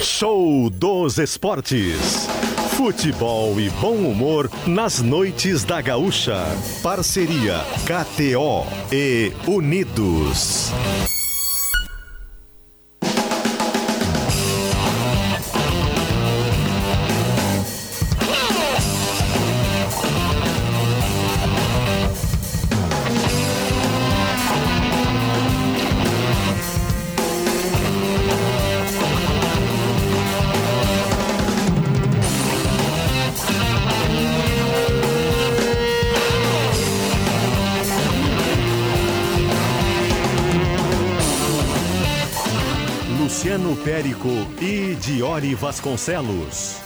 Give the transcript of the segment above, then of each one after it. Show dos Esportes. Futebol e bom humor nas noites da Gaúcha. Parceria KTO e Unidos. Luciano Périco e Diori Vasconcelos.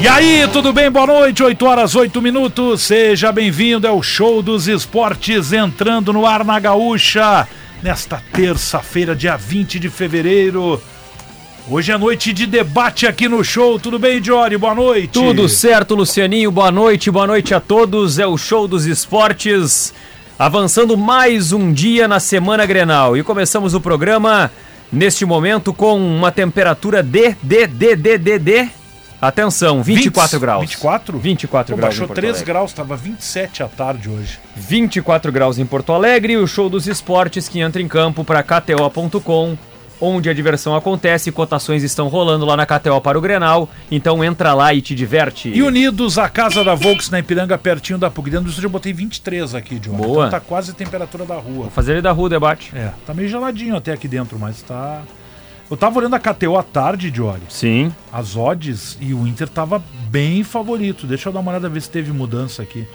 E aí, tudo bem? Boa noite, 8 horas 8 minutos. Seja bem-vindo, é o Show dos Esportes entrando no ar na Gaúcha nesta terça-feira, dia 20 de fevereiro. Hoje é noite de debate aqui no show. Tudo bem, Diori? Boa noite. Tudo certo, Lucianinho. Boa noite, boa noite a todos. É o Show dos Esportes avançando mais um dia na semana Grenal. E começamos o programa neste momento com uma temperatura de de de de de, de. Atenção, 24 20, graus. 24? 24 Pô, graus. em Baixou Porto 3 Alegre. graus, tava 27 à tarde hoje. 24 graus em Porto Alegre, o show dos esportes que entra em campo para KTO.com, onde a diversão acontece, cotações estão rolando lá na KTO para o Grenal, então entra lá e te diverte. E unidos à casa da Volks na Ipiranga, pertinho da PUC. Dentro do estúdio eu botei 23 aqui, Diori. Boa. Então tá quase a temperatura da rua. Fazer ele da rua o debate. É, tá meio geladinho até aqui dentro, mas tá. Eu tava olhando a KTO à tarde, Diori. Sim. As odds e o Inter tava bem favorito. Deixa eu dar uma olhada ver se teve mudança aqui.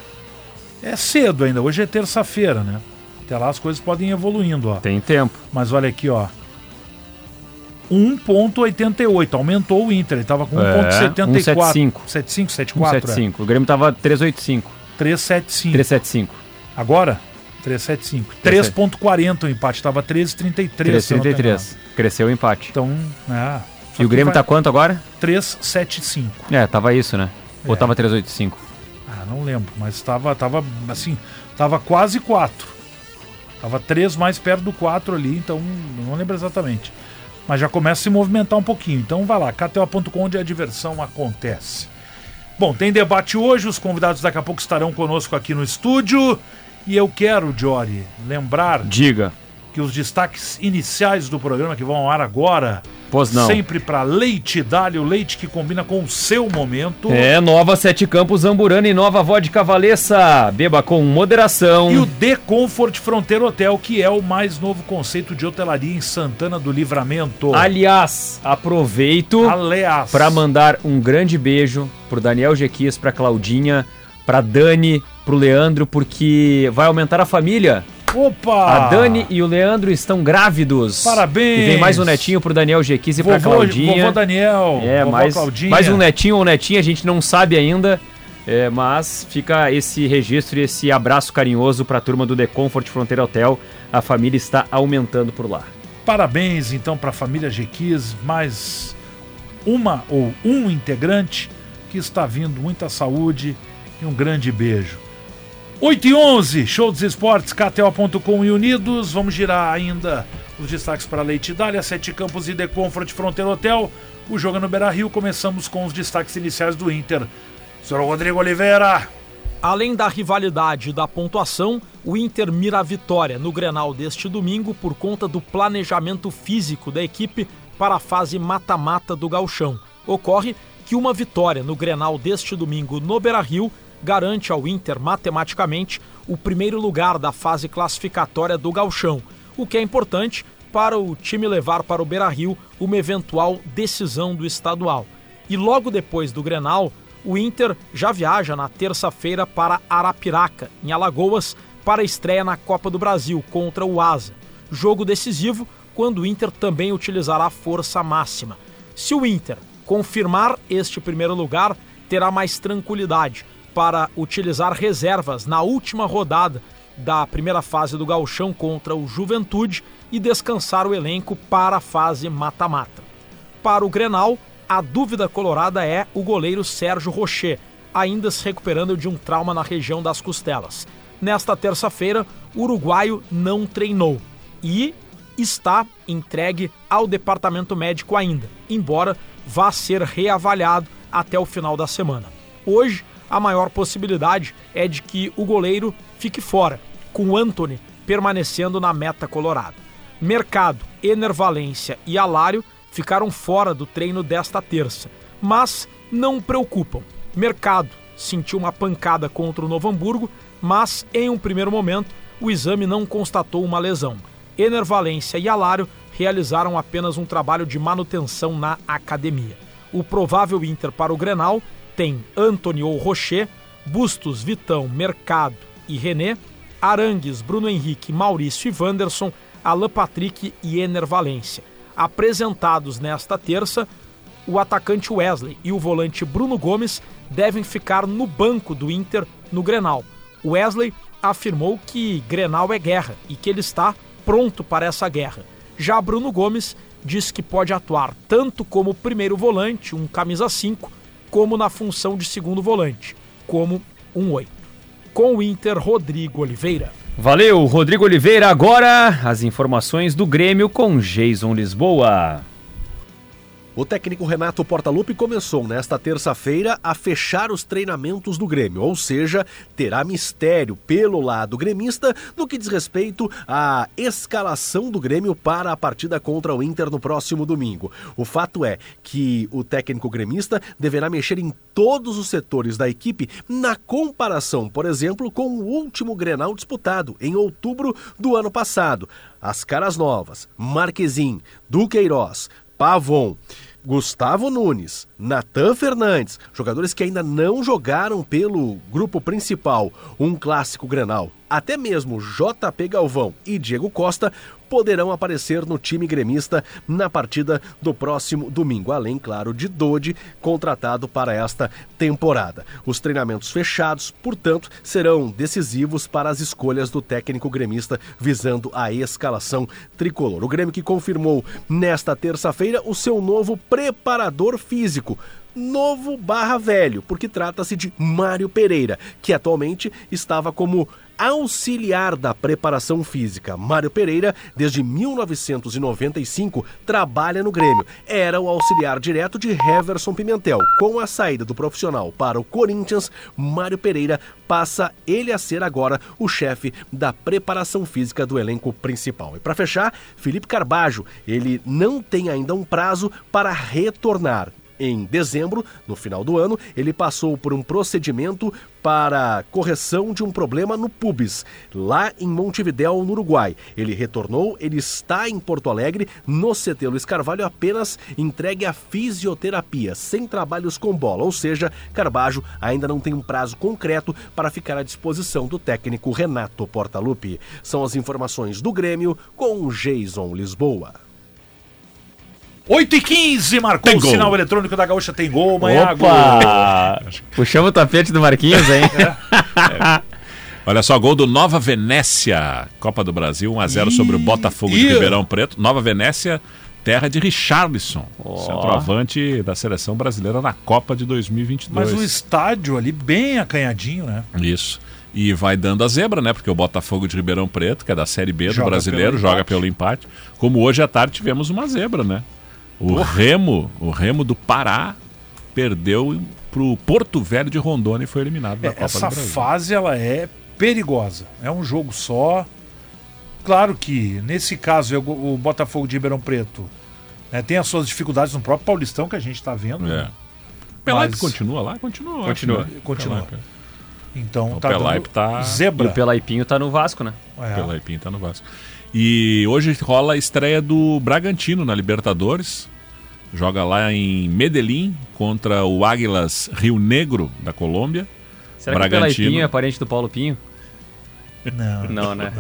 É cedo ainda, hoje é terça-feira, né? Até lá as coisas podem ir evoluindo, ó. Tem tempo. Mas olha aqui, ó. 1.88, aumentou o Inter, ele tava com É, 1.74. 1.75. 75, Tipo 74, é. 175. O Grêmio tava 385. 375. 375. Agora? 375. 3.40 o empate, tava 13,33. se eu não tô enganado. 333. Cresceu o empate. Então, né? E o Grêmio tá quanto agora? 375. É, tava isso, né? Ou É. tava 385. Ah, não lembro, mas tava, tava assim, tava quase 4. Tava 3 mais perto do 4 ali, então não lembro exatamente. Mas já começa a se movimentar um pouquinho. Então vai lá, kto.com onde a diversão acontece. Bom, tem debate hoje, os convidados daqui a pouco estarão conosco aqui no estúdio. E eu quero, Jory, lembrar Diga. que os destaques iniciais do programa que vão ao ar agora, Pois não. sempre para Leite Dália, o leite que combina com o seu momento. É, Nova Sete Campos Amburana e Nova Vodka Valessa. Beba com moderação. E o The Comfort Fronteiro Hotel, que é o mais novo conceito de hotelaria em Santana do Livramento. Aliás, aproveito Aliás, para mandar um grande beijo pro Daniel Jequias, pra Claudinha, pra Dani, pro Leandro, porque vai aumentar a família. Opa! A Dani e o Leandro estão grávidos. Parabéns! E vem mais um netinho pro Daniel Jequiz e pra vovô, Claudinha. vovô Daniel, é, vovó mais, Claudinha. mais um netinho ou netinha, a gente não sabe ainda. é, mas fica esse registro e esse abraço carinhoso pra turma do The Comfort Fronteira Hotel. A família está aumentando por lá. Parabéns então para a família Jequiz, mais uma ou um integrante que está vindo muita saúde e um grande beijo. 8 e 11, show dos esportes, KTO.com e Unidos. Vamos girar ainda Os destaques para Leite Dália, Sete Campos e The Comfort Frontier Hotel. O jogo é no Beira Rio. Começamos com os destaques iniciais do Inter. Senhor Rodrigo Oliveira. Além da rivalidade e da pontuação, o Inter mira a vitória no Grenal deste domingo por conta do planejamento físico da equipe para a fase mata-mata do gauchão. Ocorre que uma vitória no Grenal deste domingo no Beira-Rio garante ao Inter matematicamente o primeiro lugar da fase classificatória do gauchão, o que é importante para o time levar para o Beira-Rio uma eventual decisão do estadual. E logo depois do Grenal, o Inter já viaja na terça-feira para Arapiraca, em Alagoas, para a estreia na Copa do Brasil contra o Asa. Jogo decisivo quando o Inter também utilizará a força máxima. Se o Inter confirmar este primeiro lugar, terá mais tranquilidade para utilizar reservas na última rodada da primeira fase do Gauchão contra o Juventude e descansar o elenco para a fase mata-mata. Para o Grenal, a dúvida colorada é o goleiro Sérgio Rocher, ainda se recuperando de um trauma na região das costelas. Nesta terça-feira, o uruguaio não treinou e está entregue ao departamento médico ainda, embora vá ser reavaliado até o final da semana. Hoje, a maior possibilidade é de que o goleiro fique fora, com Anthony permanecendo na meta colorada. Mercado, Enervalência e Alário ficaram fora do treino desta terça, mas não preocupam. Mercado sentiu uma pancada contra o Novo Hamburgo, mas em um primeiro momento o exame não constatou uma lesão. Enervalência e Alário realizaram apenas um trabalho de manutenção na academia. O provável Inter para o Grenal tem Antônio ou Rocher, Bustos, Vitão, Mercado e René, Arangues, Bruno Henrique, Maurício e Wanderson, Alan Patrick e Enervalência apresentados nesta terça, o atacante Wesley e o volante Bruno Gomes devem ficar no banco do Inter no Grenal. Wesley afirmou que Grenal é guerra e que ele está pronto para essa guerra. Já Bruno Gomes diz que pode atuar tanto como primeiro volante, um camisa 5, como na função de segundo volante, como um 8. Com o Inter, Rodrigo Oliveira. Valeu, Rodrigo Oliveira. Agora as informações do Grêmio com Jason Lisboa. O técnico Renato Portaluppi começou nesta terça-feira a fechar os treinamentos do Grêmio, ou seja, terá mistério pelo lado gremista no que diz respeito à escalação do Grêmio para a partida contra o Inter no próximo domingo. O fato é que o técnico gremista deverá mexer em todos os setores da equipe na comparação, por exemplo, com o último Grenal disputado em outubro do ano passado. As caras novas, Marquezin, Duqueiroz, Pavon. Gustavo Nunes, Natan Fernandes, jogadores que ainda não jogaram pelo grupo principal, um clássico granal. Até mesmo JP Galvão e Diego Costa poderão aparecer no time gremista na partida do próximo domingo, além, claro, de Dodi, contratado para esta temporada. Os treinamentos fechados, portanto, serão decisivos para as escolhas do técnico gremista visando a escalação tricolor. O Grêmio que confirmou nesta terça-feira o seu novo preparador físico, novo barra velho, porque trata-se de Mário Pereira, que atualmente estava como auxiliar da preparação física. Mário Pereira, desde 1995, trabalha no Grêmio. Era o auxiliar direto de Heverson Pimentel. Com a saída do profissional para o Corinthians, Mário Pereira passa ele a ser agora o chefe da preparação física do elenco principal. E para fechar, Felipe Carbajo, ele não tem ainda um prazo para retornar em dezembro, no final do ano, ele passou por um procedimento para correção de um problema no pubis, lá em Montevidéu, no Uruguai. Ele retornou, ele está em Porto Alegre, no CT Luiz Carvalho, apenas entregue à fisioterapia, sem trabalhos com bola, ou seja, Carbajo ainda não tem um prazo concreto para ficar à disposição do técnico Renato Portaluppi. São as informações do Grêmio com Jason Lisboa. 8 e 15 marcou Tem o gol. sinal eletrônico da Gaúcha. Tem gol, manhã. Opa! Puxamos o tapete do Marquinhos, hein? É. É. Olha só, gol do Nova Venécia, Copa do Brasil, 1x0 sobre o Botafogo Ih. de Ribeirão Preto. Nova Venécia, terra de Richarlison, centroavante da seleção brasileira na Copa de 2022. Mas o estádio ali bem acanhadinho, né? Isso. E vai dando a zebra, né? Porque o Botafogo de Ribeirão Preto, que é da Série B do Joga brasileiro, pelo joga empate. pelo empate. Como hoje à tarde tivemos uma zebra, né? O Remo, o Remo do Pará, perdeu pro Porto Velho de Rondônia e foi eliminado da É, Copa do essa Brasil. fase ela é perigosa. É um jogo só. Claro que nesse caso eu- o Botafogo de Ribeirão Preto né, tem as suas dificuldades no próprio Paulistão que a gente está vendo. né? É. Pelaipe Mas- continua lá? Continua. eu acho, Continua. né? Continua. Pelaipe. Então O tá Pelaipe dando tá- E zebra. o Pelaipinho tá no Vasco, né? É. Pelaipim tá no Vasco. E hoje rola a estreia do Bragantino na Libertadores. Joga lá em Medellín contra o Águilas Rio Negro da Colômbia. Será que o Bragantino. Pelaipinho é parente do Paulo Pinho? Não, Não, né?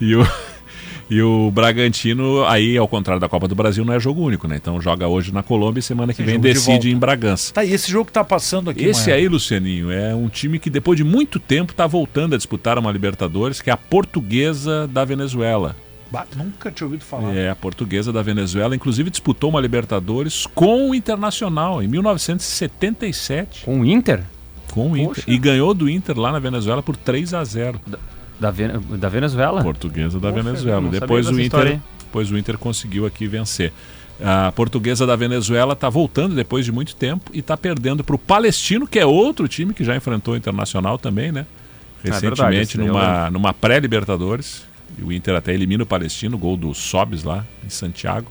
E o, e o Bragantino, aí, ao contrário da Copa do Brasil, não é jogo único, né? Então joga hoje na Colômbia e semana que Sim, vem jogo de decide volta. em Bragança. Tá, e esse jogo que tá passando aqui, Esse Maia? aí, Lucianinho, é um time que depois de muito tempo tá voltando a disputar uma Libertadores, que é a portuguesa da Venezuela. Bah, nunca tinha ouvido falar. É, a portuguesa da Venezuela, inclusive disputou uma Libertadores com o Internacional em 1977, Com o Inter? com o Inter. Poxa. E ganhou do Inter lá na Venezuela por 3 a 0 Da, Ven- da Venezuela? Portuguesa da Poxa, Venezuela. não Depois sabia o, dessa história, Inter, hein? depois o Inter conseguiu aqui vencer. A portuguesa da Venezuela está voltando depois de muito tempo e está perdendo para o Palestino, que é outro time que já enfrentou o Internacional também, né? É verdade, Recentemente, esse daí eu numa, numa pré-Libertadores. E o Inter até elimina o Palestino, gol do Sobes lá em Santiago.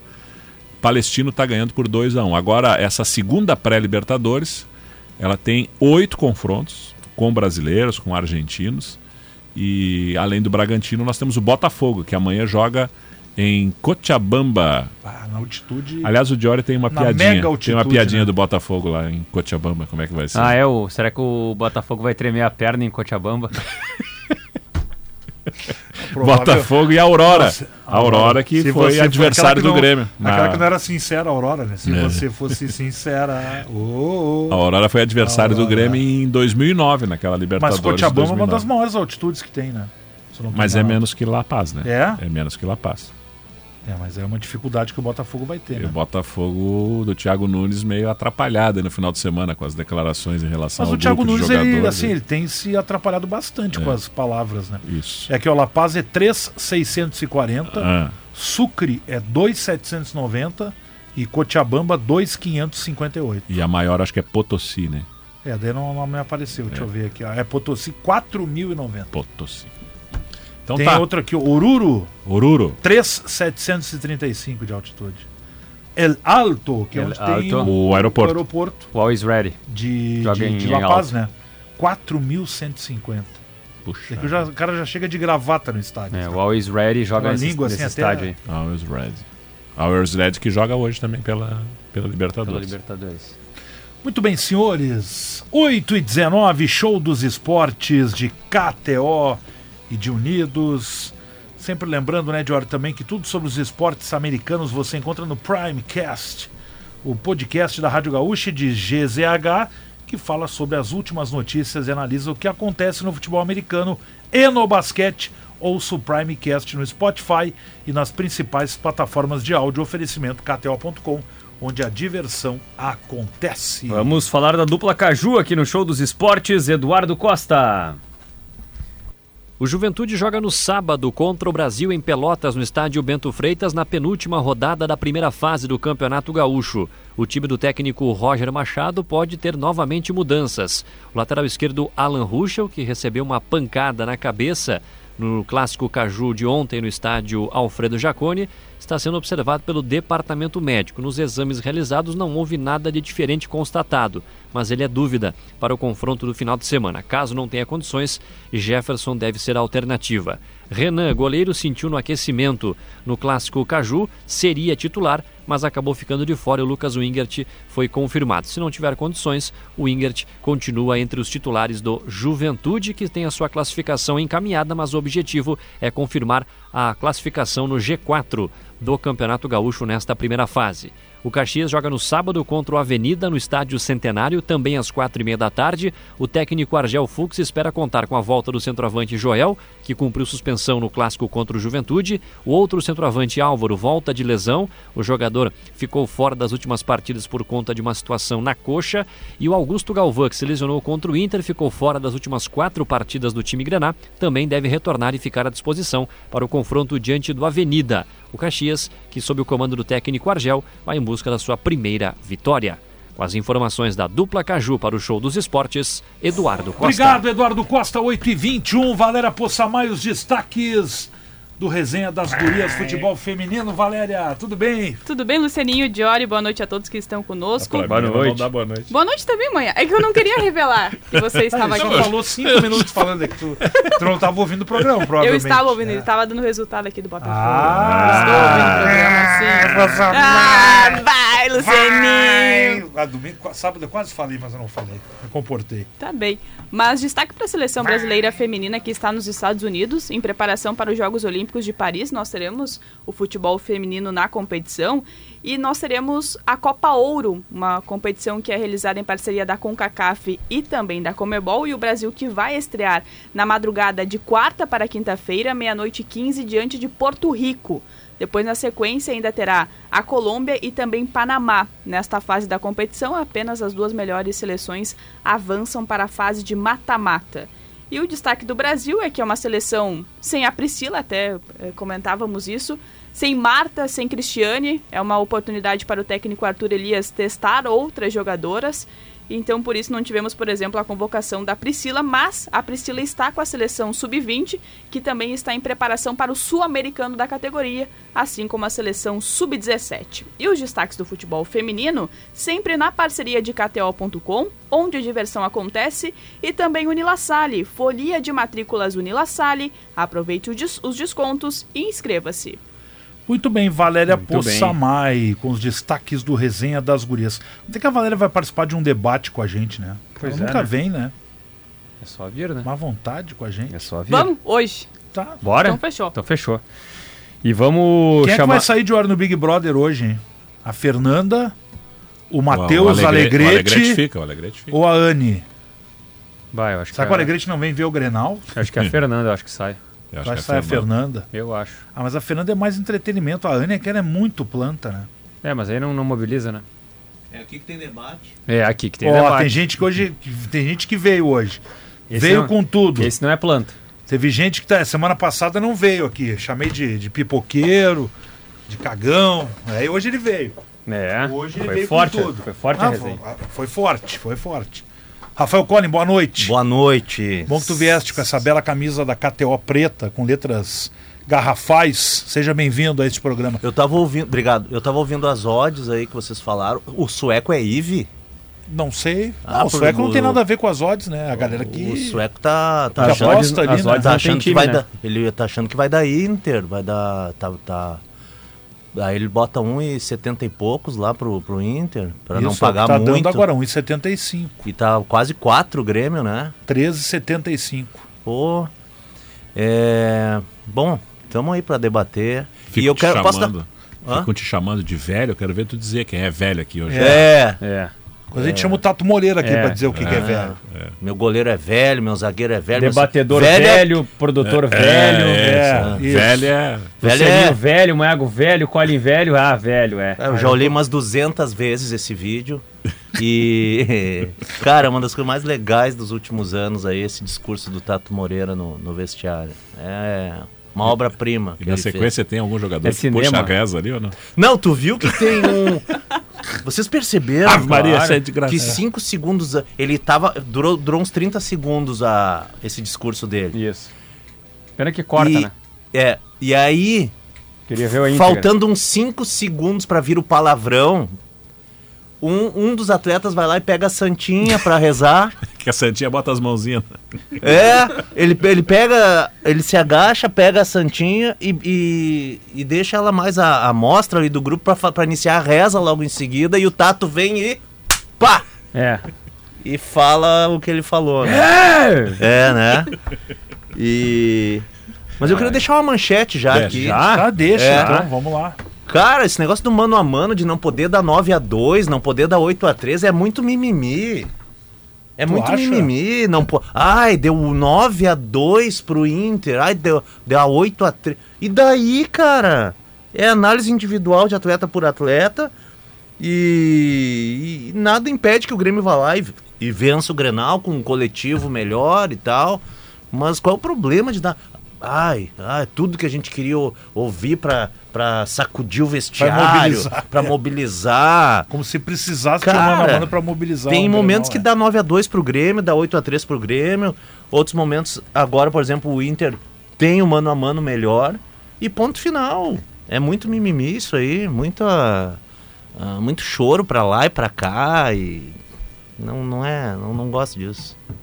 Palestino está ganhando por 2 a 1 Agora, essa segunda pré-Libertadores, ela tem oito confrontos com brasileiros, com argentinos. E além do Bragantino, nós temos o Botafogo, que amanhã joga em Cochabamba. Ah, na altitude. Aliás, o Diori tem uma Na piadinha. mega tem uma altitude, piadinha né? do Botafogo lá em Cochabamba. Como é que vai ser? Ah, é o. Será que o Botafogo vai tremer a perna em Cochabamba? provável- Botafogo e Aurora. Nossa, a Aurora que Se você foi for aquela adversário que do não- Grêmio. Aquela Na- que não é era sincera, Aurora, né? Se É. você fosse sincera. ô, A ô. Aurora foi adversário do Aurora. Grêmio em 2009, naquela Mas Libertadores. Cochabamba é uma das 2009. maiores altitudes que tem, né? Se eu não tô Mas é enganado. menos que La Paz, né? É? menos que La Paz. É, mas é uma dificuldade que o Botafogo vai ter, E o né? Botafogo do Thiago Nunes meio atrapalhado aí no final de semana com as declarações em relação Mas ao o Thiago grupo de Nunes, ele, jogadores. É. assim, ele tem se atrapalhado bastante com as palavras, né? Isso. É que o La Paz é 3,640, Ah, Sucre é 2,790 e Cochabamba 2,558. e a maior acho que é Potosí, né? É, daí não, não me apareceu, deixa eu ver aqui. ó. É Potosí 4.090. Potosí. Então Tem tá, outro aqui, Oruro, Oruro. 3,735 de altitude. El Alto, que é El onde tem Alto. o O aeroporto. aeroporto O Always Ready. de, Joga de, em de La Paz, alto. né? 4.150. É Puxa. que o já- o cara já chega de gravata no estádio. É, sabe? o Always Ready joga Aquela nesse, língua, nesse assim, até- estádio aí. Hours Red. Hours Red que joga hoje também pela, pela Pela Libertadores. Libertadores. Muito bem, senhores. 8 e 19, show dos esportes de KTO e de Unidos. Sempre lembrando, né, Dior, também que tudo sobre os esportes americanos você encontra no Primecast, o podcast da Rádio Gaúcha e de GZH, que fala sobre as últimas notícias e analisa o que acontece no futebol americano e no basquete. Ouça o Primecast no Spotify e nas principais plataformas de áudio oferecimento KTO.com, onde a diversão acontece. Vamos falar da dupla Caju aqui no Show dos Esportes, Eduardo Costa. O Juventude joga no sábado contra o Brasil em Pelotas, no estádio Bento Freitas, na penúltima rodada da primeira fase do Campeonato Gaúcho. O time do técnico Roger Machado pode ter novamente mudanças. O lateral esquerdo Alan Ruschel, que recebeu uma pancada na cabeça no clássico Caju de ontem no estádio Alfredo Jacone, está sendo observado pelo departamento médico. Nos exames realizados não houve nada de diferente constatado, mas ele é dúvida para o confronto do final de semana. Caso não tenha condições, Jefferson deve ser a alternativa. Renan, goleiro, sentiu no aquecimento. No clássico Caju, seria titular, mas acabou ficando de fora e o Lucas Wingert foi confirmado. Se não tiver condições, o Wingert continua entre os titulares do Juventude, que tem a sua classificação encaminhada, mas o objetivo é confirmar a classificação no G4 do Campeonato Gaúcho nesta primeira fase. O Caxias joga no sábado contra o Avenida no Estádio Centenário, também às quatro e meia da tarde. O técnico Argel Fux espera contar com a volta do centroavante Joel, que cumpriu suspensão no clássico contra o Juventude. O outro centroavante Álvaro volta de lesão. O jogador ficou fora das últimas partidas por conta de uma situação na coxa. E o Augusto Galvão, que se lesionou contra o Inter, ficou fora das últimas quatro partidas do time Grená, também deve retornar e ficar à disposição para o confronto diante do Avenida. O Caxias, que sob o comando do técnico Argel, vai em busca da sua primeira vitória. Com as informações da dupla Caju para o show dos esportes, Eduardo Costa. Obrigado, Eduardo Costa, 8h21. Valéria Poçamai, os destaques do Resenha das Gurias Futebol Feminino. Valéria, tudo bem? Tudo bem, Lucianinho, Diori? Boa noite a todos que estão conosco. Pra mim, noite. Não dá Tá, boa noite. Boa noite também, manhã. É que eu não queria revelar que você estava Você aqui. falou cinco minutos falando que tu, tu não estava ouvindo o programa, Eu provavelmente. estava ouvindo, né? ele estava dando o resultado aqui do Botafogo. Estou ouvindo o Ah, programa, sim. ah, Ah, vai, Lucianinho! ah, domingo, qua- sábado eu quase falei, mas eu não falei. Me comportei. Tá bem. Mas destaque para a seleção brasileira feminina que está nos Estados Unidos, em preparação para os Jogos Olímpicos de Paris. Nós teremos o futebol feminino na competição e nós teremos a Copa Ouro, uma competição que é realizada em parceria da CONCACAF e também da Comebol. E o Brasil que vai estrear na madrugada de quarta para quinta-feira, meia-noite e 15, diante de Porto Rico. Depois, na sequência, ainda terá a Colômbia e também Panamá. Nesta fase da competição, apenas as duas melhores seleções avançam para a fase de mata-mata. E o destaque do Brasil é que é uma seleção sem a Priscila, até eh, comentávamos isso, sem Marta, sem Cristiane. É uma oportunidade para o técnico Arthur Elias testar outras jogadoras. Então, por isso, não tivemos, por exemplo, a convocação da Priscila, mas a Priscila está com a seleção sub-20, que também está em preparação para o sul-americano da categoria, assim como a seleção sub-17. E os destaques do futebol feminino, sempre na parceria de KTO.com, onde a diversão acontece, e também Unilassale, folia de matrículas Unilassale. Aproveite o des- os descontos e inscreva-se. Muito bem, Valéria Muito bem. Poçamai, com os destaques do Resenha das Gurias. Até que a Valéria vai participar de um debate com a gente, né? Pois Ela é, nunca né? vem, né? É só vir, né? Má vontade com a gente. É só vir. Vamos, hoje. Tá. Bora? Então fechou. Então fechou. E vamos Quem é que chamar. vai sair de hora no Big Brother hoje, hein? A Fernanda, o Matheus O Alegre- O Alegrete Alegrete fica, o Alegrete fica. ou a Anne? Vai, eu acho Será que que o é- Alegrete não vem ver o Grenal? Acho que é a Fernanda, eu acho que sai. Eu acho Vai que é sair a Fernanda. Fernanda. Eu acho. Ah, mas a Fernanda é mais entretenimento. A Anne é que ela é muito planta, né? É, mas aí não, não mobiliza, né? É aqui que tem debate. É, aqui que tem Ó, debate. tem gente que hoje. que- Tem gente que veio hoje. Esse veio não- com tudo. Esse não é planta. Teve gente que tá, semana passada não veio aqui. Chamei de, de pipoqueiro, de cagão. Aí hoje ele veio. É, Hoje ele foi veio forte, com tudo. foi forte a Ah, resenha. foi- Foi forte, foi forte. Rafael Collin, boa noite. Boa noite. Bom que tu vieste com essa bela camisa da KTO preta, com letras garrafais. Seja bem-vindo a este programa. Eu tava ouvindo, obrigado. Eu tava ouvindo as odds aí que vocês falaram. O sueco é Ive? Não sei. Ah, não, o sueco por- não tem nada a ver com as odds, né? A galera O que. sueco tá tá Que achando, aposta ali, as né? odds tá não achando tem que time, vai né? dar, ele tá achando que vai dar Inter, vai dar tá tá Aí ele bota 1,70 e poucos lá pro, pro Inter, pra não Isso, pagar tá muito. dando agora 1,75. E tá quase 4 o Grêmio, né? 13,75. Pô. É, bom, tamo aí pra debater. Ficam e eu te quero posso dar- chamando. Hã? Ficam te chamando de velho, eu quero ver tu dizer quem é velho aqui hoje. É, É. Quando a gente chama o Tato Moreira aqui É. pra dizer o Ah. que, que é velho. meu goleiro é velho, meu zagueiro é velho. meu- Debatedor velho é- velho, produtor velho, É, isso. Velho é. Velho Lucianinho é- velho, Mago velho, Colin velho. Ah, velho, é. É, Eu já olhei umas 200 vezes esse vídeo. E, cara, uma das coisas mais legais dos últimos anos aí, esse discurso do Tato Moreira no, no vestiário. É uma obra-prima. que E na ele fez. sequência tem algum jogador É que puxa cinema. a reza Tá ali ou não? Não, tu viu que tem um. Vocês perceberam Ave Maria, isso é de que graça. 5 segundos. a- Ele tava. Durou, durou uns 30 segundos a, esse discurso dele. Isso. Pena que corta, e, né? É. E aí, Queria ver o íntegra. Faltando uns 5 segundos pra vir o palavrão, um, um dos atletas vai lá e pega a santinha pra rezar. Que a Santinha bota as mãozinhas. É, ele, ele pega, ele se agacha, pega a santinha e, e, e deixa ela mais à à mostra ali do grupo pra, fa- pra iniciar a reza logo em seguida. E o Tato vem e pá! É. E fala o que ele falou, né? É! É, né? E... Mas eu queria deixar uma manchete já É, tá aqui. já? Ah, deixa, É. então, vamos lá. Cara, esse negócio do mano a mano, de não poder dar 9 a 2 não poder dar 8 a 3 é muito mimimi. É muito acha? mimimi. Não po... Ai, deu 9 a 2 pro Inter. Ai, deu, deu a 8 a 3 E daí, cara? É análise individual de atleta por atleta. E, e nada impede que o Grêmio vá lá e, e vença o Grenal com um coletivo melhor e tal. Mas qual é o problema de dar. Ai, ai, tudo que a gente queria o- ouvir pra, pra sacudir o vestiário, mobilizar. pra mobilizar. Como se precisasse de um Cara, mano a mano pra mobilizar. Tem o momentos que Grenal, dá 9 a 2 pro Grêmio, dá 8 a 3 pro Grêmio. Outros momentos, agora, por exemplo, o Inter tem o mano a mano melhor. E ponto final. É muito mimimi isso aí, muita, ah, muito choro pra lá e pra cá. E não, não é, não, não gosto disso. né?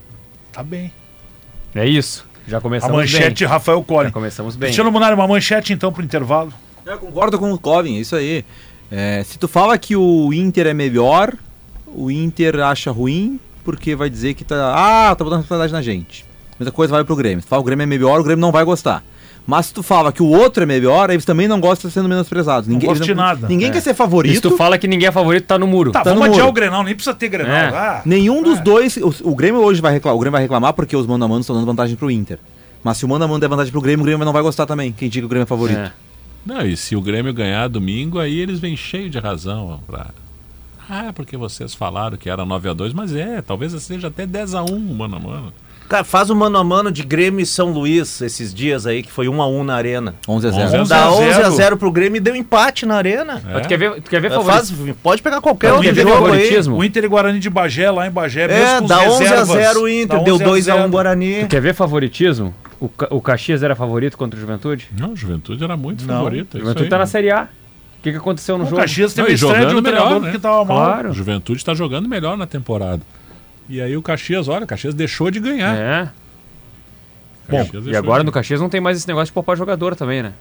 Tá bem. É isso. Já A começamos manchete Rafael bem. Já Collin. começamos bem. Cristiano Munari, uma manchete então pro intervalo. Eu concordo com o Covin, é isso aí. É, se tu fala que o Inter é melhor, o Inter acha ruim, porque vai dizer que tá. Ah, tá botando responsabilidade na gente. Mesma coisa vale pro Grêmio. Se tu fala que o Grêmio é melhor, o Grêmio não vai gostar. Mas se tu fala que o outro é melhor, eles também não gostam de ser sendo menosprezados. Ninguém, gosto de eles nada. Ninguém quer ser favorito. É. Se tu fala que ninguém é favorito, tá no muro. Tá, Tá vamos no adiar muro. o Grenal, nem precisa ter Grenal. É. Ah, Nenhum dos Ah. dois. O, o Grêmio hoje vai reclamar. O Grêmio vai reclamar porque os mano a mano estão dando vantagem pro Inter. Mas se o mano a mano der vantagem pro Grêmio, o Grêmio não vai gostar também. Quem diga que o Grêmio é favorito. É. Não, e se o Grêmio ganhar domingo, aí eles vêm cheio de razão pra. Ah, porque vocês falaram que era 9x2, mas é, talvez seja até 10x1, mano a um. mano. Cara, faz o mano a mano de Grêmio e São Luís esses dias aí, que foi 1 a 1 na arena. 11 a 11 0. a Dá 11 a 11 a 0. 0 pro Grêmio e deu né? empate na arena. É, Mas tu quer ver, tu quer ver favorito? Faz, pode pegar qualquer Tu outro quer ver jogo aí. favoritismo? o Inter e Guarani de Bagé, lá em Bagé, É, com os dá 11 a reservas, 0 o dá Inter, deu 11 2 a 1 0. Guarani. Tu quer ver favoritismo? O, Ca- o Caxias era favorito contra o Juventude? Não, Juventude era muito Não, favorito. O é isso Juventude aí. tá na Série A. O que, que aconteceu no O jogo? Caxias teve Não, e estranha de um jogando melhor, treinador né? que tava mal. O Claro. Juventude está jogando melhor na temporada. E aí o Caxias, olha, o Caxias deixou de ganhar. É. O Caxias E deixou agora de no Caxias não tem mais esse negócio de poupar jogador também, né?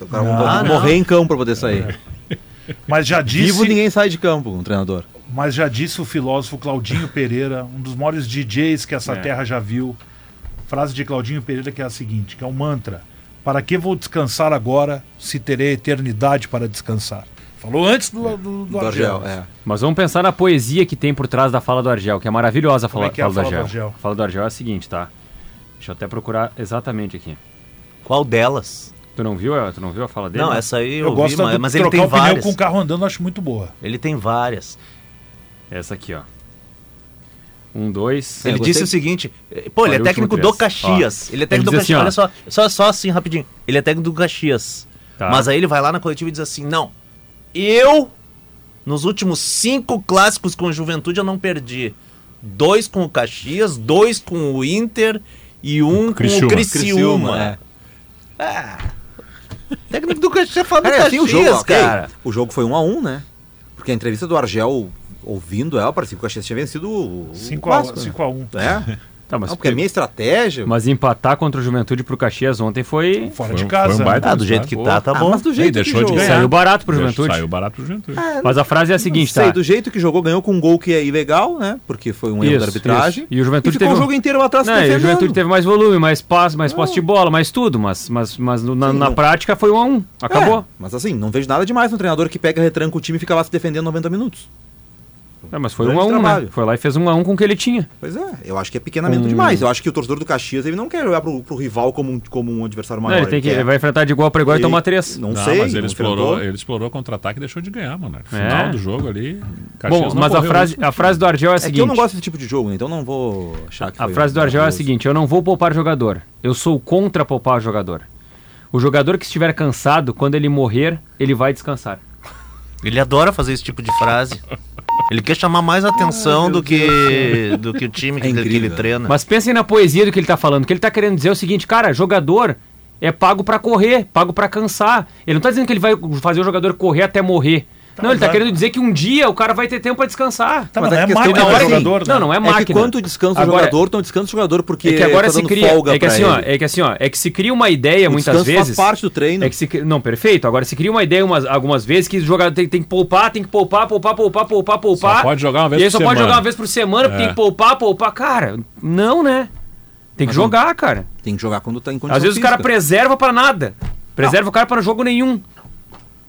O cara vai não. morrer em campo pra poder sair. Mas já Vivo disse, ninguém sai de campo, um treinador. mas já disse o filósofo Claudinho Pereira, um dos maiores DJs que essa É. terra já viu. Frase de Claudinho Pereira que é a seguinte, que é um mantra. Para que vou descansar agora, se terei a eternidade para descansar? Falou antes do, do, do Do Argel. Argel, é. Mas vamos pensar na poesia que tem por trás da fala do Argel, que é maravilhosa a fala, Como é que é a fala fala do do Argel. Argel? A fala do Argel é a seguinte, tá? Deixa eu até procurar exatamente aqui. Qual delas? Tu não viu, eh, tu não viu a fala dele? Não, essa aí eu, Eu vi, gosto mas, de mas ele trocar tem o pneu várias. com o carro andando, eu acho muito boa. Ele tem várias. Essa aqui, ó. Um, dois. ele eu gostei. disse o seguinte, eh, pô, ele Olha, é o técnico último do três. Caxias. Ó. ele é técnico do Ele diz Caxias. assim, Olha só, só, só assim rapidinho. Ele é técnico do Caxias. Tá. Mas aí ele vai lá na coletiva e diz assim: "Não, eu nos últimos cinco clássicos com o Juventude eu não perdi. Dois com o Caxias, dois com o Inter e um com Criciúma. o Criciúma. é. Ah, técnico do Caxias fala do Cara, é assim o um Caxias, jogo, ó, ok. cara. O jogo foi 1 a 1 né? Porque a entrevista do Argel, ouvindo ela, parecia que o Caxias tinha vencido o. o 5x1. clássico, né? Cinco a um. É? Tá, mas, Não, porque a minha estratégia. mas empatar contra o Juventude pro Caxias ontem foi. Fora Foi de um- casa. foi um baita Ah, do jeito que tá, tá Ah, bom. mas do ganhar. Ei, jeito deixou que de jogou. Ah, ganhar. Saiu barato pro Deixou- Juventude. Saiu barato pro Juventude. Mas a frase é a seguinte, Sei, tá? do jeito que jogou, ganhou com um gol que é ilegal, né? Porque foi um erro Isso, da arbitragem. isso. E o Juventude ficou teve um- o jogo inteiro lá atrás Não, e o Juventude teve mais volume, mais passe, mais posse de bola, mais tudo, mas, mas, mas no- na, Sim, na não. prática foi um a um. Acabou. mas assim, não vejo nada demais no treinador que pega, retranca o time e fica lá se defendendo 90 minutos. É, mas foi um Grande a um, né? trabalho. Foi lá e fez um a um com o que ele tinha. Pois é, eu acho que é pequenamento Hum. demais. Eu acho que o torcedor do Caxias ele não quer olhar pro, pro rival como um, como um adversário Não, maior. ele, tem que, quer- ele vai enfrentar de igual para igual então e ele- tomar tá três. Não, sei, mas ele não explorou, enfrentou. ele explorou contra-ataque e deixou de ganhar, mano. É. Final do jogo ali. Caxias Bom, não né? mas a correu frase, risco. a frase do Argel é a É que eu não seguinte. gosto desse tipo de jogo, né? então não vou achar que A foi um frase do Argel é a maravilhoso. seguinte: eu não vou poupar jogador. Eu sou contra poupar jogador. O jogador que estiver cansado, quando ele morrer, ele vai descansar. Ele adora fazer esse tipo de frase. Ele quer chamar mais atenção do que, do que o É time que, ele- que ele né? incrível. treina. Mas pensem na poesia do que ele tá falando. O que ele tá querendo dizer é o seguinte, cara, jogador é pago pra correr, pago pra cansar. Ele não tá dizendo que ele vai fazer o jogador correr até morrer. não, ele tá mas- querendo dizer que um dia o cara vai ter tempo pra descansar. Tá, Mas mas é é questão máquina da do hora, sim. jogador, né? Não, não é máquina. É que quando descansa o Agora- jogador, não descansa o jogador porque É que agora tá se dando cria, folga é que pra assim, ó, ele. é que assim, ó, é que se cria uma ideia O muitas descanso faz vezes. parte do treino. É que se cri- não, perfeito. Agora se cria uma ideia umas, algumas vezes que o jogador tem, tem que poupar, tem que poupar, poupar, poupar, poupar, poupar. pode jogar uma vez e aí por só pode semana. jogar é uma vez por semana, porque É. tem que poupar, poupar, cara. Não, né? Tem que não- jogar, cara. Tem que jogar quando tá em condição Às vezes o cara física. preserva pra nada. Preserva o cara pra jogo nenhum.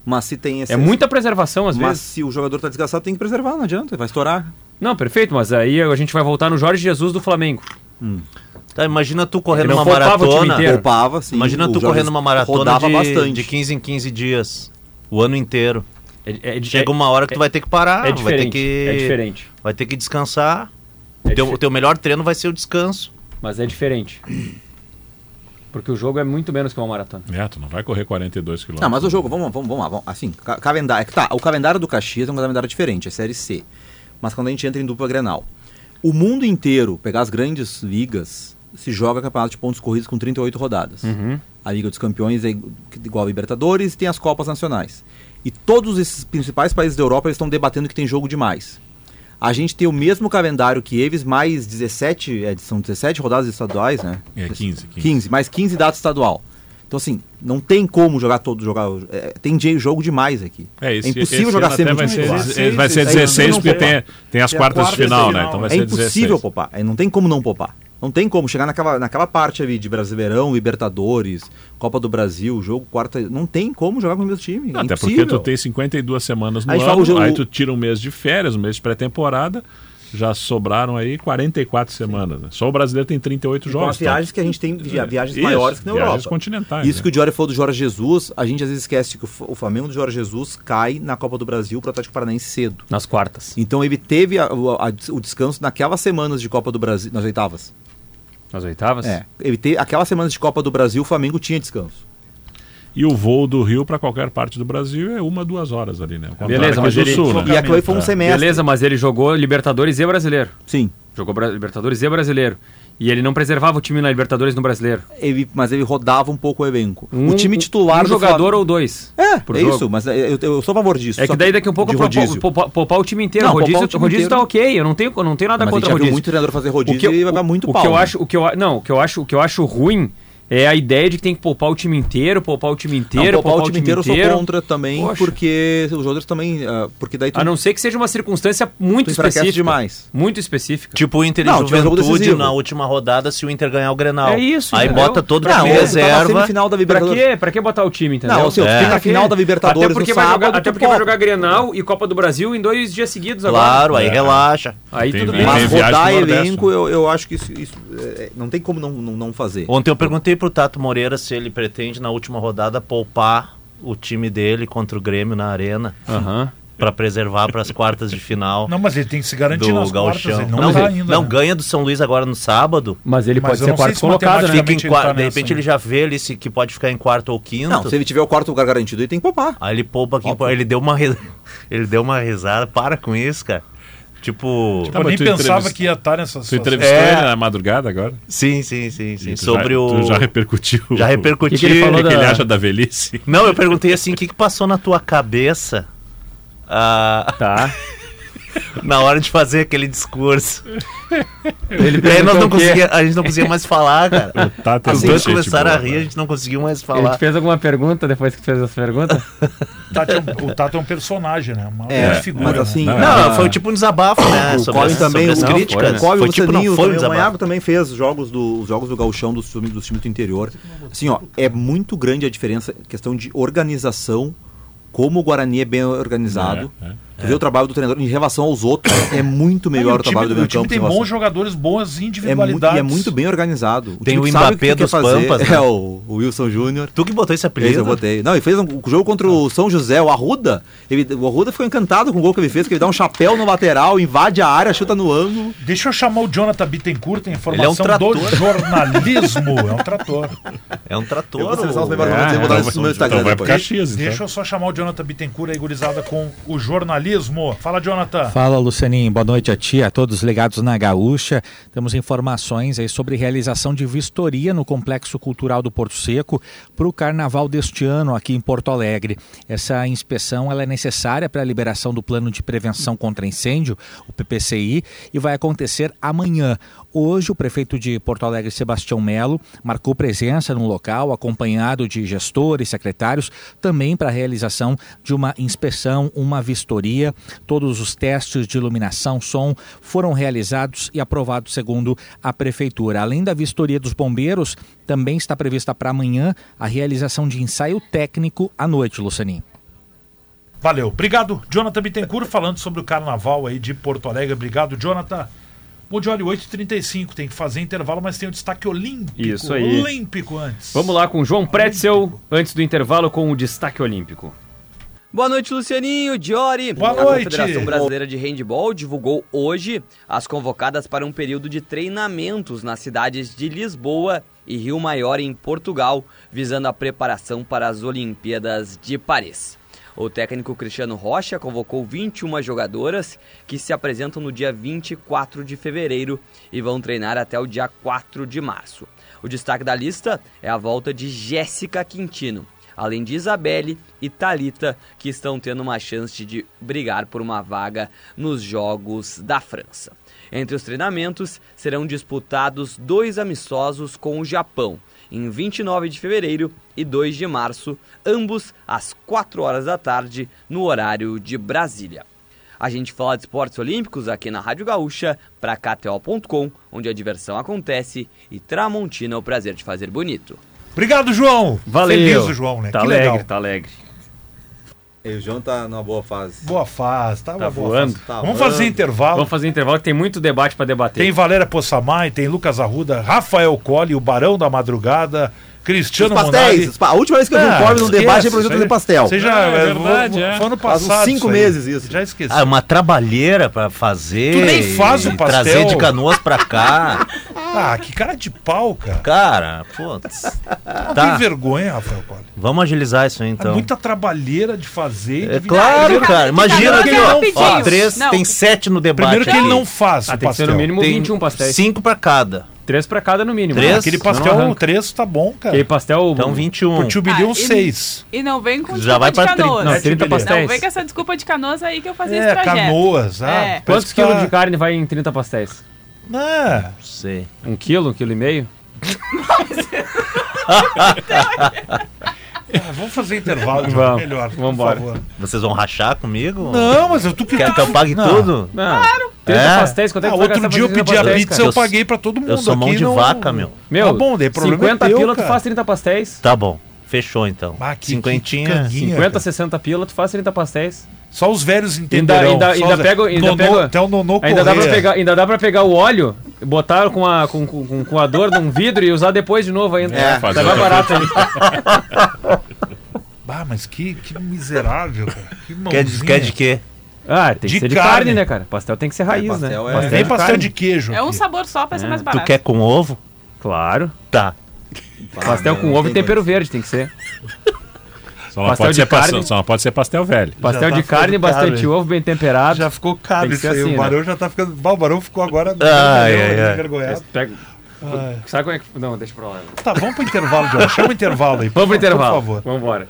Mas se tem esse. É muita preservação, às Mas vezes. se o jogador tá desgraçado, tem que preservar, não adianta, vai estourar. Não, perfeito, mas aí a gente vai voltar no Jorge Jesus do Flamengo. Tá, imagina tu Ele correndo não uma poupava o time maratona. inteiro. Poupava, sim. Imagina o tu Jorge correndo uma maratona Rodava de, bastante. de 15 em 15 dias. O ano inteiro. É, é- é- Chega uma hora que tu vai ter que parar. é vai ter diferente. que, É diferente. Vai ter que descansar. É teu, dife- teu melhor treino vai ser o descanso. Mas é diferente. Porque o jogo é muito menos que uma maratona. É, tu não vai correr 42 quilômetros. Não, mas o jogo, vamos, vamos, vamos lá. Vamos, assim, ca- calendário. é que Tá, o calendário do Caxias é um calendário diferente, é Série C. Mas quando a gente entra em dupla Grenal, o mundo inteiro, pegar as grandes ligas, se joga campeonato de pontos corridos com 38 rodadas. A Liga dos Campeões é igu- igual a Libertadores e tem as Copas Nacionais. E todos esses principais países da Europa eles estão debatendo que tem jogo demais. A gente tem o mesmo calendário que eles, mais 17, é, são 17 rodadas estaduais, né? É, 15, 15. 15, mais 15 datas estadual. Então, assim, não tem como jogar todo jogar. é, tem dia- jogo demais aqui. É, esse, impossível esse jogar ano sempre até vai de ser, titular. dezesseis, vai ser Esse 16, ano porque não tem, tem as Tem a quartas de quarta final, de né? final, Então né? vai É ser impossível 16. poupar. É, não tem como não poupar. Não tem como chegar naquela, naquela parte ali de Brasileirão, Libertadores, Copa do Brasil, jogo quarta. Não tem como jogar com o mesmo time. é Até porque impossível. tu tem 52 semanas no Aí fala ano, o jogo- aí tu tira um mês de férias, um mês de pré-temporada, já sobraram aí 44 semanas. Né? Só o brasileiro tem 38 Com jogos. as viagens então. que a gente tem, via- viagens Isso, maiores que na viagens Europa. continentais, Isso né? que o Diori falou do Jorge Jesus, a gente às vezes esquece que o F- o Flamengo do Jorge Jesus cai na Copa do Brasil pro Atlético Paranaense cedo. Nas quartas. Então ele teve a- o- a- o descanso naquelas semanas de Copa do Brasil, nas oitavas. Nas oitavas? É, ele teve aquelas semanas de Copa do Brasil, o Flamengo tinha descanso. E o voo do Rio para qualquer parte do Brasil é uma, duas horas ali, né? Ao contrário Beleza, aqui mas do ele- Sul, E né? aquilo aí foi um É. semestre. Beleza, mas ele jogou Libertadores e Brasileiro. Sim. Jogou Bra- Libertadores e Brasileiro. E ele não preservava o time na Libertadores e no Brasileiro. Ele, mas ele rodava um pouco o elenco. Um- o time titular um do jogador Flamengo- ou dois. É, por é jogo. isso, mas é, eu, eu sou a favor disso. É só que daí daqui a um pouco de eu poupo- rodízio. poupa- poupar o time inteiro. Não, rodízio, poupar o time rodízio inteiro. tá ok, eu não tenho, eu não tenho nada Mas a gente contra já o viu rodízio. muito treinador fazer rodízio eu- e vai dar muito o pau, Que eu né? acho, o que eu, a- não, o que eu acho, o que eu acho ruim é a ideia de que tem que poupar o time inteiro, poupar o time Não, inteiro, poupar o time inteiro eu sou contra também, Poxa. porque os jogadores também. ah, porque daí tu, A não ser que seja uma circunstância muito tu enfraquece específica. demais. Muito específica. Tipo o Inter e Não, tinha um jogo Juventude decisivo. na última rodada se o Inter ganhar o Grenal. É isso, Aí entendeu? é bota todo o Não, time ou tu tá na reserva. semifinal da Pra Libertadores. quê? Pra que botar o time, entendeu? Não, ou seja, É. fica na final da Libertadores Até porque, no vai, sábado, jogar, até tu porque vai popa. jogar Grenal e Copa do Brasil em dois dias seguidos agora. Claro, É. aí relaxa. Aí Tem tudo vi- bem. tem Mas viagem rodar pro Nordeste, elenco, né? eu, eu acho que isso, isso, é, não tem como não, não, não fazer. Ontem eu perguntei pro Tato Moreira se ele pretende na última rodada poupar o time dele contra o Grêmio na arena Aham. pra preservar pras quartas de final Não, mas ele tem que se garantir nas do quartas. Gauchão. Ele não, tá ele- ainda. não né? ganha do São Luís agora no sábado. Mas ele Mas pode eu ser não sei quarto se colocado, né? matematicamente- Fica Realmente em ele quarto, tá de nessa, repente né? ele já vê ali se que pode ficar em quarto ou quinto. Não, se ele tiver o quarto lugar garantido, ele tem que poupar. Aí ele poupa quem poupa. Ele deu uma ris- ele deu uma risada. Para com isso, cara. Tipo, Eu Tá, mas nem tu pensava entrevist- que ia estar nessa Tu situação. entrevistou É. né? ele na madrugada agora? sim, sim, sim, sim. E tu Sobre já, o Tu já repercutiu. já repercuti. O que que ele O falou que, que ele da- acha da velhice? Não, eu perguntei assim, o que, que passou na tua cabeça ah, Tá. na hora de fazer aquele discurso? Ele E aí nós perguntou não o quê? conseguia, a gente não conseguia mais falar, cara. Assim, Tá, tem Os gente dois começaram boa, a rir, a né? gente não conseguiu mais Ele te falar. fez alguma pergunta depois que tu fez essa pergunta? O Tato é um- o Tato é um personagem, né? Uma É, uma figura. mas assim, né? não, Não, foi tipo um desabafo, né? O Sobre, Colin as- também, sobre as o críticas. crítico, o Colin, foi o tipo, não Lucianinho, foi um também, o Manhago desabafo. também fez jogos do, os jogos do gauchão dos times, dos times do interior. Assim, ó, é muito grande a diferença, questão de organização, como o Guarani é bem organizado. É, é. Tu vê o trabalho do treinador em relação aos outros, é muito Não, e melhor o, time- trabalho do meio o time campo. tem em relação- bons jogadores, boas é muito, individualidades. e é muito bem organizado. Tem time o sabe Mbappé que quer dos Pampas, né? É, o, o Wilson Júnior. Tu que botou esse Esse eu apelido? botei. Não, ele fez um, o jogo contra o São José, o Arruda. Ele, o Arruda ficou encantado com o gol que ele fez, que ele dá um chapéu no lateral, invade a área, chuta no ângulo. Deixa eu chamar o Jonathan Bittencourt, tem é um informação do é um trator. jornalismo. É um trator. É um trator. Eu vou selecionar os ou- melhores momentos e vou dar isso Tá, no meu Então Instagram vai pro depois. Caxias, então. Deixa eu só chamar o Jonathan Bittencourt aí, gurizada, com o jornalismo. Fala, Jonathan. Fala Lucianinho, boa noite a ti, a todos ligados na Gaúcha. Temos informações aí sobre realização de vistoria no Complexo Cultural do Porto Seco para o carnaval deste ano aqui em Porto Alegre. Essa inspeção ela é necessária para a liberação do Plano de Prevenção contra Incêndio, o PPCI, e vai acontecer amanhã. Hoje, o prefeito de Porto Alegre, Sebastião Melo, marcou presença no local, acompanhado de gestores, secretários, também para a realização de uma inspeção, uma vistoria. Todos os testes de iluminação, som foram realizados e aprovados segundo a prefeitura. Além da vistoria dos bombeiros, também está prevista para amanhã a realização de ensaio técnico à noite, Lucianinho. Valeu. Obrigado, Jonathan Bittencourt, falando sobre o carnaval aí de Porto Alegre. Obrigado, Jonathan. Bom, de olho, 8h35, tem que fazer intervalo, mas tem o destaque olímpico. Isso aí. Olímpico antes. Vamos lá com João Pretzel, antes do intervalo com o destaque olímpico. Boa noite, Lucianinho, Diori. Boa a noite. Confederação Brasileira de Handball divulgou hoje as convocadas para um período de treinamentos nas cidades de Lisboa e Rio Maior, em Portugal, visando a preparação para as Olimpíadas de Paris. O técnico Cristiano Rocha convocou 21 jogadoras que se apresentam no dia 24 de fevereiro e vão treinar até o dia 4 de março. O destaque da lista é a volta de Jéssica Quintino além de Isabelle e Talita, que estão tendo uma chance de brigar por uma vaga nos Jogos da França. Entre os treinamentos serão disputados dois amistosos com o Japão, em 29 de fevereiro e 2 de março, ambos às 4 horas da tarde, no horário de Brasília. A gente fala de esportes olímpicos aqui na Rádio Gaúcha, para KTO.com, onde a diversão acontece e Tramontina é o prazer de fazer bonito. Obrigado, João. Valeu. Feliz o João, né? Tá que alegre, legal. tá alegre. E o João tá numa boa fase. Boa fase, tá, uma boa voando. fase. Tá Vamos voando. fazer intervalo. Vamos fazer intervalo que tem muito debate pra debater. Tem Valéria Poçamai, tem Lucas Arruda, Rafael Colli, o Barão da Madrugada, Os Cristiano pastéis. Monari. os pa- A última vez que eu vi um pobre num debate é esquece, projeto isso de aí- pastel. Você já, Ah, é é, verdade, vo- vo- é. Foi ano Faz uns passado. cinco aí. É meses isso. Já esqueci. Ah, uma trabalheira pra fazer. Tu nem faz o e pastel. Trazer de canoas pra cá. Ah, que cara de pau, cara. Cara, putz. Não Tá. tem vergonha, Rafael Colli. Vamos agilizar isso aí, É então. muita trabalheira de fazer. É de- Tá claro, cara. Imagina Não, que não, ó, rapidinho. ó, três, Não. tem sete no debate. Primeiro que ele aqui. não faz Ah, o tem que ser pastel. no mínimo tem 21 pastéis. Cinco pra cada. Três pra cada no mínimo. Três? Aquele Não pastel, arranca. três tá bom, cara. Aquele pastel. Então 21. Por tio bilhão, Ah, ele- seis. E não vem com desculpa Já vai de pra canoas. 30. Não, Sete 30 bilhões. pastéis. Não vem com essa desculpa de canoas aí que eu fazia esse É, trajeto. canoas. É. Ah, parece Quantos que quilos tá- É. de carne vai em 30 pastéis? Não, Não sei. Um quilo, um quilo e meio? Ah, vamos fazer intervalo, Diogo, Vamos, é melhor. por vambora. favor. Vocês vão rachar comigo? Não, mas eu tu que Quer Então que eu pague Não. tudo? Não. Claro. 30 É. pastéis, quanto é Ah, que tu vai outro gastar pra dia eu 30 pedi a pastéis, pizza, cara? eu paguei pra todo mundo Eu sou mão aqui, de não- vaca, meu. Meu, Tá bom, daí problema 50 é teu, pila, tu cara. faz 30 pastéis. Tá bom. Fechou, então. Ah, que- que Cinquentinha. canguinha, cara. 50, 60 pila, tu faz 30 pastéis. Só os velhos entenderão. ainda- só ainda os- pego- ainda Nonô- pego- Até o nonô Ainda dá, pra Corrêa. pegar, ainda dá pra pegar o óleo, botar com a, com, com, com- com a dor num vidro e usar depois de novo ainda. É, tá fazer mais outra barato ainda. Ah, mas que, que miserável, cara. Que Quer de, mãozinha. quer de quê? Ah, tem que De ser de carne. carne. né, cara? Pastel tem que ser raiz, pastel né? é- Mas tem pastel de queijo. É um aqui. sabor só pra ser mais barato. Tu quer com ovo? Claro. Tá. Ah, Pastel com ovo e tempero verde tem que ser. Só não, Pastel pode de ser pastel, carne. só não pode ser pastel velho. tá Pastel de ficando carne, caro, bastante hein? ovo, bem temperado. Já ficou caro Tem que isso ser aí. assim, o né? barão já tá ficando. Bah, O barão ficou agora. Ai, vermelho, ai, ai. envergonhado. Pega... Sabe como é que. Não, deixa pra lá. né? Tá, vamos pro intervalo, John. Chama o intervalo aí. por favor, Vamos pro intervalo. Por favor. Vamos embora.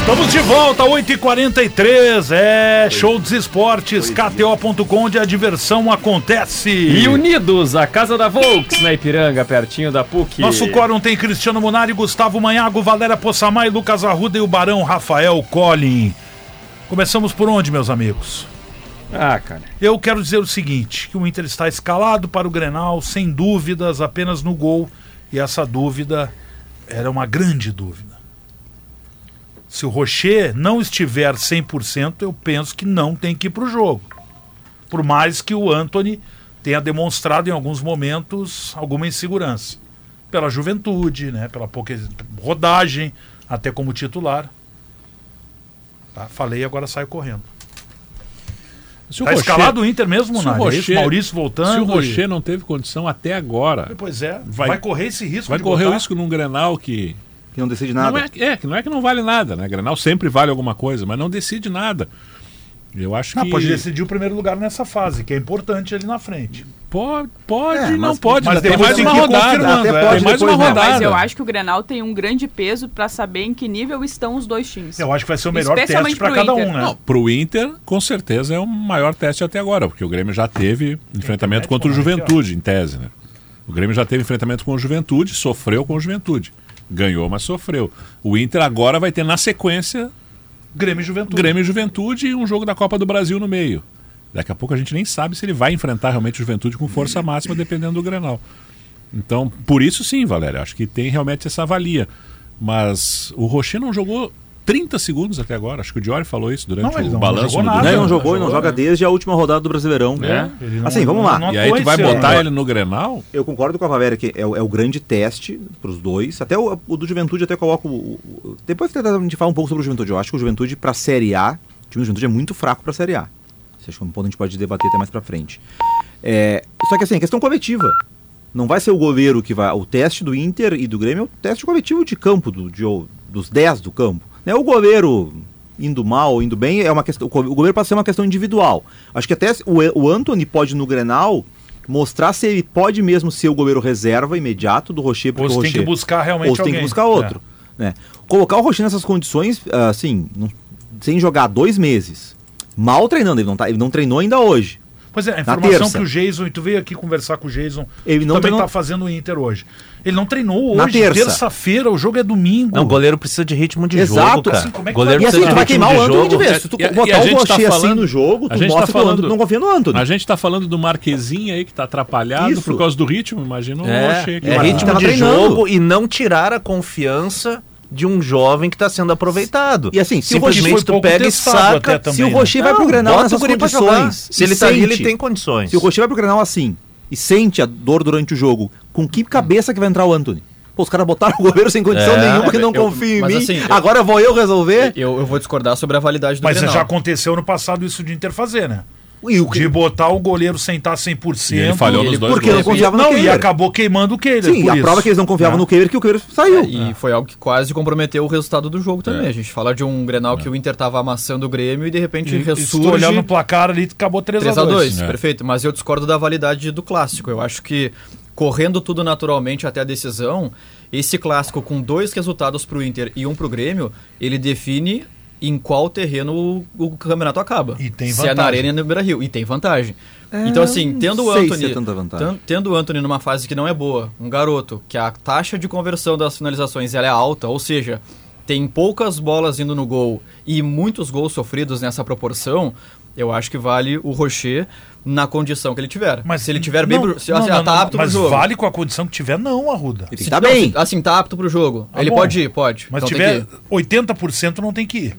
Estamos de volta, 8h43. É show dos esportes, KTO.com, onde a diversão acontece. E unidos, a casa da Volks na Ipiranga, pertinho da PUC. Nosso quórum tem Cristiano Munari, Gustavo Manhago, Valéria Poçamai, Lucas Arruda e o Barão Rafael Collin. Começamos por onde, meus amigos? Ah, cara. Eu quero dizer o seguinte, que o Inter está escalado para o Grenal, sem dúvidas, apenas no gol. E essa dúvida era uma grande dúvida. Se o Rocher não estiver 100%, eu penso que não tem que ir para o jogo. Por mais que o Anthony tenha demonstrado em alguns momentos alguma insegurança. Pela juventude, né? pela pouca ex- rodagem, até como titular. Tá? Falei, agora saio correndo. Se o tá Rocher- escalado o Inter mesmo, se Nari? o É isso? Rocher- Maurício voltando. Se o e- Rocher não teve condição até agora, Pois é, vai, Vai- correr esse risco vai de correr o botar- risco num Grenal que que não decide Não nada. é, é, que não é que não vale nada, né? Grenal sempre vale alguma coisa, mas não decide nada. Eu acho Ah, que pode decidir o primeiro lugar nessa fase, que é importante ali na frente. pode, pode É, não mas- pode. mas ainda tem depois mais tem uma que ir rodada. confirmando, Tem é. mais Depois uma não. rodada. Mas eu acho que o Grenal tem um grande peso para saber em que nível estão os dois times. Eu acho que vai ser o melhor teste Especialmente para pro cada Inter. um, né? Não, pro Inter, com certeza é o maior teste até agora, porque o Grêmio já teve enfrentamento contra o Internet, Juventude, em tese, né? O Grêmio já teve enfrentamento com o Juventude, sofreu com o Juventude. Ganhou, mas sofreu. O Inter agora vai ter na sequência Grêmio e Juventude. Grêmio e Juventude e um jogo da Copa do Brasil no meio. Daqui a pouco a gente nem sabe se ele vai enfrentar realmente o Juventude com força máxima, dependendo do Grenal. Então, por isso sim, Valério, acho que tem realmente essa avalia. Mas o Rocher não jogou 30 segundos até agora, acho que o Diori falou isso durante Não, ele o não balanço jogou do nada. Não, ele Grêmio. Não não jogou e não jogou, joga né? desde a última rodada do Brasileirão. Ele não- Assim, vamos não- lá. não E aí tu atuou vai esse ano, botar né? ele no Grenal? Eu concordo com a Valéria que é, o- é o grande teste para os dois. Até o, o do Juventude, até coloco. o- o- depois a gente fala um pouco sobre o Juventude. Eu acho que o Juventude, para a Série A, o time do Juventude é muito fraco para a Série A. Isso acho que é um ponto que a gente pode debater até mais para frente. É, só que assim, é questão coletiva. Não vai ser o goleiro que vai. O teste do Inter e do Grêmio é o teste coletivo de campo, do, de- dos 10 do campo. Né? O goleiro indo mal, indo bem, é uma questão. O goleiro passa a ser uma questão individual. Acho que até o, o Anthony pode no Grenal mostrar se ele pode mesmo ser o goleiro reserva imediato do Rocher Ou porque você o tem que Rocher- buscar realmente ou você tem alguém. É. que buscar outro. Né? Colocar o Rocher nessas condições, ah, assim, não- sem jogar dois meses, mal treinando, ele não, tá, ele não treinou ainda hoje. É. Pois é, a Na informação terça. que o Jason, e tu veio aqui conversar com o Jason, Ele que não também treinou- tá fazendo o Inter hoje. Ele não treinou Na hoje, terça. feira o jogo é domingo. Não, o goleiro precisa de ritmo de jogo, Exato. cara. Assim, como é que É, goleiro E assim, tu precisa vai de ritmo queimar o de Anthony de jogo. vez. Se tu E- e- e botar a o gente tá Rocher assim falando- no jogo, a tu gente tá mostra que o falando- Anthony- tu não confia no Anthony. A gente tá falando do Marquezinho aí que tá atrapalhado Isso. por causa do ritmo, imagina o Rocher. É, que é vai- Marquinhos ritmo tava de treinando. jogo e não tirar a confiança de um jovem que está sendo aproveitado. E assim, se o Rocher simplesmente foi tu pouco pega e testado até saca. também, se o né? Rocher vai pro Grenal bota nessas o guri pra jogar. condições, Se e ele tá ali, ele sente- tem condições. Se o Rocher vai pro Grenal assim e sente a dor durante o jogo, com que cabeça que vai entrar o Anthony? Pô, os caras botaram o goleiro sem condição É. nenhuma, que não Eu- confia em mas mim. Ah, assim, eu- Agora vou eu resolver. Eu, eu vou discordar sobre a validade do Mas Grenal. já aconteceu no passado isso de Inter fazer, né? E o que- De botar o goleiro sem estar 100%. E ele falhou ele- nos dois porque gols. não confiava no Não, e Kehler. acabou queimando o Kehler. Sim, por a isso. prova é que eles não confiavam É. no Kehler que o Kehler saiu. E foi algo que quase comprometeu o resultado do jogo É. também. A gente fala de um Grenal que o Inter tava amassando o Grêmio e de repente E se tu ressurge olhar no placar ali, acabou 3x2. 3x2, É. perfeito. Mas eu discordo da validade do clássico. Eu acho que, correndo tudo naturalmente até a decisão, esse clássico com dois resultados pro Inter e um pro Grêmio, ele define em qual terreno o, o campeonato acaba. E tem Se é na vantagem. Arena e no Beira-Rio. E tem vantagem. então, assim, tendo o não sei se Anthony... é tanta vantagem. tan- tendo o Anthony numa fase que não é boa, um garoto, que a taxa de conversão das finalizações ela é alta, ou seja, tem poucas bolas indo no gol e muitos gols sofridos nessa proporção, eu acho que vale o Rocher na condição que ele tiver. se ele tiver bem, não, pro- se, não, assim, não, ah, tá não, apto pro Mas jogo. vale com a condição que tiver, não, Arruda. Ele tem que Se- tá não, bem. se- assim, tá apto pro jogo. Ah, ele bom. pode ir, pode. Mas Então se tem tiver que- 80% não tem que ir.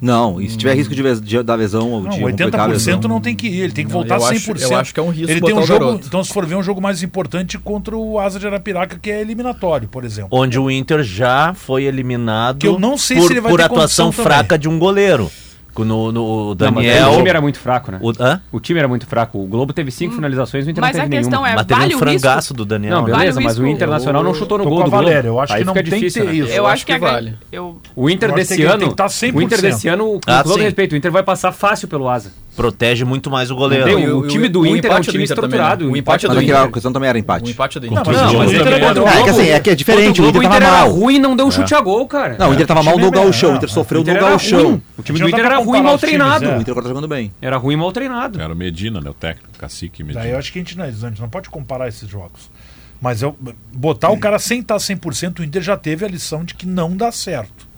Não, e se tiver risco de, ve- de- da lesão ou Não, de complicar 80% a lesão. não tem que ir. Ele tem que Não, voltar eu acho- 100%. eu acho que é um risco Ele tem botar um o jogo, garoto. então se for ver um jogo mais importante contra o Asa de Arapiraca, que é eliminatório, por exemplo. Onde o Inter já foi eliminado Que eu não sei se por, ele vai por ter atuação condição também. fraca de um goleiro. No, no- o Daniel. o time era muito fraco, né? o, hã? O time era muito fraco. O Globo teve cinco finalizações, o Inter Hum. Mas não a teve nenhuma. questão é, Mas teve vale um o risco? frangaço do Daniel. Não, né? beleza, Vale o mas o risco. Internacional não chutou no Tô gol com a do Globo. Valéria, eu acho Aí que não fica tem que difícil, ter né? isso. Eu, acho que, a gran- vale. Eu, O Inter Eu acho que desse tem que- tem ano, que tá o 100%. Inter desse ano, com Ah, todo sim. respeito, o Inter vai passar fácil pelo Asa. Protege muito mais o goleiro. Tem E o, o- o time do o Inter é um empate do time Inter também, estruturado. né? O empate do Mas é que Inter. a questão também era empate. O empate do Não, Inter. mas- Não, mas o Inter é contra o É, é que Globo. assim, é que é diferente, Contra o o Globo, Inter tava era mal. É. ruim, não deu um chute a gol, cara. Não, o Inter tava o time mal é no melhor. gauchão, o O Inter sofreu o Inter no era gauchão. ruim. O time Não do dá Inter pra era ruim, comparar mal os times, treinado. é. O Inter agora tá jogando bem. Era ruim, mal treinado. Era o Medina, né? O técnico, cacique Medina. Daí eu acho que a gente não, a gente não pode comparar esses jogos. Mas eu, botar o cara sem estar 100%, o Inter já teve a lição de que não dá certo.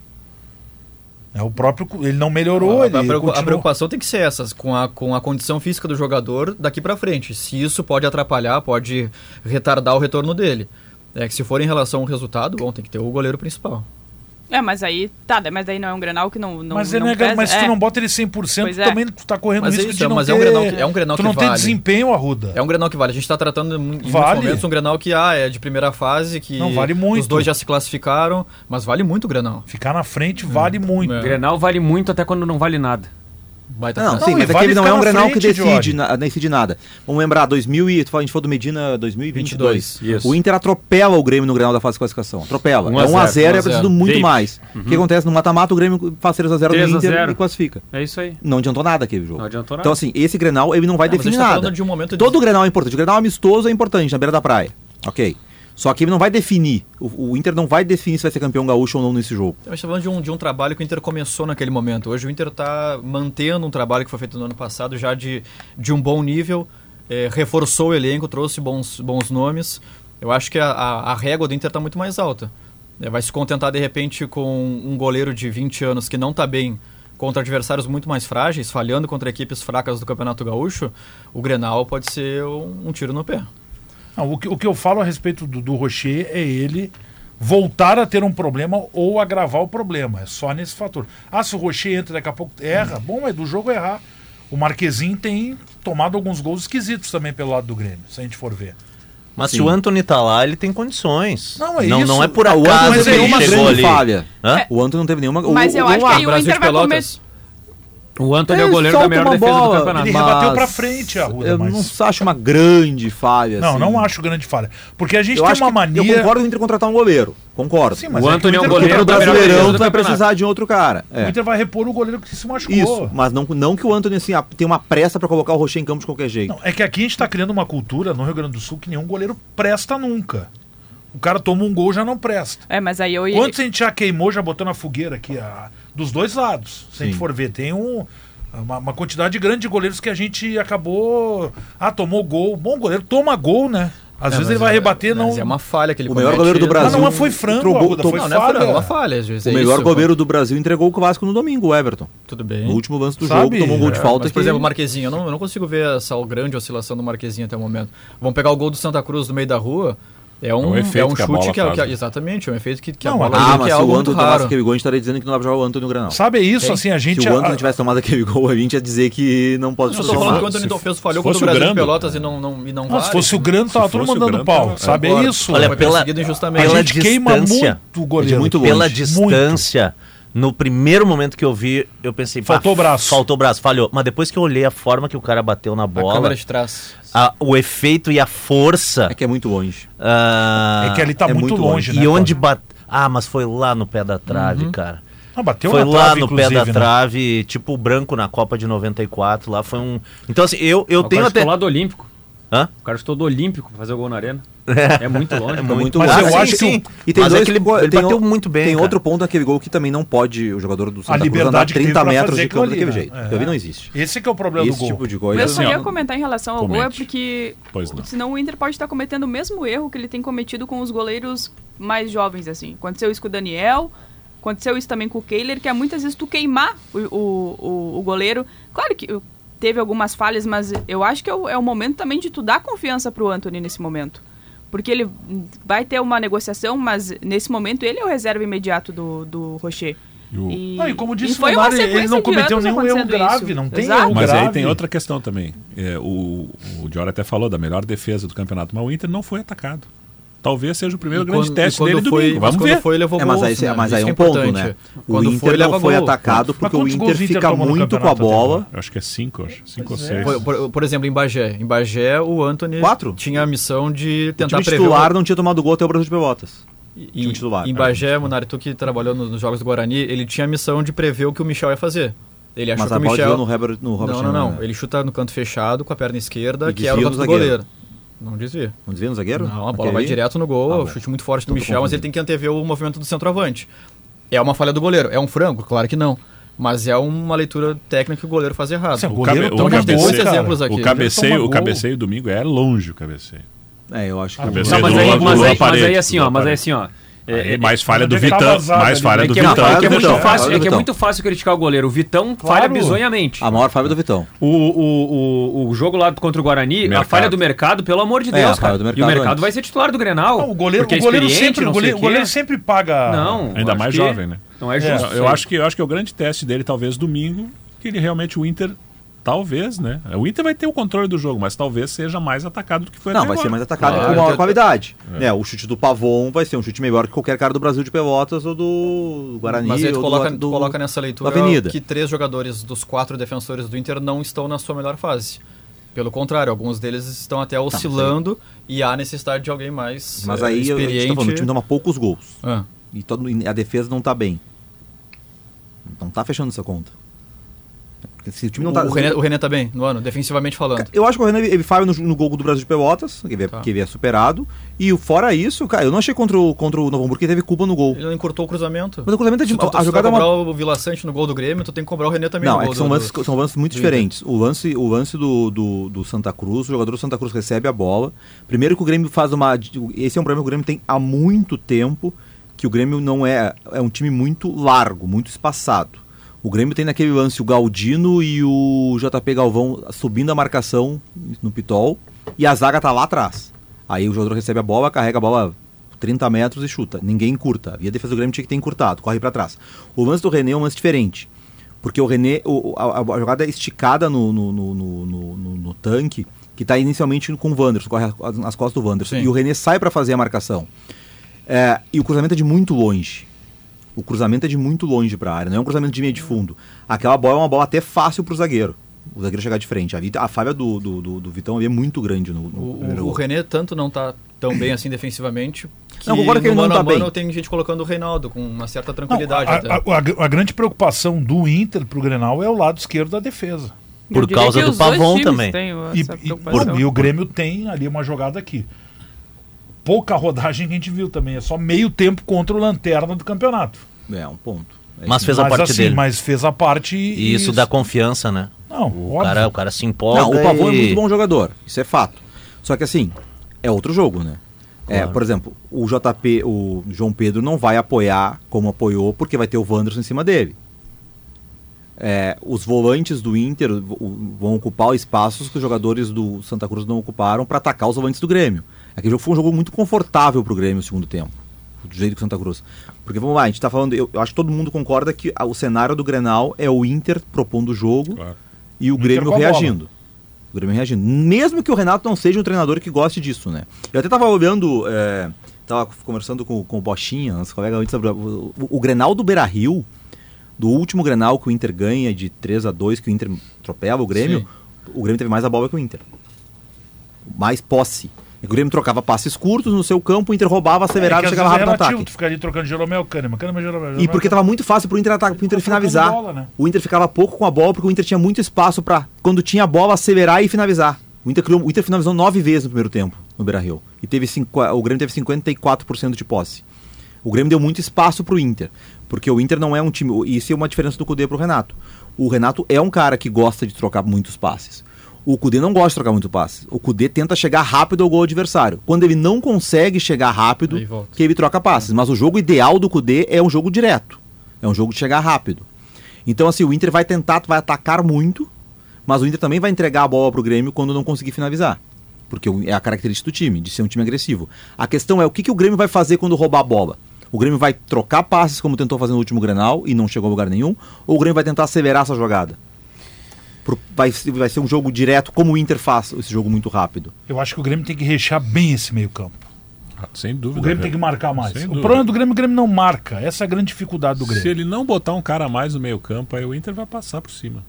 É, o próprio, cu- ele não melhorou, A- ele Ah, a, tá preocu- a continuou- preocupação tem que ser essa, com a, com a condição física do jogador daqui pra frente. Se isso pode atrapalhar, pode retardar o retorno dele. É que se for em relação ao resultado, bom, tem que ter o goleiro principal. é, mas aí, tá, mas aí não é um Granal que não, não mas ele não não é, gar- pesa. mas se É. tu não bota ele 100%, Pois é. também tu tá correndo Mas é risco isso, de é- não mas ter... é um Grenal que- é um Grenal tu que não tem vale. desempenho, Arruda. É um Grenal que vale. A gente tá tratando em muitos Vale. momentos um Grenal que ah, é de primeira fase, que Não, vale muito. os dois já se classificaram, mas vale muito o Grenal. Ficar na frente vale muito. É. Grenal vale muito até quando não vale nada. baita Não, frase. sim, mas e aquele vale não é ficar um na Grenal que frente, decide, Diori. na- decide nada. Vamos lembrar, 2000 e tu fala- a gente falou do Medina 2022. 22, isso. O Inter atropela o Grêmio no Grenal da fase de classificação. Atropela. 1 a é 1 a 0, 0 1 é a Uhum. 0. preciso muito David. mais. O que acontece no mata-mata, o Grêmio faz 3 a 0 3 no a Inter 0. e classifica. É isso aí. Não adiantou nada aquele jogo. Não adiantou nada. Então assim, esse Grenal ele não vai Não, mas a definir gente tá nada. falando de um momento de- Todo o Grenal é importante. O Grenal amistoso é importante na beira da praia. OK. Só que ele não vai definir. O, o Inter não vai definir se vai ser campeão gaúcho ou não nesse jogo. Então, a gente tá falando de um, de um trabalho que o Inter começou naquele momento. Hoje o Inter está mantendo um trabalho que foi feito no ano passado já de, de um bom nível, eh, reforçou o elenco, trouxe bons, bons nomes. Eu acho que a, a, a régua do Inter está muito mais alta. Eh, vai se contentar de repente com um goleiro de 20 anos que não está bem contra adversários muito mais frágeis, falhando contra equipes fracas do Campeonato Gaúcho. O Grenal pode ser um, um tiro no pé. Não, o, que, o que eu falo a respeito do, do Rocher é ele voltar a ter um problema ou agravar o problema. É só nesse fator. Ah, se o Rocher entra daqui a pouco, erra. Bom, é do jogo errar. O Marquezinho tem tomado alguns gols esquisitos também pelo lado do Grêmio, se a gente for ver. Mas se o Anthony tá lá, ele tem condições. Não, é não, isso. Não é por Ah, o acaso Antônio mas que não teve ele nenhuma chegou grande ali. falha. Hã? É. O Antônio não teve nenhuma. o- Mas eu o- acho que aí o Brasil Inter de vai comer. Pelotas. O Antônio é o Ele goleiro da solta melhor uma defesa do bola. campeonato. Ele Mas- rebateu pra frente, Arruda, Eu mas... não acho uma grande falha. Não, assim. não acho grande falha. Porque a gente Eu tem acho uma que- mania. Eu concordo com o Inter contratar um goleiro. Concordo. Sim, mas O que Antony é um Inter- goleiro Porque o o da melhor Brasileirão- Brasileirão defesa do tu vai campeonato. precisar de outro cara. O É. Inter vai repor o goleiro que se machucou. Isso, mas não, não que o Antônio assim, ah, tem uma pressa pra colocar o Rocher em campo de qualquer jeito. Não, é que aqui a gente tá criando uma cultura no Rio Grande do Sul que nenhum goleiro presta nunca. O cara toma um gol já não presta. É, mas aí eu ia. Quantos a gente já queimou, já botou na fogueira aqui, a- dos dois lados. Se a gente for ver, tem um- uma, uma quantidade grande de goleiros que a gente acabou. Ah, tomou gol. Bom, o goleiro toma gol, né? Às vezes ele vai rebater, não. É, Mas é uma falha que ele O melhor comete. goleiro do Mas Brasil. não é, foi frango, Trocou- Arruda, to- foi Não, não é falha. falha, é uma falha. às vezes O é melhor isso. goleiro do Brasil entregou o Vasco no domingo, Everton. Tudo bem. No último lance do Sabe, jogo, tomou um gol de é, falta. Mas, por que- exemplo, o Marquezinho, eu não, eu não consigo ver essa grande oscilação do Marquezinho até o momento. Vamos pegar o gol do Santa Cruz no meio da rua. É um, um é um, efeito que a chute bola que, é- faz, que é- né? Exatamente, é um efeito que, que Não, Ah, a bola que mas é se o algo muito Antônio tomasse raro. aquele gol, a gente estaria dizendo que não dá pra jogar o Antônio no Granal. Sabe isso, Tem. assim, a gente. Se o Antônio a- tivesse tomado aquele gol, a gente ia dizer que não pode Eu fazer tô falando que o nada. Antônio se- Dolfeus falhou se contra o fosse o Brasil de Grêmio, Pelotas e não, não, e não Não, se vale. fosse o Grêmio, tava Se todo fosse o mandando Grêmio, pau. tava- Sabe, é Agora, isso. olha, Foi pela- perseguido injustamente. pela a gente queima distância. É muito o goleiro. é muito longe. Pela Muito. distância, no primeiro momento que eu vi, eu pensei... Faltou "Ah, o braço." Faltou o braço, falhou. Mas depois que eu olhei a forma é que o cara bateu na A bola, câmera de trás. a- o efeito e a força... É que é muito longe. ah, É que ali tá é muito, muito longe, né? E onde cara? bateu... Ah, mas foi lá no pé da trave, cara. Ah, bateu foi na lá trave, no pé da inclusive, né? trave, tipo o branco na Copa de 94, lá foi um... Então assim, eu, eu O tenho cara até... chutou lá do Olímpico. Hã? O cara chutou do Olímpico pra fazer o gol na arena. É muito longe. então É muito Mas longe. eu Ah, acho sim, que sim. E tem Mas dois é que ele, go- ele tem bateu o- muito bem. Tem cara. outro ponto naquele gol que também não pode o jogador do Santa Cruz andar liberdade que teve 30 pra metros fazer de campo aquilo ali, daquele né? jeito. É. Aquilo ali não existe. Esse que é o problema Esse do gol. tipo de Eu coisa. só assim, não. ia ó, comentar em relação ao gol, é comente. porque Pois não. senão o Inter pode estar cometendo o mesmo erro que ele tem cometido com os goleiros mais jovens, assim. Aconteceu isso com o Daniel, aconteceu isso também com o Kehler, que é muitas vezes tu queimar o, o, o- o goleiro. Claro que uh, teve algumas falhas, mas eu acho que é o, é o momento também de tu dar confiança pro Anthony nesse momento. Porque ele hum, vai ter uma negociação, mas nesse momento ele é o reserva imediato do, do Rocher. E o- Não, e como disse o foi uma Mário, ele sequência não de cometeu anos nenhum erro acontecendo grave, isso. não tem Exato. erro Mas aí É um grave. tem outra questão também. É, o, o Dior até falou da melhor defesa do campeonato, mas o Inter não foi atacado. Talvez seja o primeiro grande e teste foi, dele mas domingo. Vamos quando ver. foi, levou É, mas gol, aí, né? mas aí é Isso um que ponto, importante. né? Quando o Inter leva não foi gol. atacado porque o quantos gols Inter o Inter fica tomou no muito com a campeonato até bola. Eu acho que é cinco, eu acho. Cinco ou seis. Por, por- por exemplo, em Bagé. Em Bagé, o Anthony Quatro? tinha a missão de O tentar time prever... titular não tinha tomado gol até o Brasil de Pelotas. um E, time titular. né? Em Bagé, o Munari, tu que trabalhou no- nos Jogos do Guarani, ele tinha a missão de prever o que o Michel ia fazer. Ele achou Mas que a o bola Michel... deu no Robert no Robert não, não, não. Né? Ele chuta no canto fechado com a perna esquerda, E que era o desvia canto no do zagueiro. goleiro. Não desvia. Não desvia no zagueiro? Não, a bola Aquele vai ali? direto no gol, Ah, é um bom. chute muito forte do Então tô Michel, mas confundindo. ele tem que antever o movimento do centroavante. É uma falha do goleiro, é um frango? Claro que não. Mas é uma leitura técnica que o goleiro faz errado. Sim, o O goleiro cabe- é o toma cabeceio- dois cara. exemplos aqui. O Ele cabeceio, toma o gol. cabeceio domingo é longe o cabeceio. É, eu acho que Ah, o- Cabeceio Não, mas do aí, lado- mas do aí, mas aparelho, aí assim, do ó, mas aí aparelho. assim, ó. É, Aí, mais falha do Onde é que tá Vitão. vazado Mais ali, falha né? do que é muito, Vitão, é que é do muito Vitão, fácil, fala é do que é Vitão. muito fácil criticar o goleiro. O Vitão falha Claro. bizonhamente. A maior falha do Vitão. O, o, o, o jogo lá contra o Guarani, a Mercado. falha do mercado, pelo amor de É, a Deus, falha cara. e do o mercado mercado antes. vai ser titular do Grenal. Não, o goleiro, porque é o goleiro experiente, sempre, o não sei goleiro, o o quê. goleiro sempre paga. Não. Ainda acho mais que jovem, né? Não é É, justo. Eu acho que eu acho que é o grande teste dele, talvez domingo, que ele realmente o Inter Talvez, né? O Inter vai ter o controle do jogo, mas talvez seja mais atacado do que foi Não, até vai ser agora. mais atacado Claro. com maior qualidade. É. né? o chute do Pavon vai ser um chute melhor que qualquer cara do Brasil de Pelotas ou do Guarani. Mas aí ou tu do- coloca, tu do- coloca nessa leitura da Avenida. que três jogadores dos quatro defensores do Inter não estão na sua melhor fase. Pelo contrário, alguns deles estão até oscilando e há necessidade de alguém mais Tá, Mas eh, aí eu- eu te tô experiente. falando, o time toma poucos gols. Ah, E, todo, e a defesa não tá bem. Não tá fechando essa conta. Porque se o time não tá. o, René, o René tá bem no ano, defensivamente falando. Eu acho que o Renan ele falha no, no gol do Brasil de Pelotas, que ele, é- Tá. que ele é superado. E o- fora isso, cara, eu não achei contra o, contra o Novo Hamburgo que teve culpa no gol. Ele não encurtou o cruzamento. Mas o cruzamento é de, Se tu, se tu a jogada é vai uma cobrar o Vilaçante no gol do Grêmio, tu tem que cobrar o René também Não, no é gol que são do, lances, do... são lances muito do diferentes. O lance, o lance do, do, do Santa Cruz, o jogador do Santa Cruz recebe a bola. Primeiro que o Grêmio faz uma. Esse é um problema que o Grêmio tem há muito tempo, que o Grêmio não é. É um time muito largo, muito espaçado. O Grêmio tem naquele lance o Galdino e o JP Galvão subindo a marcação no Pitol e a zaga tá lá atrás. Aí o jogador recebe a bola, carrega a bola 30 metros e chuta. Ninguém encurta. E a defesa do Grêmio tinha que ter encurtado, corre pra trás. O lance do René é um lance diferente. Porque o René, o- o- a, a jogada é esticada no, no, no- no- no- no- no tanque, que está inicialmente com o Wanderson, corre as- nas costas do Wanderson. Sim. E o René sai para fazer a marcação. É, e o cruzamento é de muito longe. O cruzamento é de muito longe para a área, não é um cruzamento de meio de fundo. Aquela bola é uma bola até fácil para o zagueiro. O zagueiro chegar de frente. Ali, a falha do, do, do- do Vitão ali é muito grande no, no primeiro O, o, gol. o René tanto não tá tão bem assim defensivamente. Que Não, concordo que ele no não mano tá a mano bem. tem gente colocando o Reinaldo com uma certa Não, tranquilidade. a, até. a- a- a grande preocupação do Inter pro Grenal é o lado esquerdo da defesa. Por Eu diria causa que do os dois Pavon times também. têm essa E, e- preocupação. e o Grêmio tem ali uma jogada aqui. Pouca rodagem que a gente viu também. É só meio tempo contra o Lanterna do campeonato. É, um ponto. É Mas isso. fez a mas, parte assim, dele. Mas fez a parte E isso dá confiança, né? Não, O óbvio. cara, o cara se empolga. Não, o Pavon e... é muito bom jogador, isso é fato. Só que assim, é outro jogo, né? É, por exemplo, o JP, o João Pedro não vai apoiar como apoiou, porque vai ter o Wanderson em cima dele. É, os volantes do Inter v- o- vão ocupar espaços que os jogadores do Santa Cruz não ocuparam para atacar os volantes do Grêmio. Aquele jogo foi um jogo muito confortável para o Grêmio no segundo tempo, do jeito que o Santa Cruz. Porque vamos lá, a gente está falando, eu, eu acho que todo mundo concorda que ah, o cenário do Grenal é o Inter propondo o jogo Claro. e o Inter Grêmio com a bola. reagindo. O Grêmio reagindo. Mesmo que o Renato não seja um treinador que goste disso, né? Eu até tava olhando, é, tava conversando com, com o Bochinha, nosso colega antes, sobre o, o, o Grenal do Beira Rio, do último Grenal que o Inter ganha de 3 a 2 que o Inter atropela o Grêmio, Sim. o Grêmio teve mais a bola que o Inter. Mais posse. É O Grêmio trocava passes curtos no seu campo, o Inter roubava, acelerava, É que às chegava vezes rápido no relativo, ataque. Tu fica ali trocando Jeromel, Kahneman, Kahneman, Jeromel. E Jeromel, porque Kahneman. tava muito fácil pro Inter atacar, pro Inter Tá trocando finalizar. bola, né? O Inter ficava pouco com a bola porque o Inter tinha muito espaço para quando tinha a bola acelerar e finalizar. O Inter, criou, o Inter finalizou nove vezes no primeiro tempo no Beira-Rio e teve cinqu- o Grêmio teve 54% de posse. O Grêmio deu muito espaço pro Inter, porque o Inter não é um time, o- isso é uma diferença do Cudê pro Renato. O Renato é um cara que gosta de trocar muitos passes. O Cudê não gosta de trocar muito passes. O Cudê tenta chegar rápido ao gol adversário. Quando ele não consegue chegar rápido, Aí volta. que ele troca passes. Mas o jogo ideal do Cudê é um jogo direto. É um jogo de chegar rápido. Então, assim, o Inter vai tentar, vai atacar muito, mas o Inter também vai entregar a bola pro Grêmio quando não conseguir finalizar. Porque o- é a característica do time, de ser um time agressivo. A questão é o que, que o Grêmio vai fazer quando roubar a bola. O Grêmio vai trocar passes, como tentou fazer no último Grenal e não chegou a lugar nenhum, ou o Grêmio vai tentar acelerar essa jogada? Pro- Vai, ser- vai ser um jogo direto, como o Inter faz, esse jogo muito rápido. Eu acho que o Grêmio tem que rechear bem esse meio campo. Ah, Sem dúvida. O Grêmio velho. tem que marcar mais. Sem O dúvida. problema do Grêmio, o Grêmio não marca. Essa é a grande dificuldade do Grêmio. Se ele não botar um cara a mais no meio-campo, aí o Inter vai passar por cima.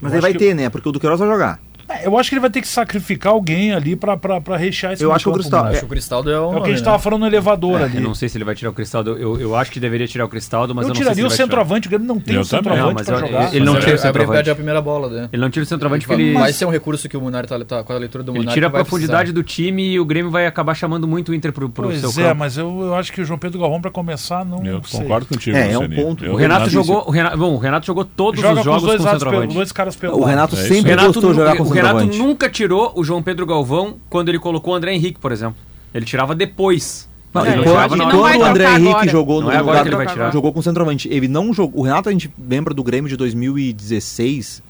Mas Eu ele acho vai que- ter, né? Porque o Duqueiroz vai jogar. É, Eu acho que ele vai ter que sacrificar alguém ali pra, pra, pra rechear esse Eu meio acho que o campo, Cristal- né? Acho que o Cristaldo é um É o que a nome, gente né? tava falando no elevador É, ali. eu não sei se ele vai tirar o Cristaldo. Eu, eu acho que deveria tirar o Cristaldo, mas eu, eu não sei se tiraria ele o vai tirar. centroavante, o Grêmio não tem Eu um também. Não, centroavante mas pra eu- jogar. ele não Mas tira o é, é, centroavante. perde a primeira bola, né? Ele não tira o centroavante porque ele, Vai ser um recurso que o Munari tá, tá com a leitura do ele Munari. tira a vai profundidade do time e o Grêmio vai acabar chamando muito o Inter pro, pro Pois seu é, campo. mas eu, eu acho que o João Pedro Galvão, pra começar, não Eu sei. concordo contigo, É, é um Luciani. ponto. Eu- O Renato Renato- jogou, o Renato, bom, o Renato jogou todos Joga com os os jogos com, dois, o lados pelo- centroavante. dois caras pelo O Renato É isso sempre aí. Renato, gostou de nu- jogar com o o Renato centroavante. nunca tirou o João Pedro Galvão quando ele colocou o André Henrique, por exemplo. Ele tirava depois. Não, Ele e não quando, tirava na e hora. não vai quando o trocar André agora. Henrique jogou Não no é agora lugar- que ele vai tirar. jogou com o centroavante. Ele não jogou. O Renato a gente lembra do Grêmio de 2016,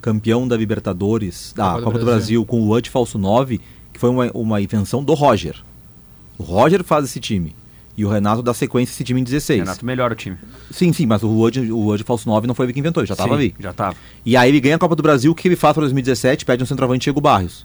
campeão da Libertadores, da Copa, do Brasil, com o Lante Falso 9, que foi uma, uma invenção do Roger. O Roger faz esse time. E o Renato dá sequência a esse time em 16. Renato melhora o time. Sim, sim, mas o Ruud, o Ruud falso 9 não foi ele que inventou, ele já estava Sim, ali. Já tava. E aí ele ganha a Copa do Brasil, o que ele faz para 2017? Pede um centroavante Diego Barrios.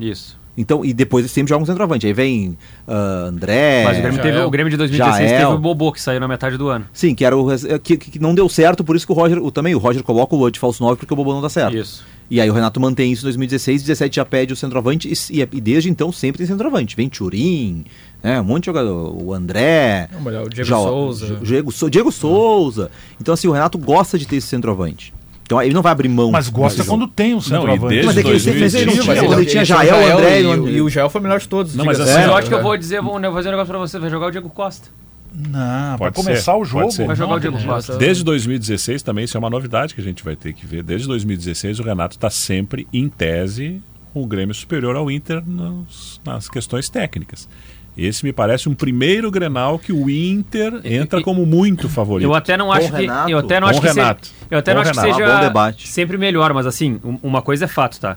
Isso. Então, e depois ele sempre joga um centroavante. Aí vem ah, André. Mas o Grêmio, teve, Jael. o Grêmio de 2016 teve é Jael. o Bobô, que saiu na metade do ano. Sim, que era o res- que, que- que não deu certo, por isso que o Roger, o, também o Roger coloca o Lua de falso 9 porque o Bobo não dá certo. Isso. E aí o Renato mantém isso em 2016, 17 já pede o centroavante e, s- e, é- e desde então sempre tem centroavante. Vem Turim, né, um monte de jogador, o André, Não, melhor, o Diego já- Souza. Ju- Diego, Sou- Diego Souza. Então assim, o Renato gosta de ter esse centroavante. Então ele não vai abrir mão. Mas gosta disso. quando tem um centroavante. desde Mas é que ele sempre fez 2020, ele não Mas tinha, quando ele tinha o Jael, André e, e o- e o Jael foi o melhor de todos. Não, mas diga-se. assim, Mas É, eu acho que eu vou dizer, vou, eu vou dizer um negócio pra você. Vai jogar o Diego Costa. Não, pra Pode ser, começar o pode jogo. ser. Vai jogar não, o Diego Costa. Né? Desde 2016 também, isso é uma novidade que a gente vai ter que ver. Desde 2016 o Renato está sempre, em tese, com o Grêmio superior ao Inter nos- nas questões técnicas. Esse me parece um primeiro Grenal que o Inter entra como muito favorito. Eu até não Com acho o que. Renato. Eu até não Com acho o que se- Renato. eu até Com não o acho que Renato. seja Bom debate. sempre melhor, mas assim, um- uma coisa é fato, tá?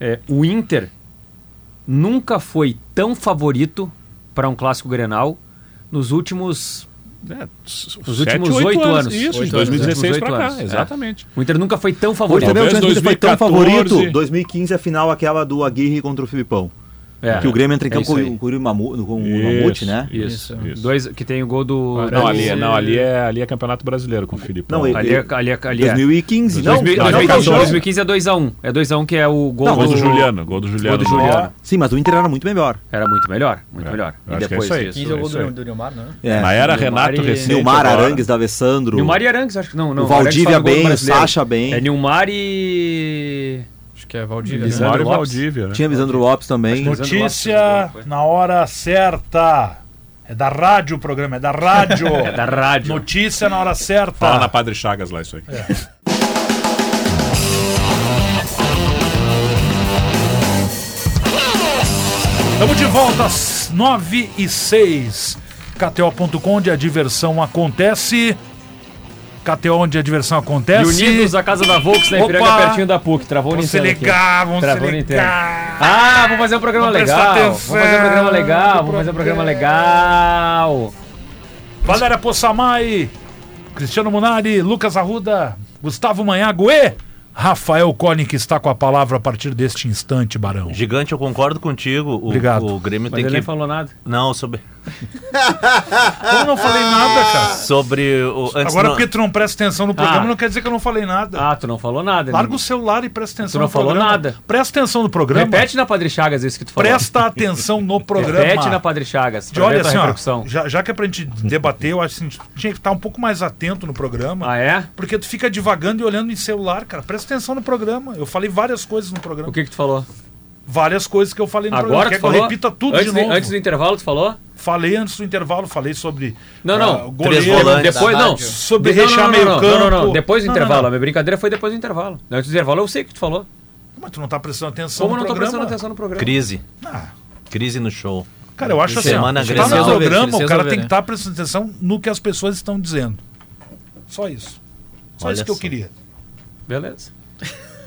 É, o Inter nunca foi tão favorito para um clássico Grenal nos últimos. É, s- Nos sete, últimos oito anos. Isso, Oito de anos, 2016 últimos para oito cá, anos, é. exatamente. O Inter nunca foi tão Hoje favorito. também o Talvez Grêmio foi tão 2014. favorito. 2015 a final aquela do Aguirre contra o Filipão. É, que o Grêmio entra em é campo isso aí. com o Yuri Mamu- com o Mamute, Isso, né? Isso. Isso. Dois, que tem o gol do. Não, do- ali, é- não ali, é, ali é Campeonato Brasileiro com o Filipão. Não, ele- Ali é. Ali é, ali é. 2015, não, 2000, né? não, 2014, não, não. 2015 é 2x1. É 2x1 que é o gol Não, Gol do do Juliano, gol do Juliano. do Juliano. Sim, mas o Inter era muito melhor. Era muito melhor, muito É, melhor. eu acho que é isso aí. Quem jogou Isso aí. do, do Neymar, não é? É. Na era Nilmar Renato e- Recente. Nilmar, agora. Arangues, D'Alessandro, Nilmar e Arangues, acho que não. não o Arangues faz Valdívia gol do bem, o brasileiro. Sacha bem. É Nilmar e. Acho que é Valdívia. Lisandro. Né? Nilmar e Lopes. Valdívia, né? tinha Lisandro Lopes também. Notícia na hora certa. É da rádio o programa, é da rádio. É da rádio. Notícia na hora certa. É. Fala na Padre Chagas lá isso aí. Estamos de volta às 9 e 6. KTO.com, onde a diversão acontece. KTO, onde a diversão E acontece. Unidos, a casa da Volks, na Ipiranga, Opa! pertinho da PUC. Travou o Vamos se Nintendo. aqui. ligar, vamos Travou se o Nintendo. ligar. Ah, vamos fazer um programa Vamos prestar legal. Vamos atenção fazer um programa legal. no Vamos fazer um programa programa. legal. Valéria Poçamai, Cristiano Munari, Lucas Arruda, Gustavo Manhago e Rafael Collin, que está com a palavra a partir deste instante, Barão. Gigante, eu concordo contigo. O, Obrigado. o Grêmio Mas tem ele que. nem falou nada. Não, sobre. Eu não falei nada, cara. Sobre o. antes Agora, não- porque tu não presta atenção no programa, Ah. não quer dizer que eu não falei nada. Ah, tu não falou nada. Larga né? o celular e presta atenção Tu não no falou programa. nada. Presta atenção no programa. Repete na Padre Chagas isso que tu falou. Presta atenção no programa. Repete na Padre Chagas. De pra ver olha a tua assim, ó, é repercussão. já, já que é pra gente debater, eu acho que a gente tinha que estar um pouco mais atento no programa. Ah, é? Porque tu fica divagando e olhando em celular, cara. Presta atenção no programa. Eu falei várias coisas no programa. O que que tu falou? Várias coisas que eu falei no Agora programa. tu Quer falou? que eu repita tudo antes de novo? antes do intervalo, tu falou? Falei antes do intervalo, falei sobre. Não, ah, não. o Três goleiro, volantes. Depois não. Sobre Não, não, rechear não, meio não, campo. Não, não, não. Depois do Não, não, intervalo. não. A minha brincadeira foi depois do intervalo. Antes do intervalo eu sei que tu falou. Mas tu não tá prestando atenção no Como não tô programa? prestando tá atenção no programa? Crise. Ah. Crise no show. Cara, eu acho assim, ó, Semana se tá no Grenal. programa, Resolver, o cara né? tem que estar prestando atenção no que as pessoas estão dizendo. Só isso. Só Olha isso que eu só. queria. Beleza.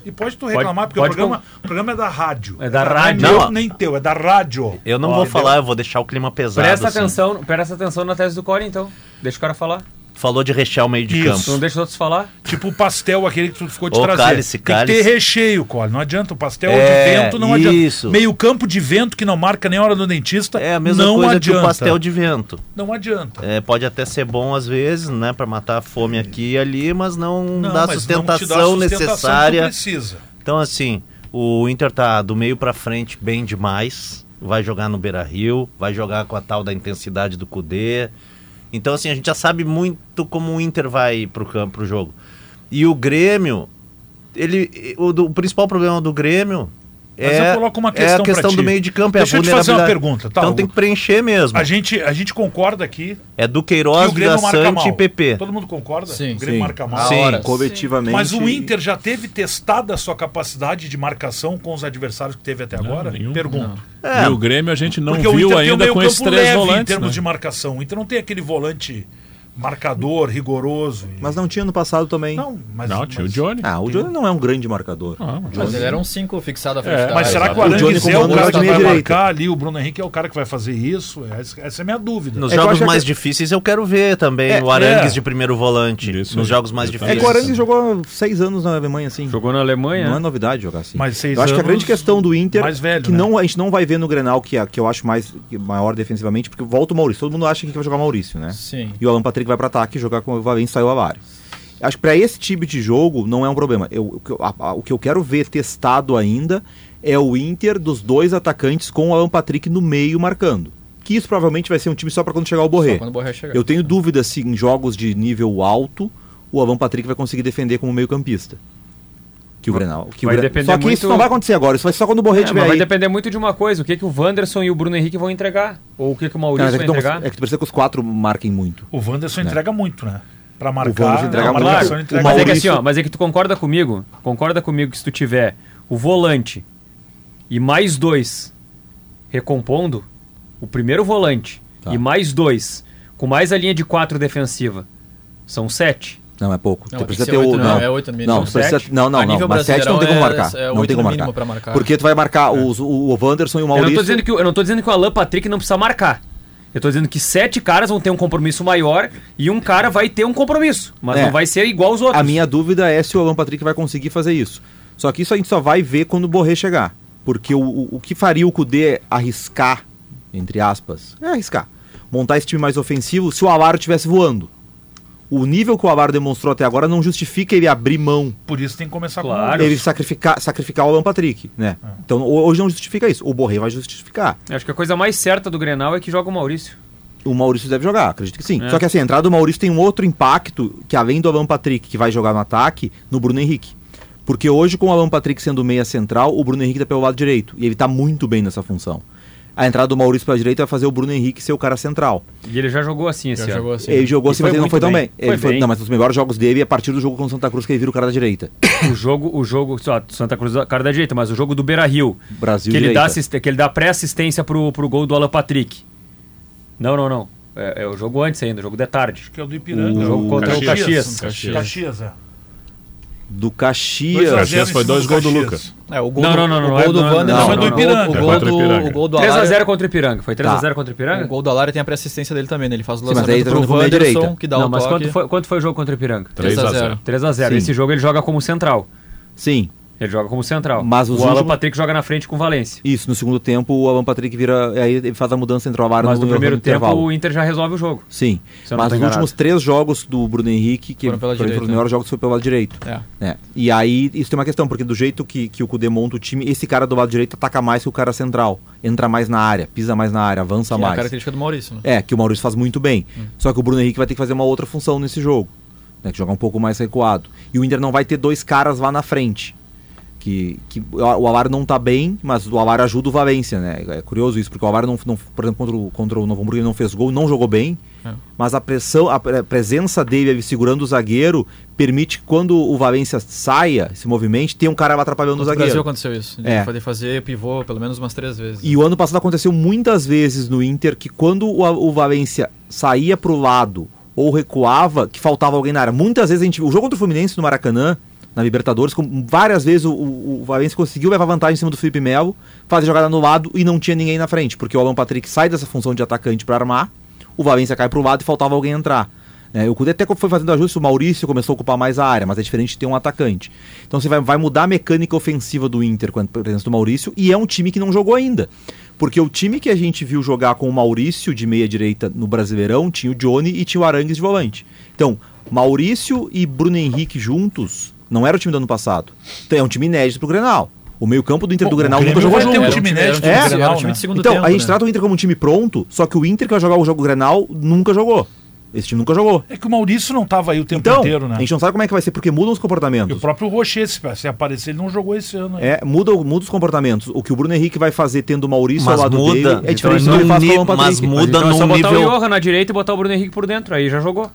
E pode tu reclamar, porque pode o programa, o programa é da rádio. É da Não rádio. meu, Não, ó. nem teu, é da rádio. Eu não vou falar, eu vou deixar o clima pesado. Presta assim. atenção, presta atenção na tese do Core, então. Deixa o cara falar. Falou de rechear o meio de Isso. Tu não campo. deixa os outros falar. Tipo o pastel, aquele que tu ficou de Ô, trazer. cálice, Tem que cálice. ter recheio, Cole. Não adianta. O pastel de É, vento não adianta. isso. Meio campo de vento que não marca nem a hora do dentista. É a mesma não coisa adianta. que o pastel de vento. Não adianta. É, pode até ser bom às vezes, né, Pra matar a fome aqui e ali, mas não, Não, dá mas não te sustentação que tu necessária. precisa. Então assim, o Inter tá do meio pra frente bem demais, vai jogar no Beira-Rio, vai jogar com a tal da intensidade do Cudê. Então assim, a gente já sabe muito como o Inter vai pro campo pro jogo. E o Grêmio, ele o, do- o principal problema do Grêmio Mas é, eu coloco uma é questão a pra questão ti. do meio de campo, é Deixa a eu te fazer vulnerabilidade. uma pergunta, tá, então Hugo? tem que preencher mesmo. A gente, a gente concorda aqui É do que o Queiroz, da Grêmio marca mal. Sante e PP. Todo mundo concorda? Sim, o Grêmio sim. marca mal. Na Sim. hora, coletivamente. Mas o Inter já teve testada a sua capacidade de marcação com os adversários que teve até agora? nenhum, Pergunto. É. E o Grêmio a gente não É, Porque o viu Inter tem um ainda meio com esses campo três leve em volantes. termos né? de marcação. O Inter não tem aquele volante marcador, rigoroso. e- Mas não tinha no passado também. Não, mas, Não, tinha o mas- Johnny. Ah, o Johnny não é um grande marcador. É Ah, o Mas Johnny. ele era um 5 fixado à frente da Mas área. será que o O Johnny Arangues é o comandando cara essa que vai direita. marcar ali? O Bruno Henrique é o cara que vai fazer isso? Essa, essa é a minha dúvida. Nos É que eu jogos acho mais que- difíceis eu quero ver também É, o Arangues é. de primeiro volante. Isso nos aí. jogos mais Eu É difíceis. que o Arangues jogou seis anos na Alemanha, assim. Jogou na Alemanha. Não é novidade jogar assim. Mas seis eu acho que a anos, grande questão do Inter, mais velho, que né? não, a gente não vai ver no Grenal, que, é- que eu acho mais que maior defensivamente, porque volta o Maurício. Todo mundo acha que vai jogar o Maurício, né? Sim. E o Alan Patrick vai para ataque jogar com o Valencia sai o Alário. Acho que para esse tipo de jogo não é um problema. Eu- o que eu- a- a- o que eu quero ver testado ainda é o Inter dos dois atacantes com o Alan Patrick no meio marcando. Que isso provavelmente vai ser um time só para quando chegar o Borré. Só quando o Borré chegar. Eu tenho dúvida se em jogos de nível alto o Alan Patrick vai conseguir defender como meio-campista. Que o Grenal. Que o Vai Grenal- depender só que isso muito- não vai acontecer agora, isso vai ser só quando o Borré É, tiver mas vai aí. depender muito de uma coisa, o que, que o Wanderson e o Bruno Henrique vão entregar? Ou o que, que o Não, mas Maurício é, que vai tu- entregar? é que tu precisa que os quatro marquem muito. O Wanderson entrega muito, né? Pra O Wanderson marcar, entrega a muito. marcação Claro, entrega o Mas é que muito. assim, ó, mas é que tu concorda comigo? Concorda comigo que se tu tiver o volante e mais dois recompondo, o primeiro volante Tá. e mais dois, com mais a linha de quatro defensiva, são sete. Não, é pouco. Não, tu tem que precisa ser ter o. oito, não, não, é oito no mínimo. Não, tu precisa, Sete. não, não, A não. nível Mas sete não tem como brasileirão é- marcar. é não oito tem no como mínimo marcar. pra marcar. É. Porque tu vai marcar os, o, o Wanderson e o Eu não, Maurício. tô dizendo que, o- eu não tô dizendo que o Alan Patrick não precisa marcar. Eu tô dizendo que sete caras vão ter um compromisso maior e um cara vai ter um compromisso. Mas É. não vai ser igual os outros. A minha dúvida é se o Alan Patrick vai conseguir fazer isso. Só que isso a gente só vai ver quando o Borré chegar. Porque o, o, o que faria o Kudê arriscar, entre aspas, é arriscar. Montar esse time mais ofensivo se o Alaro estivesse voando. O nível que o Alaro demonstrou até agora não justifica ele abrir mão Por isso tem que começar Claro. É. com o ele sacrificar, sacrificar o Alan Patrick, né? Então ho- hoje não justifica isso. O Borré vai justificar. Acho que a coisa mais certa do Grenal é que joga o Maurício. O Maurício deve jogar, acredito que sim. É. Só que assim, a entrada do Maurício tem um outro impacto que além do Alan Patrick que vai jogar no ataque, no Bruno Henrique. Porque hoje com o Alan Patrick sendo meia central, o Bruno Henrique tá pelo lado direito e ele tá muito bem nessa função. A entrada do Maurício pela direita vai fazer o Bruno Henrique ser o cara central. E ele já jogou assim esse Já ano. jogou assim. né? Ele jogou E assim, foi mas ele não muito foi tão bem. bem. Ele Foi foi, bem. Não, mas os melhores jogos dele é a partir do jogo contra o Santa Cruz que ele vira o cara da direita. o jogo, o jogo, só, Santa Cruz, cara da direita, mas o jogo do Beira Rio. Brasil que, ele dá direita. assist- que ele dá pré-assistência pro, pro gol do Alan Patrick. Não, não, não. É, é o jogo antes ainda, o jogo da tarde. que é o do Ipiranga. O jogo contra o Caxias. Caxias, é. Do 2 a Caxias. 0 em cima foi dois do gols do Caxias. É, o gol Não, do, não, não, não, o é- gol do não, não, Wanderson, não, não, o gol- não. Contra o gol o do Ipiranga. o gol do 3x0 Alário, contra o Ipiranga. Foi Tá. 3x0 contra o o Ipiranga? gol do Alário tem a pré-assistência dele também, né? Ele faz o mas aí lançamento tá pro jogando pela Wanderson, direita. que dá Não, o mas toque. quanto foi, quanto foi o jogo contra o Ipiranga? 3 a 0. 3x0. Sim. Esse jogo ele joga como central. Sim. Ele joga como central. Mas o os Alan últimos- Patrick joga na frente com o Valência. Isso, no segundo tempo o Alan Patrick vira. Aí ele faz a mudança entre o Avaro Mas no primeiro tempo intervalo. o Inter já resolve o jogo. Sim. Se eu não Mas tô os últimos enganado. três jogos do Bruno Henrique, que tá Foram pra pela ele direita, foram os melhores jogos, foi pelo lado direito. É. né? E aí isso tem uma questão, porque do jeito que, que o Cudê monta o time, esse cara do lado direito ataca mais que o cara central. Entra mais na área, pisa mais na área, avança Que é a mais. característica do Maurício, né? Hum. É, que o Maurício faz muito bem. Só que o Bruno Henrique vai ter que fazer uma outra função nesse jogo. Né, que jogar um pouco mais recuado. E o Inter não vai ter dois caras lá na frente. Que, que o Alaro não tá bem, mas o Alaro ajuda o Valência, né? É curioso isso, porque o Alaro, não, não- por exemplo, contra o, contra o Novo Hamburgo, ele não fez gol, não jogou bem. Mas a pressão, a pre- presença dele ali segurando o zagueiro permite que quando o Valência saia, se movimente, tem um cara lá atrapalhando No o Brasil zagueiro. aconteceu isso. De É. fazer, fazer pivô pelo menos umas três vezes. E o ano passado aconteceu muitas vezes no Inter que quando o, o Valência saía pro lado ou recuava, que faltava alguém na área. Muitas vezes a gente. O jogo contra o Fluminense no Maracanã, na Libertadores, com- várias vezes o, o, o Valência conseguiu levar vantagem em cima do Felipe Melo, fazer jogada no lado e não tinha ninguém na frente, porque o Alan Patrick sai dessa função de atacante para armar, o Valência cai pro lado e faltava alguém entrar. É, o Cudê até foi fazendo ajuste, o Maurício começou a ocupar mais a área, mas é diferente de ter um atacante. Então você vai, vai mudar a mecânica ofensiva do Inter com a presença do Maurício, e é um time que não jogou ainda. Porque o time que a gente viu jogar com o Maurício de meia-direita no Brasileirão tinha o Johnny e tinha o Arangues de volante. Então, Maurício e Bruno Henrique juntos não era o time do ano passado. Então é um time inédito pro Grenal. O meio-campo do Inter Pô, do Grenal o Grêmio nunca jogou vai ter junto. É. um Era um time time- era um inédito time- no era um Grenal, time né? de segundo então, tempo, a gente né? trata o Inter como um time pronto, só que o Inter que vai jogar o jogo Grenal nunca jogou. Esse time nunca jogou. É que o Maurício não tava aí o tempo Então, inteiro, né? a gente não sabe como é que vai ser, porque mudam os E o comportamentos. próprio Rocher, se se aparecer, ele não jogou esse ano. aí. É, muda, o- muda os comportamentos. O que o Bruno Henrique vai fazer tendo o Maurício Mas ao lado muda. dele é Então, diferente do num que ele faz com o ni- Alan mas Patrick. muda então é só num botar o nível. Johan na direita e botar o Bruno Henrique por dentro. Aí já jogou.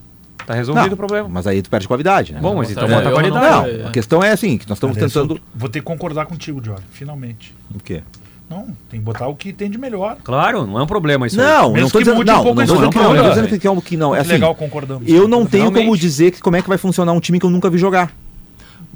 Tá resolvido o problema. Mas aí tu perde qualidade, né? Bom, mas então É, bota a eu não, qualidade. não- a questão é assim, que nós estamos Aliás, eu tentando... um- Vou ter que concordar contigo, Jorge, finalmente. O quê? Não, tem que botar o que tem de melhor. Claro, não é um problema isso aí. Não, Mesmo não tô que dizendo, mude um não, pouco não a tô dizendo que não, estrutura, não tô dizendo velho. que é um que não. É Muito assim, legal, concordamos. eu não tenho como Realmente. dizer que, como é que vai funcionar um time que eu nunca vi jogar.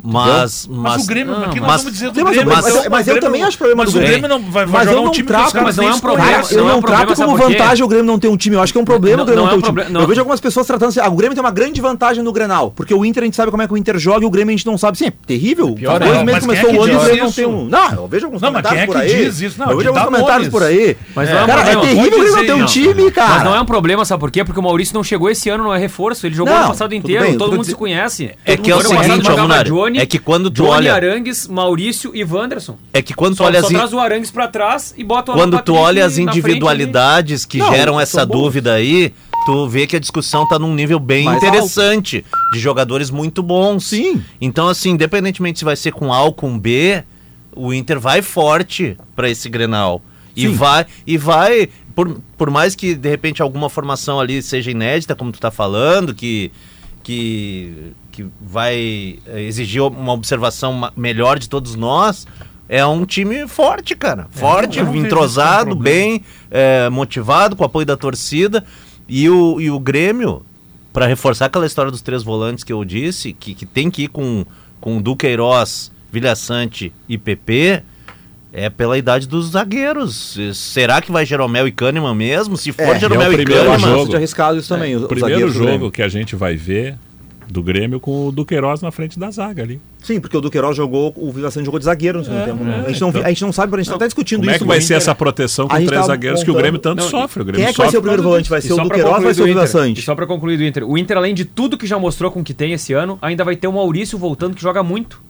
Mas, mas, Mas, o Grêmio, mas, o que nós mas- vamos dizer do Mas, mas, Grêmio? mas- Então, mas eu o Grêmio- também acho problema Mas do o Grêmio. Grêmio não vai, vai Mas jogar eu um não time trato, que os caras mas não nem é um problema. Cara, escolheram. Mas eu não é não um trato problema, como sabe por quê? vantagem o Grêmio não ter um time. Eu acho que é um problema Não, o Grêmio não não, é ter um um time. problema, não. Eu vejo algumas pessoas tratando assim. Ah, o Grêmio tem uma grande vantagem no Grenal. Porque o Inter a gente sabe como é que o Inter joga e o Grêmio a gente não sabe. Sim, é terrível. pior, Dois é. meses Mas quem começou é que o ano e o diz Grêmio não isso? tem um. Não, eu vejo alguns Não, mas comentários quem é por que aí. diz isso? Não, eu vejo de alguns dar comentários nomes. por aí. Mas não é um Cara, é problema. terrível o Grêmio não dizer, ter um não. time, cara. Mas não é um problema, sabe por quê? Porque o Maurício não chegou esse ano, não é reforço. Ele jogou Não, ano passado tudo inteiro, bem, eu tô todo mundo dize- se conhece. É Todo que é o mundo- ano passado seguinte, jogava Almunari, Johnny, é que quando tu Johnny olha- Arangues, Maurício e Wanderson. É que quando tu Só, olha só as, traz o Arangues pra trás e bota o quando tu Patrick olha as na frente ali. individualidades que Não, geram essa são boas. dúvida aí, tu vê que a discussão tá num nível bem Mais interessante, de jogadores muito bons. Sim. Então, assim, independentemente se vai ser com A ou com B, o Inter vai forte pra esse Grenal. E Sim. vai, e vai por, por mais que, de repente, alguma formação ali seja inédita, como tu tá falando, que, que, que vai eh, exigir uma observação ma- melhor de todos nós, é um time forte, cara. Forte, É, eu não vejo isso como entrosado, problema. bem eh, motivado, com apoio da torcida. E o, e o Grêmio, para reforçar aquela história dos três volantes que eu disse, que, que tem que ir com, com Duqueiroz, Vilhaçante e PP, é pela idade dos zagueiros. Será que vai Jeromel e Kahneman mesmo? Se for É, Jeromel é o e primeiro Eu Kahneman, acho jogo. bastante arriscado isso também. os- os É, Primeiro zagueiros do Grêmio. jogo que a gente vai ver do Grêmio com o Duqueiroz na frente da zaga ali. Sim, porque o Duqueiroz jogou, o Vila Sante jogou de zagueiro no segundo tempo. né? a, gente não, então. a gente não sabe, a gente tá até discutindo Como isso. é que vai no ser Inter. essa proteção com A gente três tava zagueiros que o contando- Grêmio tanto sofre? O Grêmio Quem é que vai sofre ser o primeiro volante? Vai E ser só o pra Duqueiroz ou concluir vai ser do o Vila Inter, Sante? E só pra concluir do Inter, o Inter, além de tudo que já mostrou com o que tem esse ano, ainda vai ter o Maurício voltando que joga muito.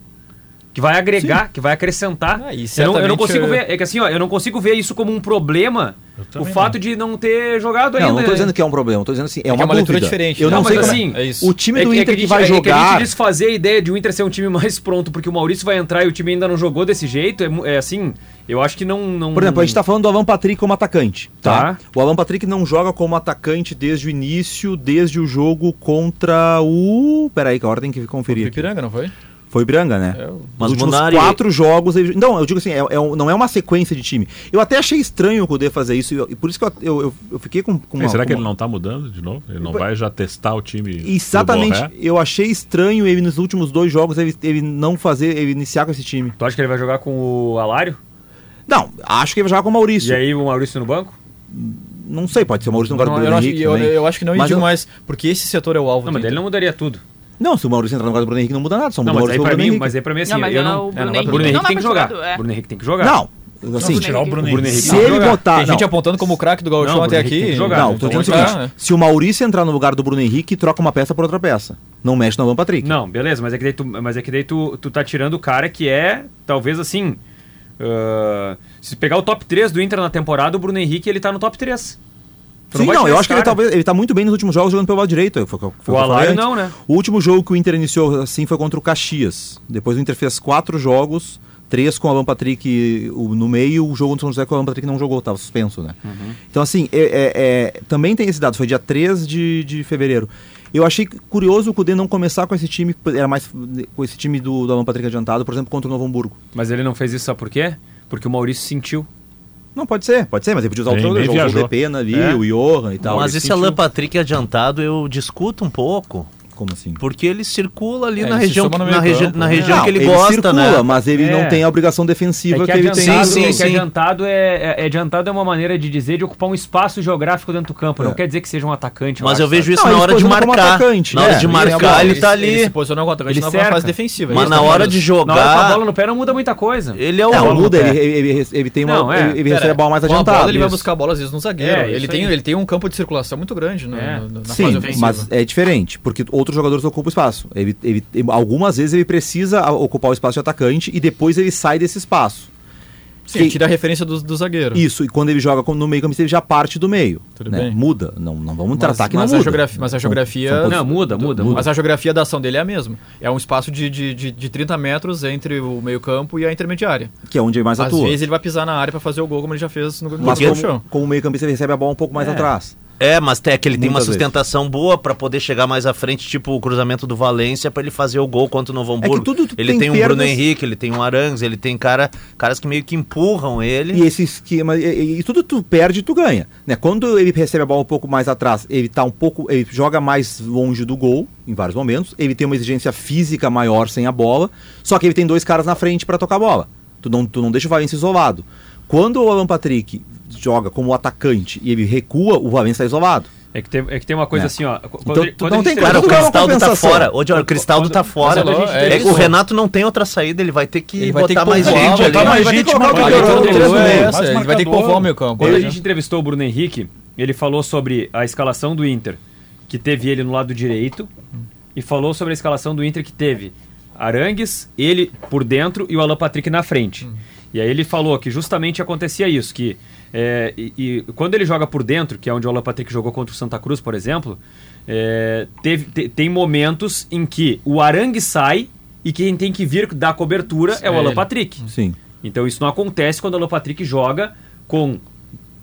Que vai agregar, que vai acrescentar. Ah, e eu, não, eu não certamente, consigo eh, ver. É que assim, ó, eu não consigo ver isso como um problema. O também fato de não ter jogado ainda. Não, não tô né? dizendo que é um problema, tô dizendo assim, é, uma, é uma leitura dúvida. diferente, Eu né? não, Não, sei mas como assim, é. é isso. o time É do que- é Inter a que, gente- vai é a jogar. gente desfazer a ideia de o Inter ser um time mais pronto, porque o Maurício vai entrar e o time ainda não jogou desse jeito, é, mu- é assim, eu acho que não... não Por exemplo, a gente tá falando do Alan Patrick como atacante, tá? Tá. O Alan Patrick não joga como atacante desde o início, desde o jogo contra o... Peraí, que a hora tem que conferir. aqui. Ipiranga, não foi? Foi o Biranga, né? Mas Nos últimos Munari- quatro jogos. Ele... Não, eu digo assim, é- é um- não é uma sequência de time. Eu até achei estranho o Kudê fazer isso, e eu- e por isso que eu, eu, eu- eu fiquei com. com Ei, uma- será com que ele uma- não tá mudando de novo? Ele não vai já testar o time do Exatamente. Borré? Eu achei estranho ele nos últimos dois jogos ele, ele não fazer, ele iniciar com esse time. Tu acha que ele vai jogar com o Alário? Não, acho que ele vai jogar com o Maurício. E aí o Maurício no banco? Não sei, pode ser o Maurício no lugar do Não, eu, Bruno acho, Henrique. eu, também. eu acho que não, e Mas digo eu- mais, porque esse setor é o alvo Não, do mas Inter. ele não mudaria tudo. Não, se o Maurício entrar no lugar do Bruno Henrique, não muda nada. Só muda Não, o mas Maurício aí pro pra Bruno mim, Henrique. mas aí pra mim assim, Não, mas eu não, não... o é, não Bruno vai- Henrique Bruno não Henrique vai tem que pro jogar. lado, é. Bruno Henrique tem que jogar. Não, assim, Vamos tirar o Bruno Bruno Henrique. Henrique se tem que ele jogar. botar. Tem gente não. apontando como o craque do Gauchão Não, até o Bruno Henrique aqui. tem que jogar. Não, né? tô Então dizendo o vai seguinte: jogar, né? se o Maurício entrar no lugar do Bruno Henrique, troca uma peça por outra peça. Não mexe no Alan Patrick. Não, beleza, mas é que daí tu, mas é que daí tu, tu tá tirando o cara que é, talvez assim. ah, se pegar o top 3 do Inter na temporada, o Bruno Henrique ele tá no top 3. Tu Sim, vai não, tirar eu esse acho que ele, cara. talvez, ele tá muito bem nos últimos jogos jogando pelo lado direito. Foi, foi, foi O que eu falei Alario antes. não, né? O último jogo que o Inter iniciou assim foi contra o Caxias. Depois o Inter fez quatro jogos, três com o Alan Patrick o- no meio, o jogo do São José com o Alan Patrick não jogou, tava suspenso, né? Uhum. Então, assim, é- é- é- também tem esse dado, foi dia 3 de, de fevereiro. Eu achei curioso o Cudê não começar com esse time, era mais com esse time do, do Alan Patrick adiantado, por exemplo, contra o Novo Hamburgo. Mas ele não fez isso, sabe por quê? Porque o Maurício sentiu. Não, pode ser, pode ser, mas ele podia usar Ele o nem jogo, o viajou. Depena ali, É. o Johan e tal. mas ele esse sentiu- Alan Patrick adiantado eu discuto um pouco. Como assim? Porque ele circula ali É, na ele se região, soma no na, meio regi campo, na né? região Não, que ele, gosta, circula, né? mas ele É. não tem a obrigação defensiva É que, que ele tem. adiantado, Sim, sim, é que sim. adiantado é, é- é adiantado é uma maneira de dizer de ocupar um espaço geográfico dentro do campo. Não quer dizer que seja um atacante. Mas eu acho, vejo sabe? isso É. Não, na ele hora de posiciona como marcar. atacante, na hora né? de Ele marcar, ele, tá Ele se ali. posiciona com o atacante Ele é na fase cerca. defensiva. Mas isso na tá hora falando. de Na hora com a jogar, bola no pé não muda muita coisa. ele é o Não, bolo muda, no pé. ele, ele, ele, ele tem uma, Não, é. ele, ele recebe Pera, a bola mais com a bola, adiantada. ele vai Isso. buscar bolas vezes no zagueiro. É, ele, isso tem, aí. ele tem um campo de circulação muito grande no, É. no- na fase Sim, ofensiva. mas é diferente, porque outros jogadores ocupam espaço. Ele, ele, ele- algumas vezes ele precisa a- ocupar o espaço de atacante e depois ele sai desse espaço. Sim, tira a referência do, do zagueiro. Isso, e quando ele joga com- no meio campo, ele já parte do meio. Tudo né? bem. Muda. Não, não vamos Mas- tratar que mas um não a muda. geografia- mas a geografia- são Não, posições- muda, muda, muda. Mas a geografia da ação dele é a mesma. É um espaço de, de, de, de 30 metros entre o meio-campo e a intermediária. que é onde ele mais Às atua. vezes ele vai pisar na área pra fazer o gol, como ele já fez no Mas gol do como, chão. como meio campista ele recebe a bola um pouco mais atrás. É, mas tem, é que ele tem uma Muitas vezes. sustentação boa pra poder chegar mais à frente, tipo o cruzamento do Valência pra ele fazer o gol contra o Novo Hamburgo. É tudo tu ele tem tem, um Bruno perdas- Henrique, ele tem um Arangues, ele tem cara, caras que meio que empurram ele. E esse esquema, e, e- e tudo tu perde, tu ganha. Né? Quando ele recebe a bola um pouco mais atrás, ele tá um pouco. Ele joga mais longe do gol em vários momentos. Ele tem uma exigência física maior sem a bola. Só que ele tem dois caras na frente para tocar a bola. Tu não, tu não deixa o Valencia isolado. Quando o Alan Patrick joga como atacante e ele recua, o Valencia está isolado. É que tem, é que tem uma coisa Né. É. assim, ó. qu- Então, ele- tu não ele tem se- Cara, o Quando- Cristaldo tá compensação. fora. Hoje, o Cristaldo tá fora. quando a gente É, tem- o Renato não tem outra saída, ele vai ter que Ele vai botar ter que mais poupar, gente botar ali. mais Ele vai ter gente, que mais botar jogador, mais três jogador. no meio. Essa, mais ele vai ter que marcador. povoar o meio campo. Quando né? a gente entrevistou o Bruno Henrique, ele falou sobre a escalação do Inter, que teve ele no lado direito, e falou sobre a escalação do Inter que teve Arangues, ele por dentro e o Alan Patrick na frente. E aí ele falou que justamente acontecia isso, que é, e, e quando ele joga por dentro, que é onde o Alan Patrick jogou contra o Santa Cruz, por exemplo, é, teve, te- tem momentos em que o Arangues sai e quem tem que vir dar cobertura é o É Alan ele. Patrick. Sim. Então isso não acontece quando o Alan Patrick joga com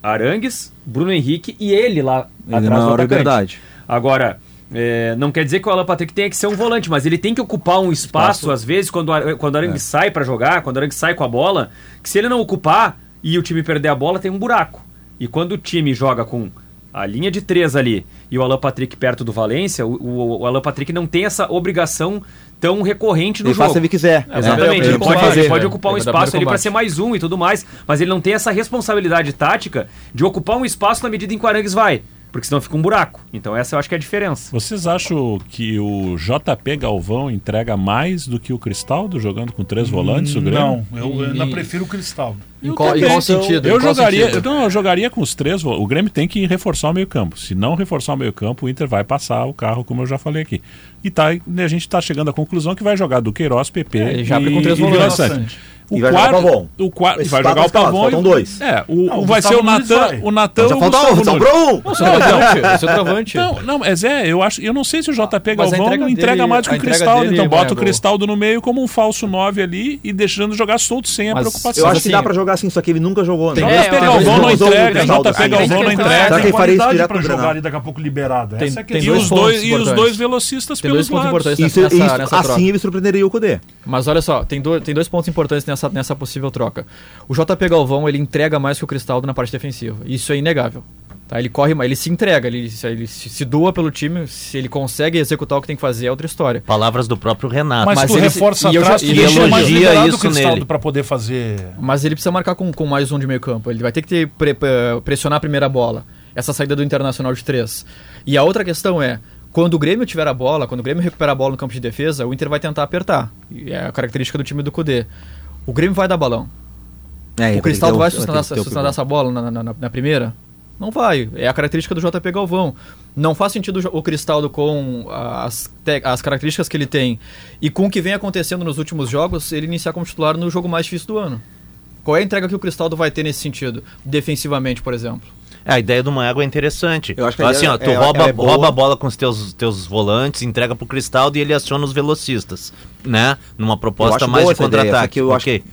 Arangues, Bruno Henrique e ele lá Ele atrás é maior do atacante. liberdade. Agora, é, não quer dizer que o Alan Patrick tenha que ser um volante, mas ele tem que ocupar um espaço, às vezes, quando o Ar- quando o Arangues É. sai para jogar, quando o Arangues sai com a bola, que se ele não ocupar e o time perder a bola, tem um buraco. E quando o time joga com a linha de três ali e o Alan Patrick perto do Valência, o, o, o Alan Patrick não tem essa obrigação tão recorrente no Ele jogo. faz se ele quiser. Exatamente, ele ele, pode pode, fazer, ele pode né? ocupar um Ele vai dar espaço ali primeiro para ser mais um e tudo mais, mas ele não tem essa responsabilidade tática de ocupar um espaço na medida em que o Arangues vai, porque senão fica um buraco. Então essa eu acho que é a diferença. Vocês acham que o JP Galvão entrega mais do que o Cristaldo jogando com três Hum, volantes? o Grêmio? Não, eu ainda prefiro o Cristaldo. Em qual, em Então, Então, qual sentido? Eu Em qual jogaria, sentido? não, eu jogaria com os três. O Grêmio tem que reforçar o meio-campo. Se não reforçar o meio-campo, o Inter vai passar o carro, como eu já falei aqui. E tá, a gente está chegando à conclusão que vai jogar do Queiroz, PP É, ele já e, abre com três e volantes. Vila Sante. O E vai jogar o quarto- Pavon. o quarto- Esse vai tá jogar o escalado, Pavon. faltam e- dois. É, o, Não, o o vai ser o Gustavo Nunes Natan, vai. o Natan Só o falta um, Gustavo só Nunes. um. um, Não, centroavante. centroavante. Não, não, mas é, eu acho, eu não sei se o JP é Mas a Galvão entrega não entrega dele- mais que a o entrega Cristaldo, dele, é então bota o Mago. Cristaldo no meio como um falso 9 ali e deixando jogar solto sem a Mas preocupação. Eu acho que Assim, dá pra jogar assim, só que ele nunca jogou, né? tem- É, JP eu- Galvão não eu- eu- entrega, eu- eu- JP Galvão não eu- entrega. Será que ele faria isso direto pra no jogar Grenal? ali daqui a pouco liberado. Tem- Essa é a tem E questão. dois os dois, pontos e os dois importantes. velocistas Tem dois pelos pontos lados. importantes Isso, é nessa, isso- nessa troca. assim ele surpreenderia o Cudê. Mas olha só, tem, do- tem dois pontos importantes nessa, nessa possível troca. O JP Galvão, ele entrega mais que o Cristaldo na parte defensiva. Isso é inegável. Tá? Ele corre mais, ele se entrega, ele, se- ele se, se doa pelo time. Se ele consegue executar o que tem que fazer, é outra história. Palavras do próprio Renato. Mas, mas tu ele- reforça e eu já- atrás, tu e ele deixa mais elogia liberado o isso Cristaldo nele. pra poder fazer... Mas ele precisa marcar com, com mais um de meio campo. Ele vai ter que ter, pre- pre- pressionar a primeira bola. Essa saída do Internacional de três. E a outra questão é, quando o Grêmio tiver a bola, quando o Grêmio recuperar a bola no campo de defesa, o Inter vai tentar apertar. E é a característica do time do Cudê. O Grêmio vai dar balão. É, O Cristaldo vai sustentar, essa- sustentar essa bola na, na- na- na primeira? Não vai. É a característica do JP Galvão. Não faz sentido o Jo- o Cristaldo com as, te- as características que ele tem e com o que vem acontecendo nos últimos jogos, ele iniciar como titular no jogo mais difícil do ano. Qual é a entrega que o Cristaldo vai ter nesse sentido? Defensivamente, por exemplo. É, a ideia do Maego é interessante. Eu acho que a Então, assim, ideia ó, tu é- rouba, ela é boa. rouba a bola com os teus, teus volantes, entrega pro Cristaldo e ele aciona os velocistas, né? Numa proposta acho mais boa de essa ideia, só contra-ataque. que eu acho ok.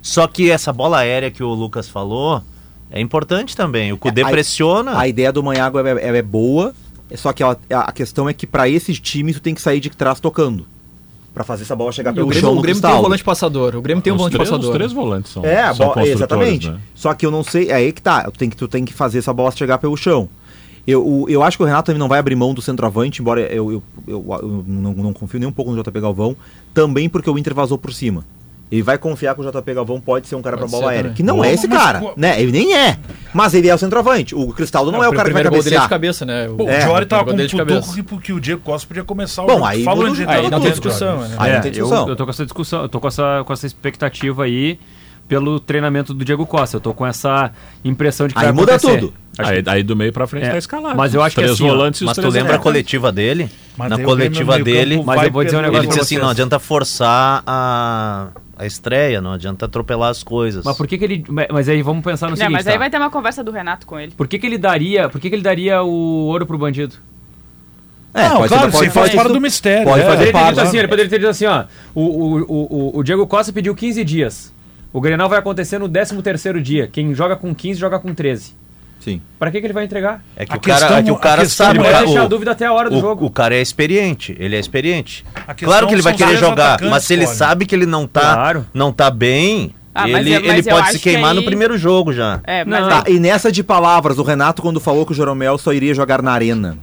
Só que essa bola aérea que o Lucas falou é importante também. O Cudê É, a- pressiona. A ideia do Manhago ela é, ela é boa, é só que ela- a, a questão é que pra esses times tu tem que sair de trás tocando. Pra fazer essa bola chegar E o pelo Grêmio, chão o no Grêmio tem um Cristaldo. volante passador. O Grêmio tem um os, volante três, os passador. três volantes são, É, a são bola- construtores, exatamente. né? Só que eu não sei, é aí que tá. Tu tem que, tu tem que fazer essa bola chegar pelo chão. Eu, o- eu acho que o Renato também não vai abrir mão do centroavante, embora eu, eu, eu- eu não, não confio nem um pouco no JP Galvão, também porque o Inter vazou por cima. Ele vai confiar que o JP Galvão pode ser um cara Pode pra ser bola aérea. também. Que não Pô, é esse mas cara, co- né? Ele nem é. Mas ele é o centroavante. O Cristaldo não é, o cara que vai primeiro gol dele é cabecear. de cabeça, né? O, Pô, É, o Jory tava com primeiro gol dele de um cabeça. que, que o Diego Costa podia começar o Bom, jogo. aí Falando muda- onde aí tava não tudo, tem discussão, Jory. né? Aí não É, tem eu, discussão. eu tô com essa discussão, eu tô com essa, com essa expectativa aí pelo treinamento do Diego Costa. Eu tô com essa impressão de que Aí vai muda acontecer. tudo. Acho Aí, aí do meio pra frente É, tá escalado. mas eu acho que Três assim, ó, volantes e os Mas tu três lembra a volantes. coletiva dele? Mas Na daí o Grêmio no coletiva meio-campo dele, Mas vai eu vou dizer um perder. ele negócio disse pra assim, vocês. não adianta forçar a, a estreia, não adianta atropelar as coisas. Mas por que, que ele. Mas aí vamos pensar no Não, seguinte. mas aí tá? vai ter uma conversa do Renato com ele. Por que, que ele daria. Por que, que ele daria o ouro pro bandido? É, Não, pode ser- claro, pode- você pode faz ser- fora do mistério. pode é. fazer Ele, parte. dito assim, ele poderia ter dito assim, ó. O, o, o, o Diego Costa pediu 15 dias. O Grenal vai acontecer no 13 terceiro dia. Quem joga com 15 joga com 13. Sim. Pra que, que ele vai entregar? É que, o cara, é que o cara sabe. Ele o vai cara- deixar o- a dúvida até a hora do o- jogo. O cara é experiente, ele é experiente. questão Claro que ele vai são os querer três jogar, atacantes, mas se ele Cone. sabe que ele não tá, Claro. não tá bem, Ah, mas ele, é- mas ele eu pode se acho que queimar no aí- primeiro jogo já. É, mas Tá, e nessa de palavras, o Renato, quando falou que o Jeromel só iria jogar na arena.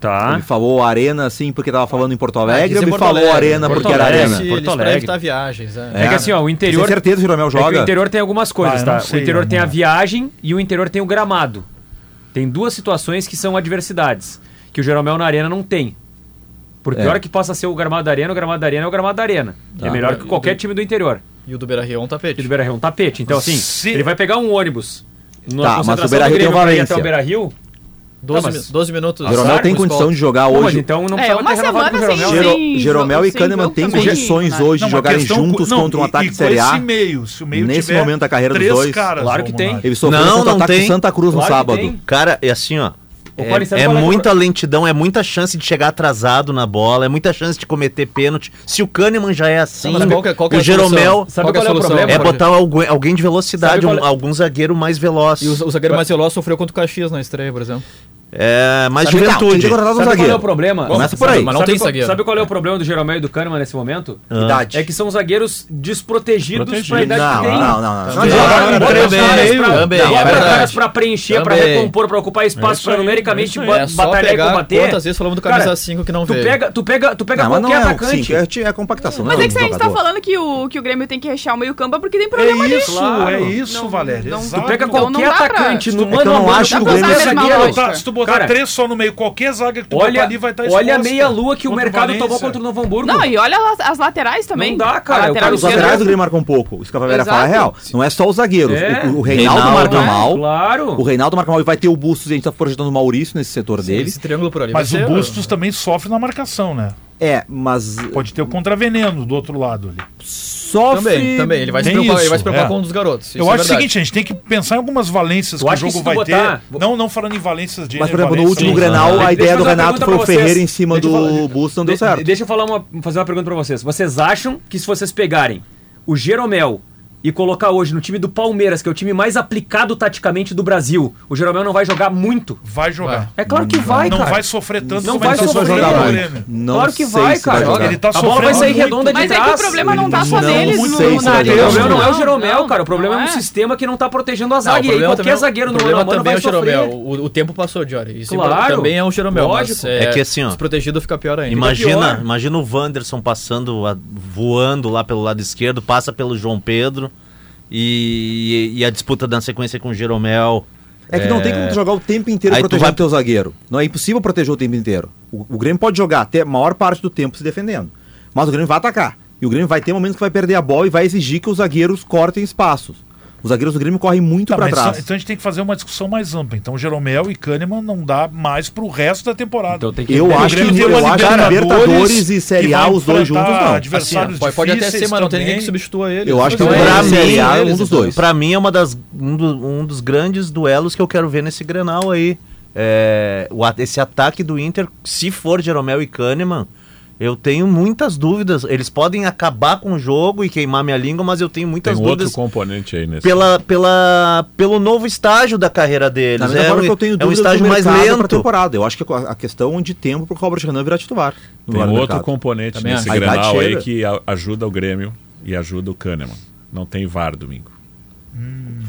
Tá. Ele falou arena, assim, porque tava falando em é Porto Alegre, dizer ou ele Porto falou Alegre. arena Porto porque era Alegre. arena? Ele Porto Alegre. deve dar viagens, né? É. É que assim, ó, o Tem interior. certeza que o Jeromel É que o joga? interior tem algumas coisas, Ah, eu tá? não sei, o interior né? eu tem não- a viagem e o interior tem o gramado. Tem duas situações que são adversidades, que o Jeromel na arena não tem. Por É. pior que possa ser o gramado da arena, o gramado da arena é o gramado da arena. Tá. é melhor que qualquer time do interior. E o do Beira Rio é um E do tapete. Beira Rio é um tapete. Então, assim, Se- ele vai pegar um ônibus. Na Tá, mas concentração do o Beira-Rio Grêmio tem o pra ir Valência. até o Beira Rio. Tá, 12, mas- mi- 12 minutos. O Jeromel Azar tem com condição escola. de jogar Pô, hoje. então não É, precisava uma ter renovado com o semana sem Jeromel. Sim, Gero- sim, Jeromel jogo- e sim, Kahneman jogo têm também. condições Não, hoje Não, de mas jogarem questão- juntos não, contra um e- ataque e de Série com esse A. meio, se o meio Nesse tiver momento da carreira dos três dois, caras, claro que ô, tem. Monark. Ele sofreu Não, contra não o ataque tem. de Santa Cruz Claro no que sábado. tem. Cara, é assim, ó. O Cone É, sabe é qual é o muita lentidão, é muita chance de chegar atrasado na bola, é muita chance de cometer pênalti. Se o Kahneman já é assim, Não, mas qual que é- qual que é o a solução? Jeromel Sabe Qual qual é que o a solução? problema? é Jorge? botar algu- alguém de velocidade, Sabe qual um- é- algum zagueiro mais veloz. E o, o zagueiro mais veloz sofreu contra o Caxias na estreia, por exemplo. É, mais Sabe- não, tem juventude. que contratar um Sabe qual é o zagueiro. problema? Começa por aí. Mas não sabe tem qual, zagueiro. Sabe qual é o problema do Jeromel e do Kahneman nesse momento? Idade. É que são zagueiros desprotegidos pra Não, idade que tem. não, não, não. Não Bota adianta. caras pra- Também, também, Bota é verdade. caras pra preencher, pra Também. recompor, pra ocupar espaço, pra numericamente ba- É só batalhar e pegar quantas combater. vezes falamos do Cara, camisa 5 que não Tu veio. pega, tu pega, tu pega Não, mas não qualquer é um atacante. cinco, é, ti- é compactação. Mas não é que se a gente tá jogador. falando que o, que o Grêmio tem que rechear o meio-campo é porque tem É problema isso, nisso. é isso, Não- Valério. não- exato. Tu pega Então não qualquer dá pra- atacante no É mano eu a não mano. acho dá que o pra Grêmio usar é zagueiro. mesma lógica. Botar- tá- se tu botar Cara, três só no meio, qualquer zaga que tu botar Olha, ali vai estar olha a meia-lua que o Contra o mercado Valência. tomou contra o Novo Hamburgo. Não, e olha as, as laterais também. Não dá, cara, A o cara- lateral Ah, Os laterais do esquerda. Grêmio marcam um pouco. Isso que a Vera fala é Exato. real. Não é só os zagueiros. É. O, o Reinaldo, Reinaldo, marca né? mal. Claro. O Reinaldo marca mal e vai ter o Bustos. A gente tá projetando o Maurício nesse setor dele. Esse triângulo por ali. Mas vai o ser- Bustos também sofre na marcação, né? É, mas Pode ter o contraveneno do outro lado ali. sofre... Também, também. Ele vai se Tem preocupar, ele isso, vai se preocupar é. com um dos garotos. Eu acho o seguinte, a gente tem que pensar em algumas valências Eu que o acho que jogo se tu vai botar- ter. Não, não falando em valências de Mas, por Ener exemplo, no Valência, último mas- Grenal, a Deixa eu ideia do fazer uma Renato pergunta foi o pra vocês. Ferreira em cima Deixa eu falar- do Bustos, não deu De- certo. Deixa eu falar uma, fazer uma pergunta pra vocês. Vocês acham que se vocês pegarem o Jeromel e colocar hoje no time do Palmeiras, que é o time mais aplicado taticamente do Brasil, o Jeromel não vai jogar muito? Vai jogar. É claro que vai, não cara. vai sofrer tanto Não como ele vai tá se vai sofrer. sofrendo jogar no muito. Grêmio. Não claro que sei vai, se cara. vai jogar. Ele tá a bola vai sofrendo sair muito. redonda de Mas é que graça. o problema não tá só Não neles sei no, se na vai O areia. jogar. problema não é o Jeromel, não, cara. O problema não é um sistema que não tá protegendo a Não, zaga. e o aí problema qualquer também- é zagueiro o no problema mano a mano também vai é o Jeromel. sofrer. O, o tempo passou, Diori. Isso Claro. também é o Jeromel. Lógico. Mas, é, É que assim, ó, Desprotegido fica é pior ainda. Imagina, pior. imagina o Wanderson passando, a- voando lá pelo lado esquerdo, passa pelo João Pedro e, e a disputa da sequência com o Jeromel. É que não tem como tu jogar o tempo inteiro Aí tu protegendo vai- o teu zagueiro. Não é impossível proteger o tempo inteiro. O, o Grêmio pode jogar até a maior parte do tempo se defendendo. Mas o Grêmio vai atacar. E o Grêmio vai ter momentos que vai perder a bola e vai exigir que os zagueiros cortem espaços. Os zagueiros do Grêmio correm muito Tá, pra mas trás. só- então a gente tem que fazer uma discussão mais ampla. Então, Jeromel e Kahneman não dá mais pro resto da temporada. Então tem que Eu O acho que Grêmio tem eu uma acho que Libertadores que e Série A, vai os dois enfrentar juntos, não. Adversários Pode, pode até ser, difíceis mas não tem também. ninguém que substitua ele. Eu acho que Mas o é, Pra Pra eles, mim, mim, eles, um dos então. dois. Pra mim é uma das, um, do- um dos grandes duelos que eu quero ver nesse Grenal aí. É, o a- esse ataque do Inter, se for Jeromel e Kahneman, eu tenho muitas dúvidas. Eles podem acabar com o jogo e queimar minha língua, mas eu tenho Tem muitas um outro dúvidas componente aí nesse. pela, pela, pelo novo estágio da carreira Da deles. mesma É um, forma que eu tenho é um dúvidas do estágio mais mercado pra lento. temporada. Eu acho que é a a questão de tempo pro Robert Renan virar titular. no Tem lugar um do outro mercado. componente Também nesse acho. A idade Grenal aí chega. que a- ajuda o Grêmio e ajuda o Kahneman. Não tem VAR domingo.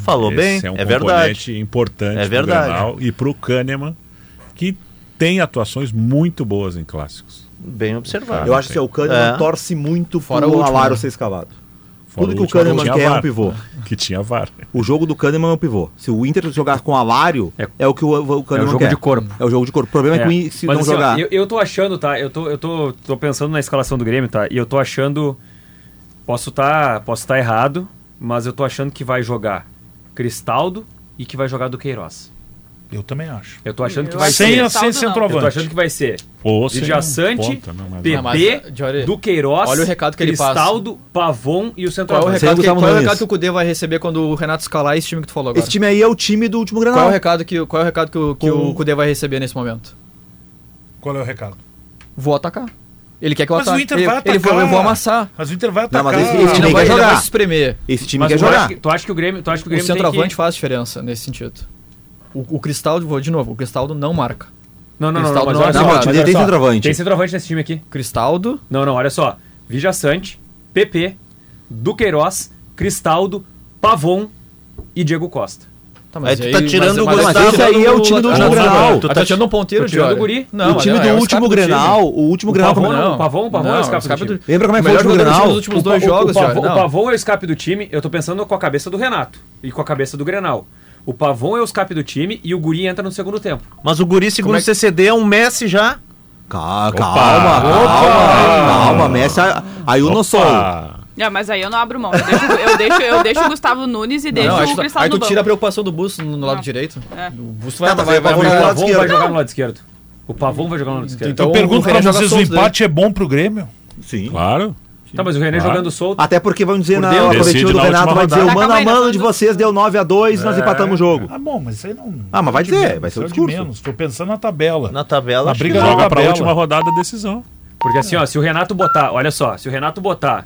Falou bem, Esse é um é verdade. componente importante É pro verdade. Grenal e pro Kahneman, que tem atuações muito boas em clássicos. Bem observado. Eu acho que assim, o Kahneman É. torce muito Fora pro o último, Alaro né? ser escalado. Fora Tudo o que o último, Kahneman tinha quer é um VAR, pivô. Que tinha VAR. O jogo do Kahneman é o pivô. Se o Inter jogar com Alário, é, o que o, o Kahneman É o jogo quer. de corpo. É o jogo de corpo. O problema é, que o É. In- se Mas não assim, ó, jogar. eu, eu tô achando, tá? Eu tô, eu tô, tô pensando na escalação do Grêmio, tá? E eu tô achando. Posso tá, posso tá errado, mas eu tô achando que vai jogar Cristaldo e que vai jogar do Queiroz. Eu também acho. Eu tô achando que Eu vai acho Sem, ser. a- a- sem Saldo não. Eu tô centroavante. achando que vai ser Ou um Didi Assante, ponta, né, mas- PP, Ah, mas, Jory, do Queiroz, olha o recado que ele passa. Cristaldo, Pavon e o Qual é o centroavante. Sem recado, que, Gustavo qual é o Nunes. recado que o Cudê vai receber quando o Renato escalar esse time que tu falou agora? Esse time aí é o time do último Qual é Granal. o recado que, qual é o, recado que, o, que Com- o Cudê vai receber nesse momento? Qual é o recado? Vou atacar. Ele quer que eu Mas o ataque. Inter ele, vai Ele atacar. falou, eu vou amassar. Mas o Inter vai Não, atacar. mas esse- esse Ele time não vai, quer ele não vai jogar. se espremer. Esse time Mas quer tu acha jogar. que- tu acha que o Grêmio, tu acha que o O Grêmio tem que- centroavante faz diferença nesse sentido. O, o Cristaldo, vou de novo, o Cristaldo não marca. Não, não, não, não, Cristaldo mas não, olha não, só, mas mas tem olha só. centroavante. Tem centroavante nesse time aqui. Cristaldo. Não, não, olha só. Vija Sante, PP, Duqueiroz, Cristaldo, Pavon e Diego Costa. Tá, mas Aí tu aí- tá mas- tirando mas- o mas Gustavo esse aí é o time do último Ah, Grenal. Tu tá tirando um ponteiro, Tô tirando Diori. o guri. o time do último Grenal, o último O Grenal... Pavon, pra- não, o Pavon, o Pavon Não, é o o escape, escape do do- time. Lembra como é que foi o Melhor último jogador do time Grenal? dos últimos O Pa- dois o- jogos, o Pavon, Diori. o Não. Pavon é o escape do time, eu tô pensando com a cabeça do Renato e com a cabeça do Grenal. O Pavon é o escape do time e o Guri entra no segundo tempo. Mas o guri segundo CCD é um Messi já. Ca- Ah, Calma, calma, calma, Messi. Aí o nosso... Não, mas aí eu não abro mão. Eu deixo, eu deixo, eu deixo o Gustavo Nunes e deixo Não, o aí tu, Cristaldo aí no tu tira banco. a preocupação do Busto no, no lado Não. direito. É. O Busto vai, Tá, mas vai, aí vai, o Pavon vai, joga lá vai, O do Pavon esquerdo. vai jogar no lado esquerdo. O Pavon vai jogar no lado esquerdo. Então eu o pergunto pra Renan joga vocês, o solto daí. empate é bom pro Grêmio? Sim. Claro. né? Tá, mas o René Claro. jogando solto. Até porque vão dizer na dentro. coletiva Decide do na Renato, última vai dizer, rodada. o mano Tá, a calma aí, mano nós de vamos- vocês deu 9x2 nós empatamos o jogo. Ah, bom, mas isso aí não. Ah, mas vai de dizer, menos, vai ser o é de discurso. menos. Tô pensando na tabela. Na tabela. Na acho briga que não. é Joga pra tabela. última rodada a decisão. Porque assim, ó, se o Renato botar, olha só, se o Renato botar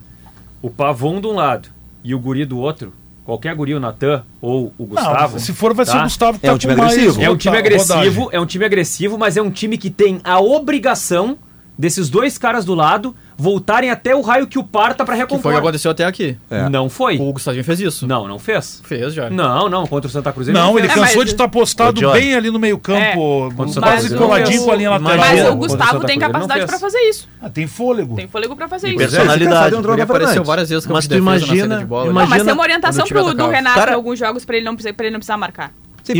o Pavon de um lado e o Guri do outro, qualquer Guri, o Natan ou o Não, Gustavo. se for, vai ser o tá? Gustavo que É tá um time com mais agressivo. É um time rota- agressivo, rodagem. é um time agressivo, mas é um time que tem a obrigação desses dois caras do lado voltarem até o raio que o parta pra Que foi o que recompor. aconteceu até aqui. É. Não foi. O Gustavinho fez isso. Não, não fez. Fez, Diori. Não, não, contra o Santa Cruz ele Não, fez. ele É, cansou mas- de estar postado Ô, Johnny. bem ali no meio-campo. Quando você tá Quase fazendo- coladinho com a linha lateral. Mas Imagina, o quando o Gustavo Santa tem Cruz não capacidade fez. pra fazer isso. Ah, tem fôlego. Tem fôlego pra fazer E isso. perso- Personalidade. Ele apareceu várias vezes Mas tu campo de defesa na imagina- saída de bola. Não, mas imagina- tem uma orientação Quando o time pro, do atacava. Renato Cara- em alguns jogos pra ele não, precisar- pra ele não precisar marcar.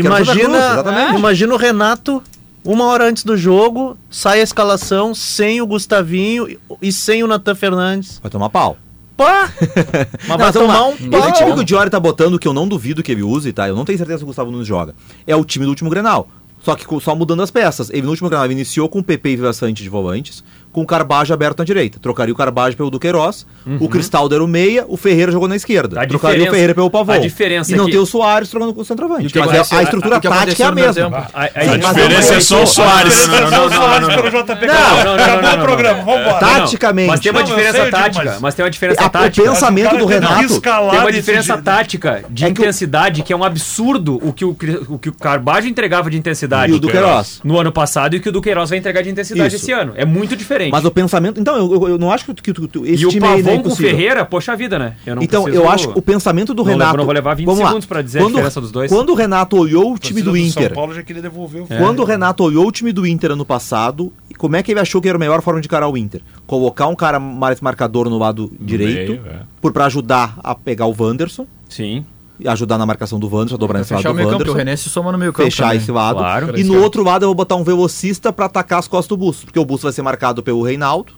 Imagina, imagina o Renato uma hora antes do jogo, sai a escalação sem o Gustavinho e- e sem o Natan Fernandes. Vai tomar pau. Pá! Mas vai vamos tomar lá. um Esse pau. time que o Diori tá botando, que eu não duvido que ele use, tá? Eu não tenho certeza se o Gustavo Nunes joga. É o time do último Grenal. Só que com- só mudando as peças. Ele no último Grenal ele iniciou com o PP e Vila Sante de volantes, com o Carbajo aberto na direita. Trocaria o Carbajo pelo Duqueiroz, o Cristaldo era o meia, o Ferreira jogou na esquerda. Uhum. A trocaria o diferença- Ferreira pelo Pavão. a diferença e não é que- tem o Soares trocando com o centroavante. E o que Mas é- aconteceu- a estrutura o que tática aconteceu é a no primeiro mesma. tempo? Aí- aí- A mas- diferença é só o Soares. Não, é não, não, não, não. Pelo JP. Acabou o programa, vambora. Tá, Não, não. taticamente. Mas tem uma Não, eu sei, eu diferença digo, tática. mas- Mas tem uma A- diferença o tática. pensamento do Renato. Tem uma diferença tática de intensidade que é um absurdo o que o, Cri- o, que o Carbajo entregava de intensidade E o Duqueiroz. no ano passado e o que o Duqueiroz vai entregar de intensidade Isso. esse ano. É muito diferente. Mas o pensamento. Então, eu, eu- eu não acho que, tu- que tu- tu- esse e o time aí não é Pavon com o impossível. Ferreira, poxa vida, né? Eu não Então, preciso- eu acho que o pensamento do Não levo- Renato. não vou levar 20 Vamos lá. segundos pra dizer a Quando- diferença dos dois. Quando o Renato olhou o time do São Inter. Paulo já queria devolver o É. Quando o Renato olhou o time do Inter ano passado, e como é que ele achou que era a melhor forma de encarar o Inter? Colocar um cara mais marcador no lado direito, meio, é. por para ajudar a pegar o Wanderson, Sim. e ajudar na marcação do Wanderson, dobrar esse lado Fechar o do meio campo, que o Wanderson. René se soma no meio campo. Fechar também. esse lado. Claro. E no outro lado eu vou botar um velocista pra atacar as costas do Bustos, porque o Bustos vai ser marcado pelo Reinaldo.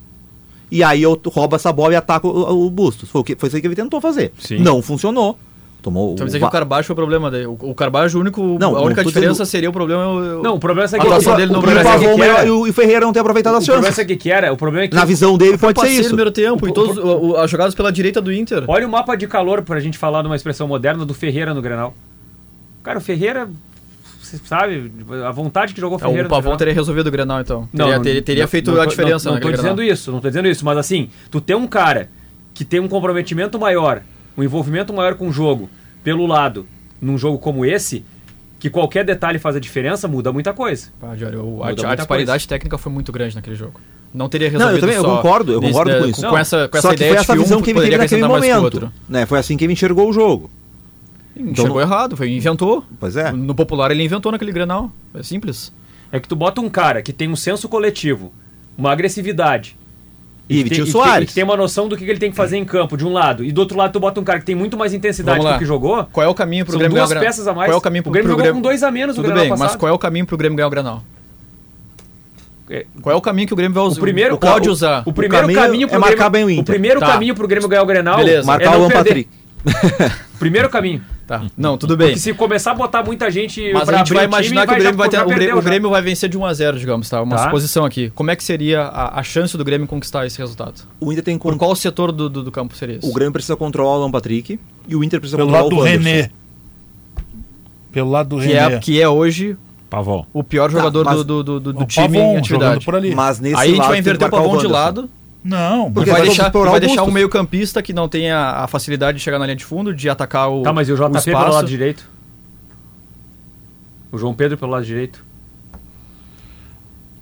E aí eu roubo essa bola e ataco o, o Bustos. Foi, o que, foi isso aí que ele tentou fazer. Sim. Não funcionou. Tomou Então o dizer que va- o Carbajo foi o problema dele. O, o Carbajo, o único, Não, a não única tô diferença dizendo- seria o problema. eu- Não, o problema é que A atuação o- dele o no o, problema sabe Brasil o Pavon que é que era? e é o- e o Ferreira não tem aproveitado O as problema chances. sabe o que que era? O problema é que Tá Na visão dele Foi pode ser passeio no isso. primeiro tempo, e todos, o- o- as jogadas pela direita do Inter. Olha o mapa de calor pra gente falar de uma expressão moderna do Ferreira no Grenal. Cara, o Ferreira, você sabe, a vontade que jogou o É, Ferreira. o no Pavon Grenal. teria resolvido o Grenal, então. teria teria- teria não, feito não tô- a diferença Não, não tô naquele dizendo isso, não tô dizendo isso, mas assim, tu ter um cara que tem um comprometimento maior, um envolvimento maior com o jogo, pelo lado, num jogo como esse, que qualquer detalhe faz a diferença, muda muita coisa. Pá, Diori, o- a, Muda a muita disparidade técnica foi muito grande naquele jogo. Não teria Não, resolvido É, eu também eu só concordo, eu nesse- concordo com com- isso. Com essa, com Só essa que ideia foi essa de que visão um que ele teve poderia naquele acrescentar mais que o momento. outro. Né? Foi assim que ele enxergou o jogo. Chegou errado, foi, inventou. Pois é. No popular ele inventou naquele Grenal. É simples. É que tu bota um cara que tem um senso coletivo, uma agressividade. E ele que tem- tinha o que tem- Soares. Que tem uma noção do que que ele tem que fazer em campo, de um lado. E do outro lado, tu bota um cara que tem muito mais intensidade Vamos lá. do que jogou. Qual é o caminho pro São Grêmio ganhar o duas Grenal? peças a mais. Qual é o caminho pro o Grêmio pro jogou com dois a menos o Tudo Grenal bem, mas passado. qual é o caminho pro Grêmio ganhar o Grenal? É, Qual é o caminho que o Grêmio vai usar? O primeiro, pode o- usar. O primeiro caminho caminho, é pro marcar Grêmio, bem o O Inter. primeiro Tá. caminho pro Grêmio ganhar o Grenal Beleza. Marcar é o não Alan perder. Patrick. Primeiro caminho. Tá. Não, tudo bem. Porque se começar a botar muita gente Mas pra a gente abrir vai o time, imaginar que o já- Grêmio vai ter. já O Grêmio, perdeu o já. Grêmio vai vencer de 1 a 0 digamos, tá? Uma Tá. suposição aqui. Como é que seria a, a chance do Grêmio conquistar esse resultado? O Inter tem que Por con- qual setor do, do, do campo seria isso? O Grêmio precisa controlar o Alan Patrick e o Inter precisa Pelo controlar lado o do Wanderson. René. Pelo lado do que, René. é, que é hoje Pavão. o pior jogador Tá, mas- do, do, do, do O time Pavon em jogando atividade. por ali. Mas nesse Aí a gente lado vai tem que inverter o marcar Pavon de Wanderson. lado Não, e Porque vai vai deixar, explorar vai o deixar o Bustos. meio campista que não tem a, a facilidade de chegar na linha de fundo, de atacar o Tá, mas e o JP pelo espaço. lado direito? O João Pedro pelo lado direito.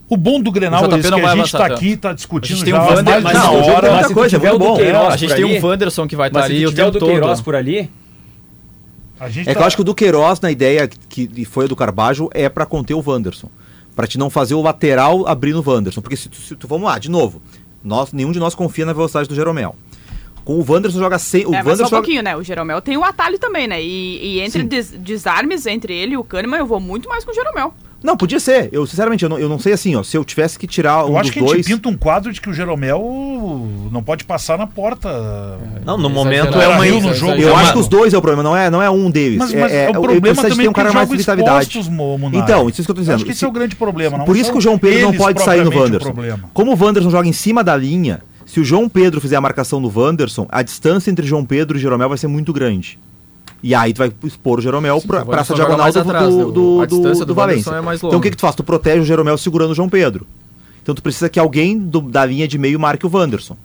O bom do Grenal O é JP isso, não que a vai gente avançar tá tanto. aqui, tá A discutindo gente tem já um há mais Vander, mas de uma não, o jogo hora. tá Mas com- coisa, tiver vamos o pro Queiroz a gente por tem ali. um Wanderson que vai estar Mas se ali o tiver tempo o do Queiroz todo. por ali, a gente É que tá- eu acho que o do Queiroz, na ideia que que foi a do Carbajo, é pra conter o Wanderson. Pra te não fazer o lateral abrir no Wanderson. Porque se tu, se tu- vamos lá, de novo. Nós, nenhum de nós confia na velocidade do Jeromel. Com o Wanderson joga sem. O é, mas só Wanderson um joga- pouquinho, né? O Jeromel tem o atalho também, né? E, e entre des- desarmes entre ele e o Kahneman, eu vou muito mais com o Jeromel. Não, podia ser. Eu, sinceramente, eu não, eu não sei assim, ó. Se eu tivesse que tirar um Eu acho dos que a gente dois. pinta um quadro de que o Jeromel não pode passar na porta. Não, no momento momento é uma. Brasil no jogo. Eu é acho uma- que os dois é o problema, não é, não é um deles. Mas, É- mas é, o eu- eu problema preciso de também é um que cara os mais jogos vitalidade. expostos, Mo- Munari. Então, isso é isso que eu tô dizendo. Acho que esse Se- é o grande problema. não Por isso são que o João Pedro não eles pode sair do propriamente o Wanderson. problema. Como o Wanderson joga em cima da linha, se o João Pedro fizer a marcação do Wanderson, a distância entre João Pedro e Jeromel vai ser muito grande. E aí tu vai expor o Jeromel pra, o pra essa Wanderson diagonal do, joga mais atrás, do, né? do, A do- distância do do Valência. Wanderson é mais longa. então o que, que tu faz? Tu protege o Jeromel segurando o João Pedro. Então tu precisa que alguém do- da linha de meio marque o Wanderson.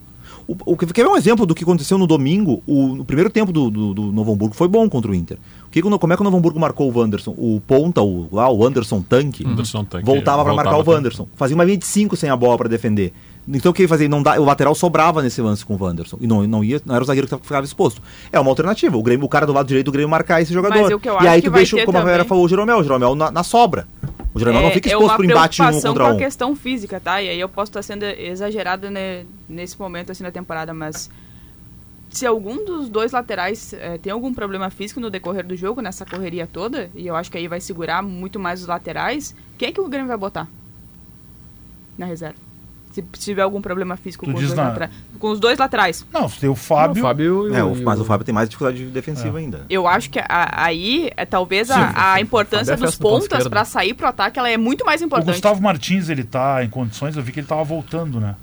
O, o, que- quer ver um exemplo do que aconteceu no domingo? O, no primeiro tempo do, do, do Novo Hamburgo foi bom contra o Inter. O que que o no- como é que o Novo Hamburgo marcou o Wanderson? O ponta, o, lá, o Anderson Tanque, Anderson Uhum. Tanque, voltava para voltava marcar o tanto. Wanderson. Fazia uma linha de 5 sem a bola para defender. Então o que ele fazia? Não dá, o lateral sobrava nesse lance com o Wanderson. E não, não, ia, não era o zagueiro que tava- ficava exposto. É uma alternativa. O, Grêmio, o cara do lado direito do Grêmio marcar esse jogador. Mas é o que eu e acho aí que tu vai deixa, ter como a galera também- falou, o Jeromel. O Jeromel na, na sobra. O Jeromel não fica exposto pro embate É um uma preocupação contra com a um. questão física, tá? E aí eu posso estar sendo exagerada né, nesse momento, assim, da temporada, mas... Se algum dos dois laterais eh, tem algum problema físico no decorrer do jogo, nessa correria toda, e eu acho que aí vai segurar muito mais os laterais, quem é que o Grêmio vai botar na reserva? Se tiver algum problema físico Tu com os, diz dois na- laterais, com os dois laterais. Não, se tem o O Fábio. É. Fábio e É, e o- mas o Fábio tem mais dificuldade defensiva ainda. Eu acho que a- aí, é, talvez, a, a importância Fábio é a dos festa do ponto pontas esquerdo. para sair pro ataque, ela é muito mais o importante. Gustavo Martins, ele tá em condições, eu vi que ele tava voltando, né?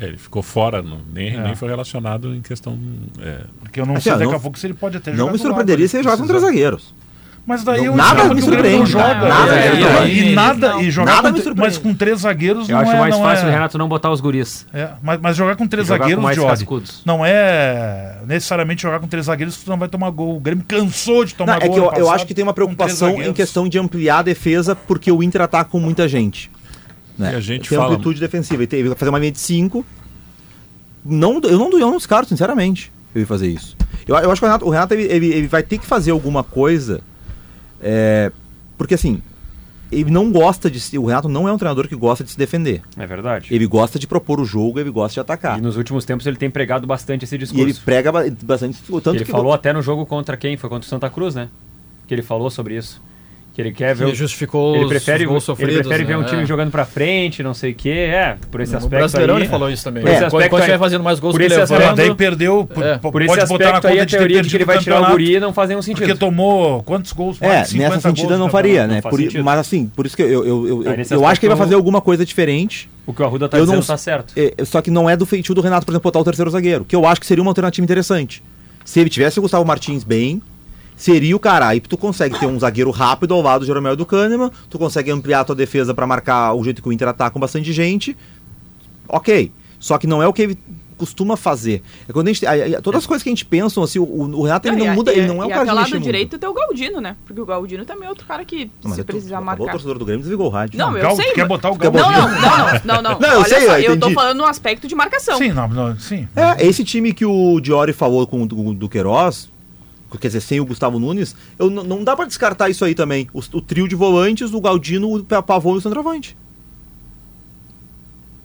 É, ele ficou fora, não- nem, É. nem foi relacionado em questão. é, Porque eu não Assim, sei ó, daqui não- a pouco se ele pode até jogar. Não me do lado, surpreenderia né, se ele jogar com três precisar. zagueiros. Mas daí eu nada achava me que o Grêmio surpreende. Não joga. Nada É, me e- surpreende. E nada, e jogar Nada com me tre- surpreende. mas com três zagueiros Eu não acho é. mais não fácil é- o Renato não botar os guris. é, mas, mas jogar com três Jogar com zagueiros, mais Diori, cascudos. não é necessariamente jogar com três zagueiros que tu não vai tomar gol. O Grêmio cansou de Não, tomar é gol. que eu, ano eu passado acho que tem uma com três preocupação em zagueiros. questão de ampliar a defesa, porque o Inter ataca com muita gente. Né? E a gente tem fala- amplitude defensiva. E tem- Ele vai fazer uma linha de 5. Não, eu não, eu não descarto, sinceramente, eu ia fazer isso. Eu, eu acho que o Renato, o Renato, ele, ele- ele vai ter que fazer alguma coisa. é, porque assim, ele não gosta de se. O Renato não é um treinador que gosta de se defender. é verdade. Ele gosta de propor o jogo, ele gosta de atacar. E E, nos últimos tempos ele tem pregado bastante esse discurso. ele prega ba- bastante. Tanto ele que falou até no jogo contra quem? Foi contra o Santa Cruz, né? Que ele falou sobre isso. Que ele quer ver. Ele o- justificou ele os- prefere, os gols ele sofridos, prefere ver né? um time É. jogando pra frente, não sei o quê. É, por esse O aspecto. Brasileirão aí, ele falou isso também. Por esse É, quando aspececto quando aí- vai fazendo mais gols por que esse levando, Mas aspecto- daí perdeu. p- É. p- Por esse pode botar na aspecto conta aí a de ter teoria de que ele perdido vai tirar o campeonato, guri não fazem um sentido. Porque tomou quantos gols? Mais É, de 50 nessa sentido gols eu não no faria, campeonato, né? faz Por i- sentido. mas assim, por isso que eu, eu, eu, eu, Aí, nesse eu acho que ele aspecto, vai fazer alguma coisa diferente. O que o Arruda tá Eu dizendo não- tá certo. é, só que não é do feitio do Renato, por exemplo, botar o terceiro zagueiro, que eu acho que seria uma alternativa interessante. Se ele tivesse o Gustavo Martins bem, seria o cara. Aí tu consegue ter um zagueiro rápido ao lado do Jeromel e do Kahneman, tu consegue ampliar a tua defesa pra marcar o jeito que o Inter ataca com bastante gente. Ok. Só que não é o que ele costuma fazer. É quando a gente, a- a- todas as coisas que a gente pensa, assim, o, o Renato e ele não a- muda, e ele a- não é um e cara de até mexer lado muito. direito tem o Galdino, né? Porque o Galdino também é outro cara que Não, mas se é tu- precisar acabou marcar. o torcedor do Grêmio desligou o rádio. Não, eu Gal- sei. quer mas- botar o não, Gabo não, não, não, não, não. Não, eu Olha sei, só, eu eu tô entendi. falando no aspecto de marcação. Sim, não, não, sim. É, esse time que o Diori falou com o do, do Queiroz, quer dizer, sem o Gustavo Nunes, eu, n- não dá pra descartar isso aí também. O, o trio de volantes, o Galdino, o Pa- Pavon e o centroavante.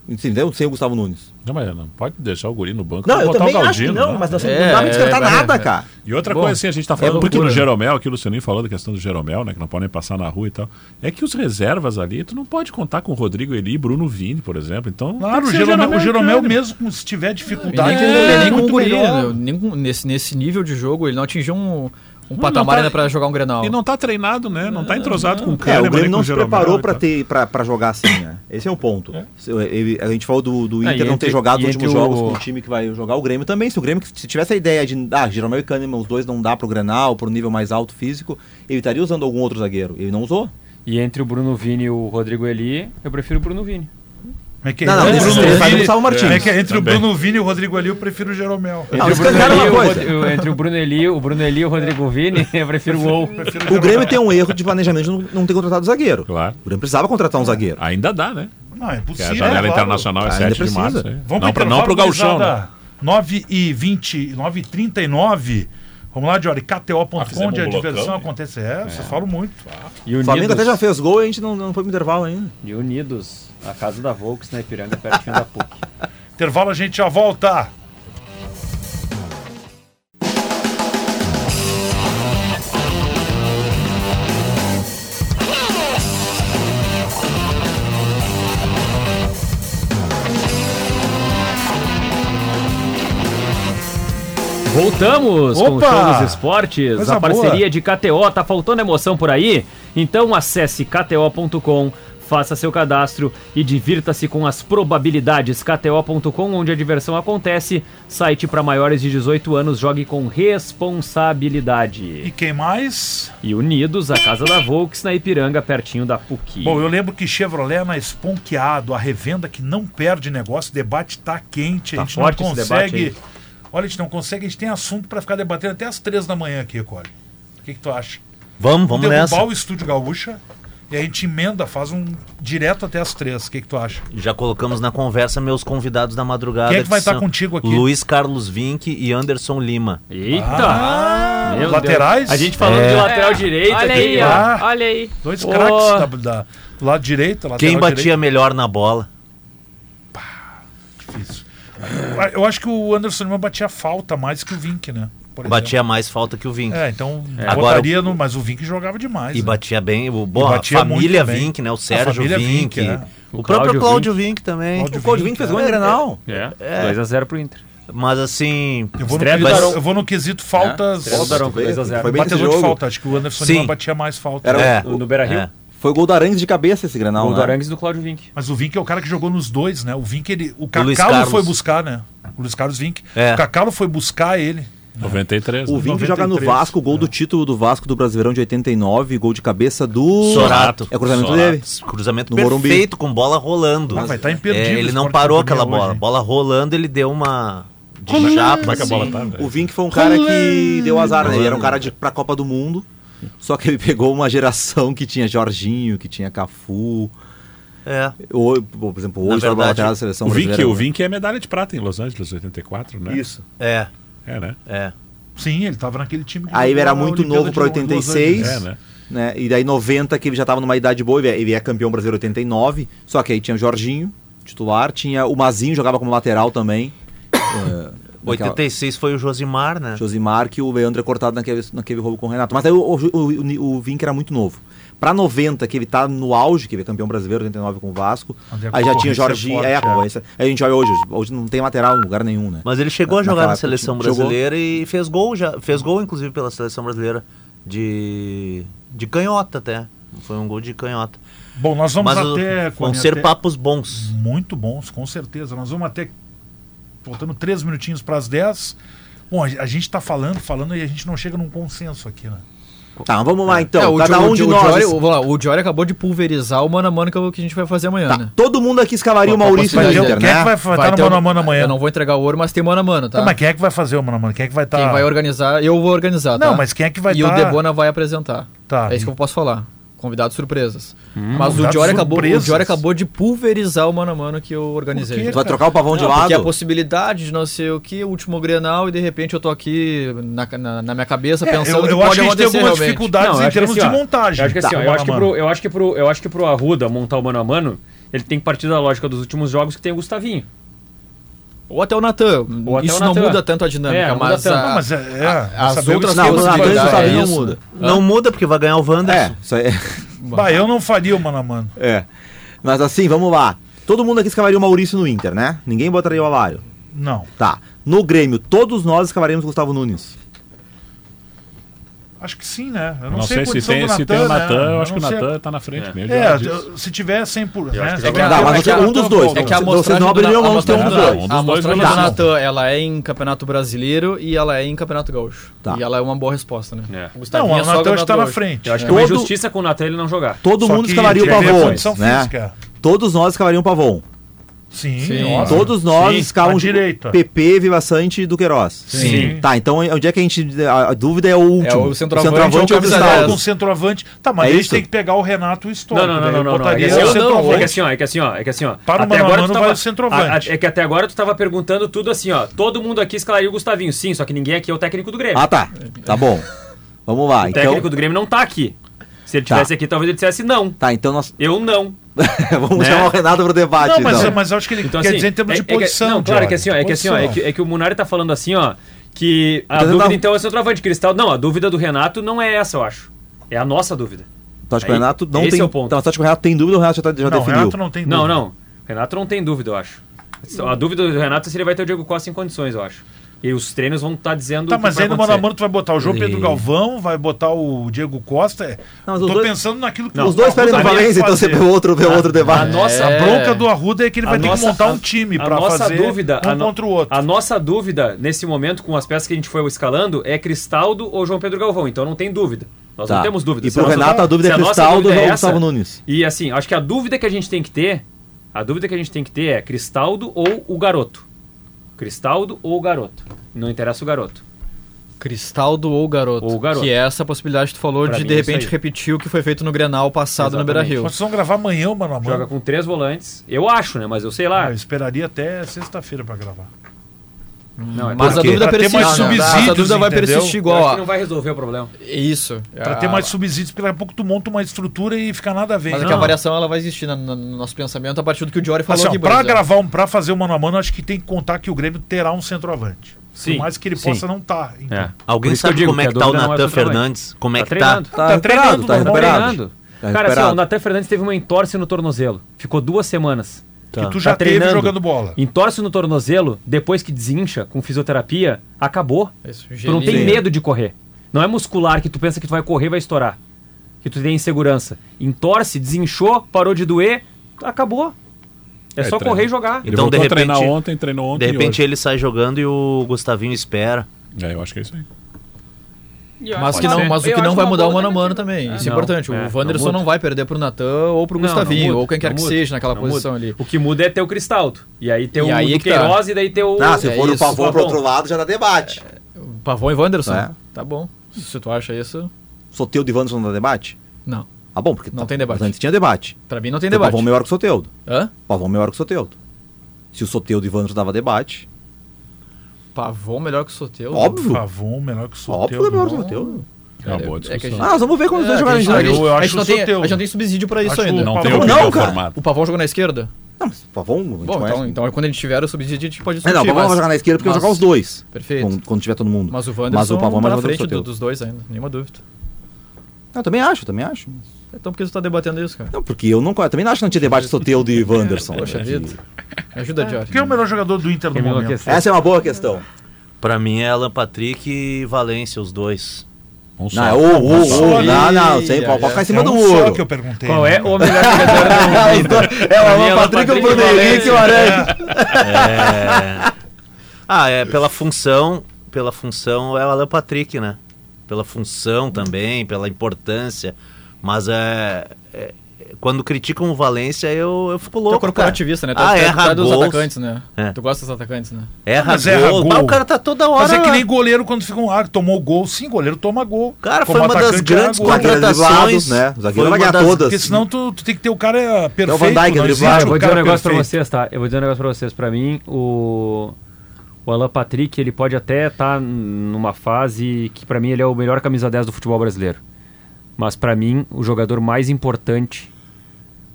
Entendeu? Sem o Gustavo Nunes. Não, mas não pode deixar o guri no banco. Não, pra eu botar o também acho que Galdino, não, né? mas assim, É, não dá pra descartar é, nada, é. cara. E outra Bom, coisa, assim, a gente tá falando é muito do loucura. Jeromel, aquilo o Lucianinho falou da questão do Jeromel, né? Que não podem passar na rua e tal. É que os reservas ali, tu não pode contar com o Rodrigo Eli e Bruno Vini, por exemplo. Então, Claro, tem o que ser Jeromel, o Jeromel cara. mesmo, se tiver dificuldade, nem com, ele é nem com o muito Guri, melhor. né? Nem com- nesse, nesse nível de jogo, ele não atingiu um, um não tá- patamar ainda pra jogar um Grenal. E não tá treinado, né? Não tá entrosado com então. o É, cara. o Grêmio não se preparou pra, ter, pra, pra jogar assim, né? Esse é o ponto. Se- ele- a gente falou do, do Ah, Inter e não entre- ter jogado e os últimos entre o- jogos com o time que vai jogar. O Grêmio também. Se o Grêmio se tivesse a ideia de, ah, Jeromel e Kahneman, os dois não dá pro Grenal, pro nível mais alto físico, ele estaria usando algum outro zagueiro. Ele não usou. E entre o Bruno Vini e o Rodrigo Eli, eu prefiro o Bruno Vini. Como é que é? Não, não, Entre o desses Bruno três, faz Vini- o Salvo Martins. Como é que é? Entre Também. o Bruno Vini e o Rodrigo ali, eu prefiro o Jeromel. Entre o, Bruno Eli, e o Rod- o- entre o Bruno Eli, o Bruno Eli e o Rodrigo Vini, eu prefiro o Ou. O Grêmio tem um erro de planejamento de não- não ter contratado zagueiro. Claro. É. O Grêmio precisava contratar um zagueiro. Ainda dá, né? Não, é Porque possível. a janela claro. internacional é Ainda 7 de precisa. março. né? Vamos não, para pra, não pro Gauchão, né? 9 e 20, 9 e 39. Vamos lá, Diori. KTO.com, fizemos onde a um blocão, diversão né? acontece. É, vocês falam muito. E O Unidos, Flamengo até já fez gol e a gente não, não foi pro intervalo ainda. E Unidos, a casa da Volks na Ipiranga, pertinho da PUC. Intervalo, a gente já volta. Voltamos com o Opa! show dos esportes, Coisa a parceria de KTO, tá faltando emoção por aí? Então acesse kto.com, faça seu cadastro e divirta-se com as probabilidades kto.com, onde a diversão acontece, site para maiores de 18 anos, jogue com E responsabilidade. quem mais? E unidos, a casa da Volks na Ipiranga, pertinho da PUC. Bom, eu lembro que Chevrolet na Esponqueado, a revenda que não perde negócio, o debate tá quente, Tá a gente forte não esse debate consegue. aí. Olha, a gente não consegue, a gente tem assunto para ficar debatendo até as três da manhã aqui, Cole. O que, que tu acha? Vamos, vamos Derrubar nessa. o estúdio gaúcha e a gente emenda, faz um direto até as três. O que, que tu acha? Já colocamos na conversa meus convidados da madrugada. Quem é que vai estar são contigo aqui? Luiz Carlos Vinck e Anderson Lima. É. Eita! Ah, Tá. Meu laterais? Deus. A gente falando de lateral direito É. Olha aqui, aí, ó. Ah. ó. Olha aí. Dois Ô. Ah. craques tá da, da- do lado direito, lateral Quem batia direito. melhor na bola? Difícil. Ah, Eu acho que o Anderson Lima batia falta mais que o Vink, né? Por exemplo. Batia mais falta que o Vinck. É, então Agora botaria no. Mas o Vink jogava demais. E né? batia bem, o bom, batia a muito família bem. Vinck, né? O A Sérgio família Vinck, Vinck. é. O, O próprio Cláudio Cláudio Vinck também. Cláudio o Cláudio Vinck, Vinck fez gol em Grenal. É, 2x0 pro Inter. Mas assim. Eu vou, no Estreia do quesito- Daronco. eu vou no quesito É. faltas. Estrela do Daronco, foi- 2 a 0. foi bem nesse Batedor de jogo. falta. Acho que o Anderson Sim. Lima batia mais falta. né? É. Era No Beira-Rio. É. Foi gol do Arangues de cabeça esse Grenal, O né? do Arangues e do Cláudio Vinck. Mas o Vink é o cara que jogou nos dois, né? O Vink, ele. O Cacalo Luiz Carlos. foi buscar, né? O Luiz Carlos Vink. É. O Cacalo foi buscar ele. 93. O né? Vink joga no 93, Vasco, gol É. do título do Vasco do Brasileirão de 89, gol de cabeça do... Sorato. É o cruzamento Sorato. dele. Cruzamento No Morumbi. perfeito, com bola rolando. Ah, vai tá imperdível É, ele o não Sport parou Academia aquela bola. hoje. Bola rolando, ele deu uma. De chapa, Como é que a bola assim. né? tá? velho? O Vink foi um cara que deu azar, né? Ele era um cara de, pra Copa do Mundo, só que ele pegou uma geração que tinha Jorginho, que tinha Cafu... É. Ou, por exemplo, Na hoje estava na verdade, lateral é da seleção O Vink, brasileira. né? o Vink é medalha de prata em Los Angeles, 84, né? Isso. É, É, né? é. Sim, ele tava naquele time que Aí ele jogou era na muito Olimpíada novo pra de Los Angeles. 86. É, né? né? E daí 90, que ele já tava numa idade boa, ele é- ele é campeão brasileiro 89, só que aí tinha o Jorginho, titular, tinha o Mazinho, jogava como lateral também. eh, naquela- 86 foi o Josimar, né? Josimar, que o Leandro é cortado naquele, naquele roubo com o Renato. Mas aí o, o, o, o Vink era muito novo. Pra 90, que ele tá no auge, que ele é campeão brasileiro 89 com o Vasco, Onde a aí já tinha o concorrência é Jorginho, forte, aí, a é. concorrência- aí a gente olha hoje, hoje não tem lateral em lugar nenhum, né? Mas ele chegou a Naquela jogar na época, seleção jogou. brasileira e fez gol já, fez gol inclusive pela seleção brasileira de de canhota até. Foi um gol de canhota. Bom, nós vamos Mas o- até. vão Cone, ser até- papos bons. Muito bons, com certeza. Nós vamos até. Faltando três minutinhos para as 10. Bom, a a gente está falando, falando e a gente não chega num consenso aqui, né? Tá, vamos lá É, então. o Cada Gio- um de o nós. Diori- vamos lá, o Diori acabou de pulverizar o mano a mano que é o que a gente vai fazer amanhã, né? Todo mundo aqui escalaria o Qual a Maurício no possibilidade Inter, dele? Quem é que né? vai estar ter no um o- mano a mano amanhã? Eu não vou entregar o ouro, mas tem mano a mano, tá? Tá, Mas quem é que vai fazer o mano a mano? Quem é que vai estar. Quem vai organizar, eu vou organizar, tá? Não, mas quem é que vai E o tá- Debona vai apresentar. Tá. É isso que eu posso falar. Convidados surpresas. Hum, mas o convidados Diori, acabou, o surpresas. Diori acabou de pulverizar o mano a mano que eu organizei. Tu vai trocar o pavão de Não, Porque a lado? possibilidade de não sei o que, o último Grenal, e de repente eu tô aqui na, na, na minha cabeça É, pensando eu eu acho que pode que a gente tem acontecer algumas realmente. dificuldades Não, eu em acho que termos assim, de ó, montagem. Eu acho que assim, Tá, ó, eu, mano acho que a pro, mano. eu acho que pro, eu acho que pro Arruda montar o mano a mano, ele tem que partir da lógica dos últimos jogos que tem o Gustavinho. Ou até o Natan. Ou até Isso o não Natan. muda tanto a dinâmica, É, não muda mas, tanto. a- Não, mas é- é, a- as saber o outras esquema Ah, do então Natan e possibilidades... o Gustavinho não isso. muda. é Não muda porque vai ganhar o É, Wanderson. isso aí. Bah, eu não faria o mano a mano. É. Mas assim, vamos lá. Todo mundo aqui escalaria o Maurício no Inter, né? Ninguém botaria o Alário. Não. Tá. No Grêmio, todos nós escalaríamos o Gustavo Nunes. Acho que sim, né? Eu não, Não, sei, sei, a se condição tem, do se tem o né? Natan, eu acho que o não sei a- Natan tá na frente mesmo. eu É, já disse. eu- se tiver 100%. Né? que Agora- vai- Tá, é mas que a- um dos dois. né? É que Vocês- vocês a amostragem não do abririam Na- a mão de ter um amostragem dos do- dois. um dos Tá. A dois amostragem vai do dar. Natan, ela é em Campeonato Brasileiro e ela é em Campeonato Gaúcho. Tá. E ela é uma boa resposta, né? É. O Não, Gustavinho é o só Natan Campeonato está tá na Gaúcho. frente. Eu acho que é uma Todo- injustiça com o Natan ele não jogar. Todo Só mundo que escalaria o tiver Pavon, condição né? física. Todos nós escalaríamos o Pavon. Sim, Óbvio. Todos nós Sim, à escalamos direita. PP, Vivaçante e Duqueiroz. Sim. Tá, então onde é que a gente. A a dúvida é o último. o centroavante é ou o o camisa Cristaldo. Com o centroavante. Tá, mas É eles isso? têm que pegar o Renato e o Stock. Não, não, não, não, não, não. É que Botaria assim, o ó, não, é que centroavante. assim, ó, é que assim, ó, é que assim, ó. Para o até mano a agora mano tu vai tava, o centroavante. a- a- é que até agora tu tava perguntando tudo assim, ó. Todo mundo aqui escalaria o Gustavinho, sim, só que ninguém aqui é o técnico do Grêmio. Ah, tá. Tá bom. Vamos lá. o Então, técnico do Grêmio não tá aqui. Se ele tivesse aqui, talvez ele dissesse não. tá, então nós. Eu não. Vamos Né? chamar o Renato pro debate. Não, mas, é, então. mas eu acho que ele Então, quer assim, dizer em termos é- de é que- posição. não, claro Jorge, que assim, ó, é que assim, ó, é que, posição. é que o Munari tá falando assim, ó, que a Então, dúvida tá- então é centroavante. Cristal, não, a dúvida do Renato não é essa, eu acho. É a nossa dúvida. Tu acha Tá, que o aí, Renato não esse tem. é o ponto. Então, tu acha que o Renato tem dúvida ou o Renato já, tá- já Não, o definiu? Renato não tem Não, dúvida. não. O Renato não tem dúvida, eu acho. Só A dúvida do Renato é se ele vai ter o Diego Costa em condições, eu acho. E os treinos vão estar dizendo. Tá, o que mas vai aí no mano a acontecer. mano tu vai botar o João Pedro Galvão, vai botar o Diego Costa. é, Não, mas os Tô dois- pensando naquilo que Os dois Arruda pedem no vai Valência, então fazer. você é outro, é outro A debate. nossa A bronca bronca do Arruda é que ele vai ter que montar um time a pra nossa fazer dúvida, um a no- contra o outro. A nossa dúvida, nesse momento, com as peças que a gente foi escalando, é Cristaldo ou João Pedro Galvão. Então não tem dúvida. Nós Tá. não temos dúvida. E Se pro nossa- Renato a dúvida se é nossa Cristaldo dúvida ou é Gustavo essa, Nunes. E assim, acho que a dúvida que a gente tem que ter, a dúvida que a gente tem que ter é Cristaldo ou o garoto. Cristaldo ou o garoto. Não interessa o garoto. Cristaldo ou garoto. Ou garoto. Que é essa possibilidade que tu falou Pra de mim de é isso repente aí. repetir o que foi feito no Grenal passado no Exatamente. Beira-Rio. Mas vocês vão gravar amanhã o mano a mano. Joga com três volantes. Eu acho, né? Mas eu sei lá. Ah, eu esperaria até sexta-feira pra gravar. Não, é Mas porque- a dúvida Pra ter persiste. mais Não, não, não. Essa subsídios, dúvida vai entendeu? persistir eu acho igual. que não vai resolver o problema. a- Isso. Ah, Pra a- ter mais subsídios, porque daqui a pouco tu monta uma estrutura e fica nada a ver. Mas é né? que a variação ela vai existir na- na- no nosso pensamento a partir do que o Diori falou Assim, ó, aqui, por pra exemplo. gravar um, pra fazer o mano a mano, acho que tem que contar que o Grêmio terá um centroavante. Sim, Por mais que ele sim. possa não estar. Então. É. Por Alguém isso que eu sabe digo como é que a que tá o dúvida não é Natan centroavante. Fernandes? Como é Tá que tá? treinando. Tá recuperado, tá treinando, normal. recuperado. Cara, assim, ó, Tá o recuperado. Natan Fernandes teve uma entorse no tornozelo. Ficou duas semanas. Que tu já Tá teve treinando. jogando bola. Entorse no tornozelo, depois que desincha com fisioterapia, acabou. Isso, Tu não gelinho. tem medo de correr. Não é muscular que tu pensa que tu vai correr e vai estourar. Que tu tem insegurança. Entorse, desinchou, parou de doer, acabou. É, É, só treino. correr e jogar. Ele Então, voltou de a treinar repente- ontem, treinou ontem. De repente e ele sai jogando e o Gustavinho espera. hoje. É, eu acho que é isso aí. E eu Mas acho que é não, uma- mas o eu que não acho vai uma mudar boa o mano a mano alternativa. também. Isso é Não, importante. é, o não Wanderson muda. não vai perder pro Natan ou pro Não, não Gustavinho, muda, ou quem quer não que muda, seja naquela não posição muda. ali. O que muda é ter o Cristaldo. E aí ter E o aí que tá. Queiroz e daí ter o. Ah, se É for o isso. pavor pro Pavão. outro lado, já dá debate. Pavão e Wanderson? É. Tá bom. Se tu acha isso, Soteudo e Wanderson não dá debate? não. Ah, bom, porque Não tá- tem debate. mas antes tinha debate. Pra mim não tem Tem debate. Pavão melhor que o Soteudo. Hã? Pavão melhor que o Soteudo. Se o Soteudo e o Wanderson dava debate, Pavão melhor que o Soteu? óbvio. Pavon, melhor que o Óbvio é Soteudo. melhor que o Soteudo. É uma boa discussão. É que a gente- Ah, nós vamos ver quando os dois É, jogarem a gente- a juntos. gente- Eu acho a gente não o tem- Soteudo. A gente não tem subsídio pra isso Acho ainda. Não Pavão tem não, opinião cara. formada. é O Pavão jogou na esquerda? Não, mas Pavão, a gente Bom, conhece. então, então quando ele tiver o subsídio, a gente pode É, discutir. não, o Pavão mas- vai jogar na esquerda porque mas- vai jogar os dois. Perfeito. Quando, quando tiver todo mundo. Mas o Wanderson Mas o Pavão tá mais na jogador que frente o do- Soteudo. dos dois ainda, nenhuma dúvida. Não, Eu também acho, também acho. Então por que você tá debatendo isso, cara? Não, porque eu não. Eu também não acho que não tinha debate Soteudo e Wanderson. Poxa É que- vida. Me ajuda, Diário. Quem é o melhor jogador do Inter no momento? Essa é uma boa questão. Pra mim é Alan Patrick e Valência, os dois. Um só. Não, é o, o, só. o. Não, não, sem Ih, pau. Pode é. ficar em É cima do um só ouro. que eu perguntei. Qual é né? o melhor jogador do mundo? É, os dois- é o mim, Alan Alan Patrick, o Patrick, Bruno Henrique e o Aranha. É. Ah, é pela função, pela função é o Alan Patrick, né? Pela função também, pela importância. Mas é, é- quando criticam o Valência, eu, eu Tá fico Tu é louco, cara. corporativista, né? Tu, Ah, tu, tu erra é dos gols. atacantes, né? É. Tu gosta dos atacantes, né? Erra Mas erra gol. gol. Mas o cara tá toda hora Mas é que lá. nem goleiro quando fica um ar, tomou gol. Sim, goleiro toma gol. Cara, Como foi uma das atacante, erra grandes gol. quadrilhas- contratações. Driblados, né? O zagueiro Foi vai uma ganhar das- todas. Porque senão tu, tu tem que ter o cara perfeito. Então, Van Dijk, não driblado. existe Eu vou o dizer um cara negócio pra perfeito. vocês, tá? Eu vou dizer um negócio pra vocês. Pra mim, o, o Alan Patrick, ele pode até estar numa fase que pra mim ele é o melhor camisa 10 do futebol brasileiro. Mas pra mim, o jogador mais importante,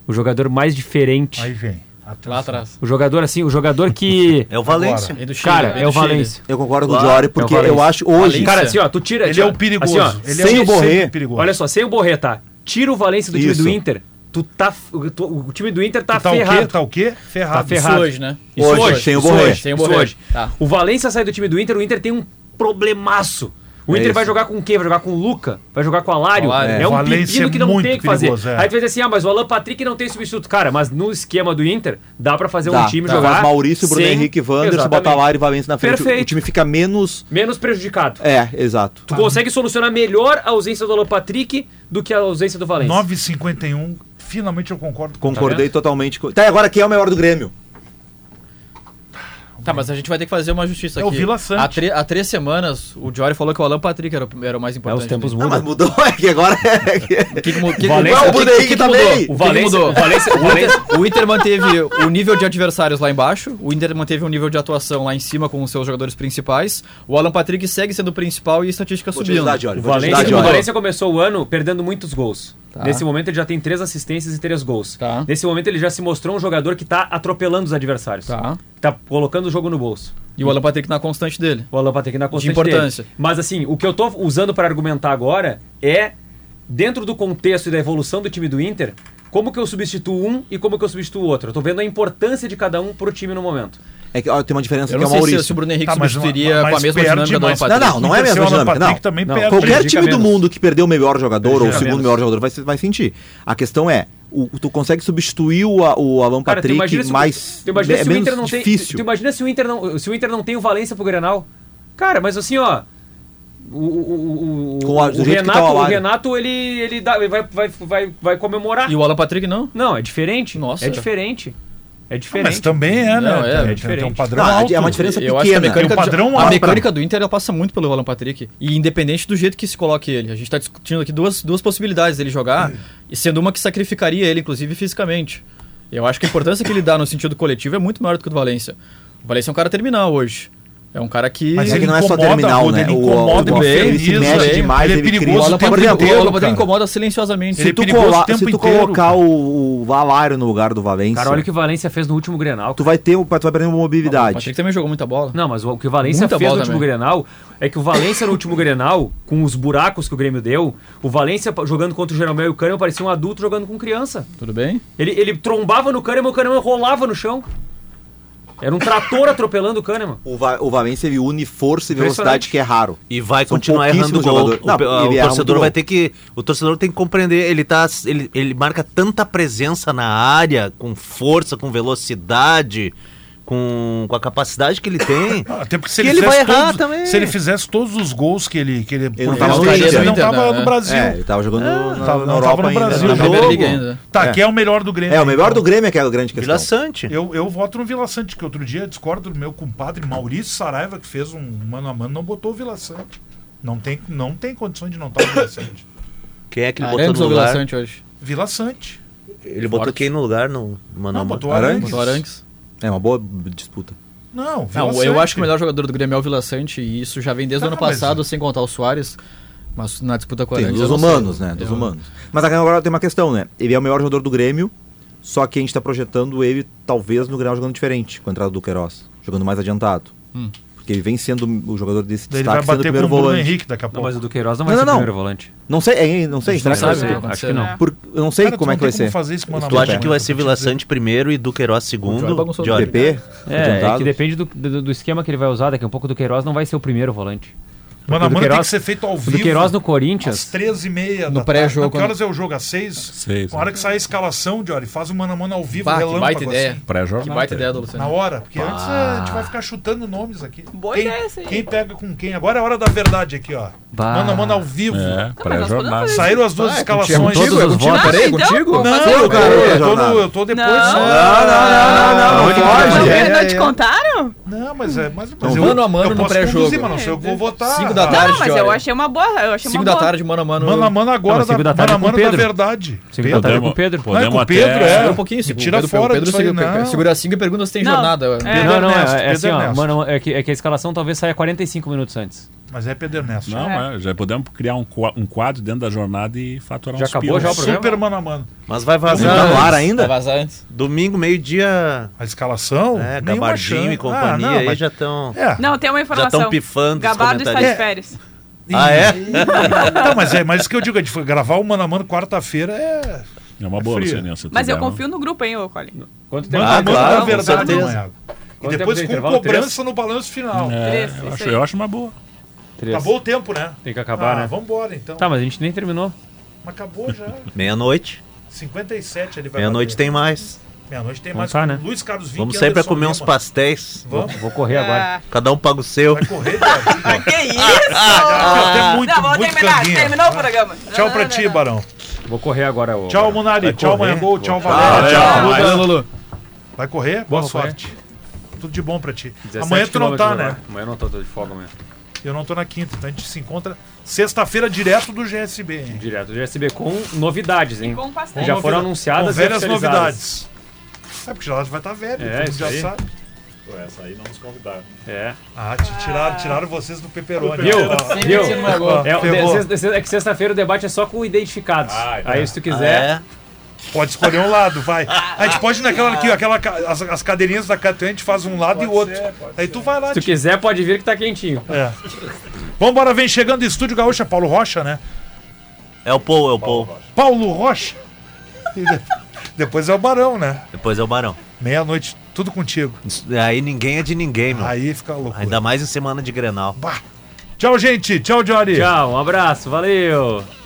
o jogador mais diferente, Aí vem. Lá atrás. o jogador assim, o jogador que... É o Valência. E do Chile, cara, e é do o Chile. é Valencia. Eu concordo com o Diori, porque eu acho hoje. Cara, assim, ó, tu tira... Ele é tira- o perigoso. assim, ó, ele sem é o Borré. sempre perigoso. Olha só, sem o Borré, tá? Tira o Valencia do time Isso. do Inter, tu tá... o- tu- o time do Inter tá, tá o quê? ferrado. Tá o quê? Ferrado. Tá ferrado. Isso hoje, né? Isso Hoje, sem o isso Borré. hoje, Sem o isso Borré. hoje. Tá. O Valência sai do time do Inter, o Inter tem um problemaço. O É Inter vai isso. jogar com quem? Vai jogar com o Luca? Vai jogar com o Alário? Alário. É, É, um Valência pepino que é não muito tem o que fazer. perigoso, é. Aí tu vai dizer assim, ah, mas o Alan Patrick não tem substituto. Cara, mas no esquema do Inter, dá pra fazer Dá, um time tá. jogar Faz Maurício, Bruno sem- Henrique, Wanderson, Exatamente. Batalar e Valência na frente. Perfeito. O time fica menos. Menos prejudicado. É, exato. Tu consegue solucionar melhor a ausência do Alan Patrick do que a ausência do Valência. 9,51. Finalmente eu concordo com Concordei totalmente com. Tá, e agora quem é o melhor do Grêmio? Tá, mas a gente vai ter que fazer uma justiça É aqui. o Vila Sante. Há, tre- há três semanas, o Diori falou que o Alan Patrick era o, primeiro- era o mais importante. tempos dele. mudam. Ah, mas mudou, é que agora é. O que, que, mu- que, que, Valência- o que, que, que, que que mudou? também. O O que que Valência- mudou? o Valência- o O Inter- Valência- O Inter manteve o nível de adversários lá embaixo, o Inter manteve um nível de atuação lá em cima com os seus jogadores principais. O Alan Patrick segue sendo o principal e a estatística Vou te subindo. ajudar, Diori, O vou te Valência, ajudar, o Diori. Valência começou o ano perdendo muitos gols. Nesse momento ele já tem três assistências e três gols. Tá. Nesse momento ele já se mostrou um jogador que tá atropelando os adversários. Tá. Tá colocando o jogo no bolso. E o Alan Patrick na constante dele. O Alan Patrick na constante importância. dele. Mas assim, o que eu tô usando para argumentar agora é, dentro do contexto e da evolução do time do Inter, como que eu substituo um e como que eu substituo o outro. Eu tô vendo a importância de cada um pro time no momento. É que ó, tem uma diferença Eu que é não o sei se, Maurício. se o Bruno Henrique Tá, mas não- substituiria mas com a mesma perde, dinâmica do Alan mas- Patrick. Não, não é a Inter sem mesma o Alan dinâmica, Patrick não. também Não, perde. Qualquer prejudica time do menos. mundo que perder o melhor jogador ou o Prejudica segundo menos. melhor jogador vai, se- vai sentir. A questão é, o- tu consegue substituir o, a- o Alan Cara, tu Patrick imagina se, mais. tu imagina é se o menos Inter não tem. difícil. Tu imagina se o Inter não, se o Inter não tem o Valência pro Grenal? Cara, mas assim, ó. O, o- o- o- Com a- do o jeito que Renato, tá o o Alan. Renato ele, ele, dá, ele vai, vai, vai, vai comemorar. E o Alan Patrick não? Não, é diferente. Nossa. É diferente. Ah, É Mas diferente. também é, né? Não, é, Tem- é tem, diferente. um padrão Não, alto. é uma diferença Eu pequena. acho que a mecânica, Tem um padrão a alto. mecânica do Inter ela passa muito pelo Alan Patrick. E independente do jeito que se coloque ele. A gente está discutindo aqui duas, duas possibilidades dele jogar, e sendo uma que sacrificaria ele, inclusive fisicamente. Eu acho que a importância que ele dá no sentido coletivo é muito maior do que o do Valência. O Valência é um cara terminal hoje. É um cara que. Mas é que ele não é só incomoda, terminal, Ruda, né? Ele O- incomoda, o- ele o- ele infeliz, se mexe ele- demais, ele é ele cria- perigoso o o Alan tempo Patrick- o Alan inteiro, Patrick cara. incomoda silenciosamente. Ele Se é tu, perigoso colar- o tempo se tu inteiro, colocar cara. o, o Valário no lugar do Valência, Cara, olha o que o Valência fez no último Grenal. tu vai ter um- tu vai perder uma Tá O mobilidade. Patrick também jogou muita bola. Não, mas o que o Valência Muita fez no bola último também. Grenal é que o Valência no último Grenal, com os buracos que o Grêmio deu, o Valência jogando contra o Jeromel e o Cânimo parecia um adulto jogando com criança. Tudo bem? Ele, ele trombava no Kahneman, o Kahneman rolava no chão. Era um trator atropelando o Kahneman. O, Va o Valência ele une força e Impressionante. velocidade que é raro. E vai São continuar errando pouquíssimos gol. jogadores. O, Não, pe- ele o erra muito torcedor gol. vai ter que. O torcedor tem que compreender. Ele, tá, ele, ele marca tanta presença na área, com força, com velocidade, com, com a capacidade que ele tem. Até porque se Que ele, ele vai fizesse errar todos, também. Se ele fizesse todos os gols que ele. Que ele, não ele tava no fez, Inter, ele não né? tava no É. Brasil. É, ele tava jogando Ah, na, tava- na não, Europa tava no ainda. né? Brasil. na Na Primeira Jogo. Liga ainda. Tá, que é o melhor do Grêmio. É, o melhor do então. Grêmio é que é a grande questão. Vila Sante. Eu, eu voto no Vila Sante, que outro dia discordo do meu compadre Maurício Saraiva, que fez um mano a mano, não botou o Vila Sante. Não tem, não tem condição de não estar o Vila Sante. Quem é que ele botou Arantes no ou Vila lugar? Sante hoje? Vila Sante. Ele botou quem no lugar? No, mano, Não, a mano? botou o Arangues? Arangues. Botou Arangues? É uma boa disputa. Não, Vila Não, eu Sante. acho que o melhor jogador do Grêmio é o Vila Sante, e isso já vem desde o Tá, ano passado, mas- sem contar o Soares, mas na disputa com o Tem, Arangues. dos eu não sei. humanos, né? Dos Eu- humanos. Mas agora tem uma questão, né? Ele é o melhor jogador do Grêmio, só que a gente tá projetando ele, talvez, no Grêmio jogando diferente, com a entrada do Queiroz, jogando mais adiantado. Hum. Porque ele vem sendo o jogador desse Daí ele vai destaque, sendo bater o com o primeiro Bruno volante. Henrique daqui a pouco. mas o do Queiroz não vai Não, ser não, o não. primeiro volante. Não sei, é, não sei, será que sabe, vai ser? né? acho que não. É. Por- eu não sei Cara, tu como é não que vai tem como ser. fazer isso com o mano Tu a acha mano, que vai né? ser Vila Sante primeiro e Duqueiroz segundo? Jorge bagunçou Jorge. PP, É, é adiantado. que depende do, do, do esquema que ele vai usar. Daqui a pouco o do Queiroz não vai ser o primeiro volante. Mano a do mano tem que Queiroz- ser feito ao O vivo. do Queiroz no Às Corinthians. né? 13h30 No da pré-jogo, tarde. Que quando- horas é o jogo? Às 6? Seis, né? Na hora que sair a escalação, Diori, faz o mano a mano ao vivo, Bah, que relâmpago baita ideia. assim. Que Pré-jornada. baita ideia do Na Luciano. hora, porque antes é, a gente vai ficar chutando nomes aqui. Boa quem, ideia essa aí. Quem pega com quem? Agora é a hora da verdade aqui, ó. Bah. Mano a mano ao vivo. É, podemos pré-jornada. fazer Saíram as Ah, é duas escalações. contigo, Todos os contigo? votos. Peraí, Ah, então, contigo? vamos Não, fazer. eu, cara, eu, tô jornada. no- eu tô depois Não. só. Não, não, não, não, não, Não, foge. não, não te contaram? Não, mas é. Mas, mas Então, mano a mano eu no posso pré-jogo. conduzir, mas não sei, eu vou votar. Cinco da Ah, tarde. Não, mas eu Jorge. achei uma boa. Eu achei 5 uma da boa. tarde, mano a mano. Mano a mano Não, agora, mas cinco da, da tarde mano a com mano o da Pedro. verdade. Cinco tá da tarde Pedro. com o Pedro. Não, é com Podemos o Pedro, até- é. Segura um pouquinho, Me segura. tira Pedro, fora Pedro, disso aí, né? segura, não. segura cinco e pergunta se tem Não. jornada. É. Não, não, Ernesto, é, é Pedro assim, ó, Ernesto. mano, é, que, é que a escalação talvez saia 45 minutos antes. Mas é Pedro Ernesto. Não, é, já podemos criar um, qua- um quadro dentro da jornada e faturar Já uns acabou pilas. já o programa? Super mano a mano. Mas vai Não tá no vazar. ar Vai ainda? vazar antes. Domingo, meio-dia. A escalação? É, nenhuma Gabardinho chance. e companhia Ah, não, aí mas- já estão. É. Não, tem uma informação. tão pifando os Gabardo está de comentários. férias. Ah, é? Então, Não, mas é, mas isso que eu digo, é de gravar o mano a mano quarta-feira é. É uma boa, É frio. Luciano. se tu Mas eu der uma- confio no grupo, hein, ô Colin. Quanto tempo? Mano a mano claro, da com verdade, certeza. Maiago. Ah, E Quanto depois tempo com tem intervalo? cobrança no balanço final. É, Três, eu, isso acho, aí. eu acho uma boa. Três. Acabou o tempo, né? Tem que acabar, ah, né? vambora então. Tá, mas a gente nem terminou. Mas acabou já. Meia-noite. 57 ele vai Meia-noite bater. tem mais. Meia-noite tem Então mais. tá, né? Luiz Carlos Vinck Vamos e sair pra Anderson comer uns Lima. pastéis. Vamos. Vou correr agora. Ah, Cada um paga o seu. Vai correr, Diário. ah, que isso! Até muito, Não, vamos muito terminar. caminho. Terminou o programa. Tchau Não, pra não, ti, não, não. Barão. Vou correr agora. ô- Tchau, Munari. Vai Tchau, correr. Manhã Gol. Tchau, Vou- Valéria. Tchau, Vai, Ruda. Lulu. Vai correr? Boa Vou correr. sorte. Tudo de bom pra ti. 17 Amanhã tu não tá, quilômetros né? agora. Amanhã eu não tô, tô de folga amanhã. Eu não tô na quinta, então a gente se encontra sexta-feira direto do GSB. hein? Direto do GSB com novidades, hein? com pastel. Já Com foram novida- anunciadas com e velhas oficializadas. novidades. É porque o Gelado vai estar velho, É, todo mundo isso já aí. sabe. Pô, essa aí não nos convidaram. É. Ah, te tiraram, tiraram vocês do peperoni. Viu? Ó, Viu? ó, É, ferrou. de- se- se- é que sexta-feira o debate é só com identificados. Ah, é. Aí se tu quiser. Pode escolher um lado, vai. A gente pode ir naquela aqui, ó, aquela, ca- as, as cadeirinhas da Catan, a gente faz um lado e o outro. Aí tu vai lá, Se tu quiser, pode vir que tá quentinho. É. Vambora, vem chegando Estúdio Gaúcha, Paulo Rocha, né? É o Paul, é o Paul. Paulo Rocha. E de- Depois é o Barão, né? Depois é o Barão. Meia-noite, tudo contigo. Isso- Aí ninguém é de ninguém, meu. Aí fica louco. Ainda mais em semana de Grenal. Tchau, gente. Tchau, Jory. Tchau, um abraço, valeu.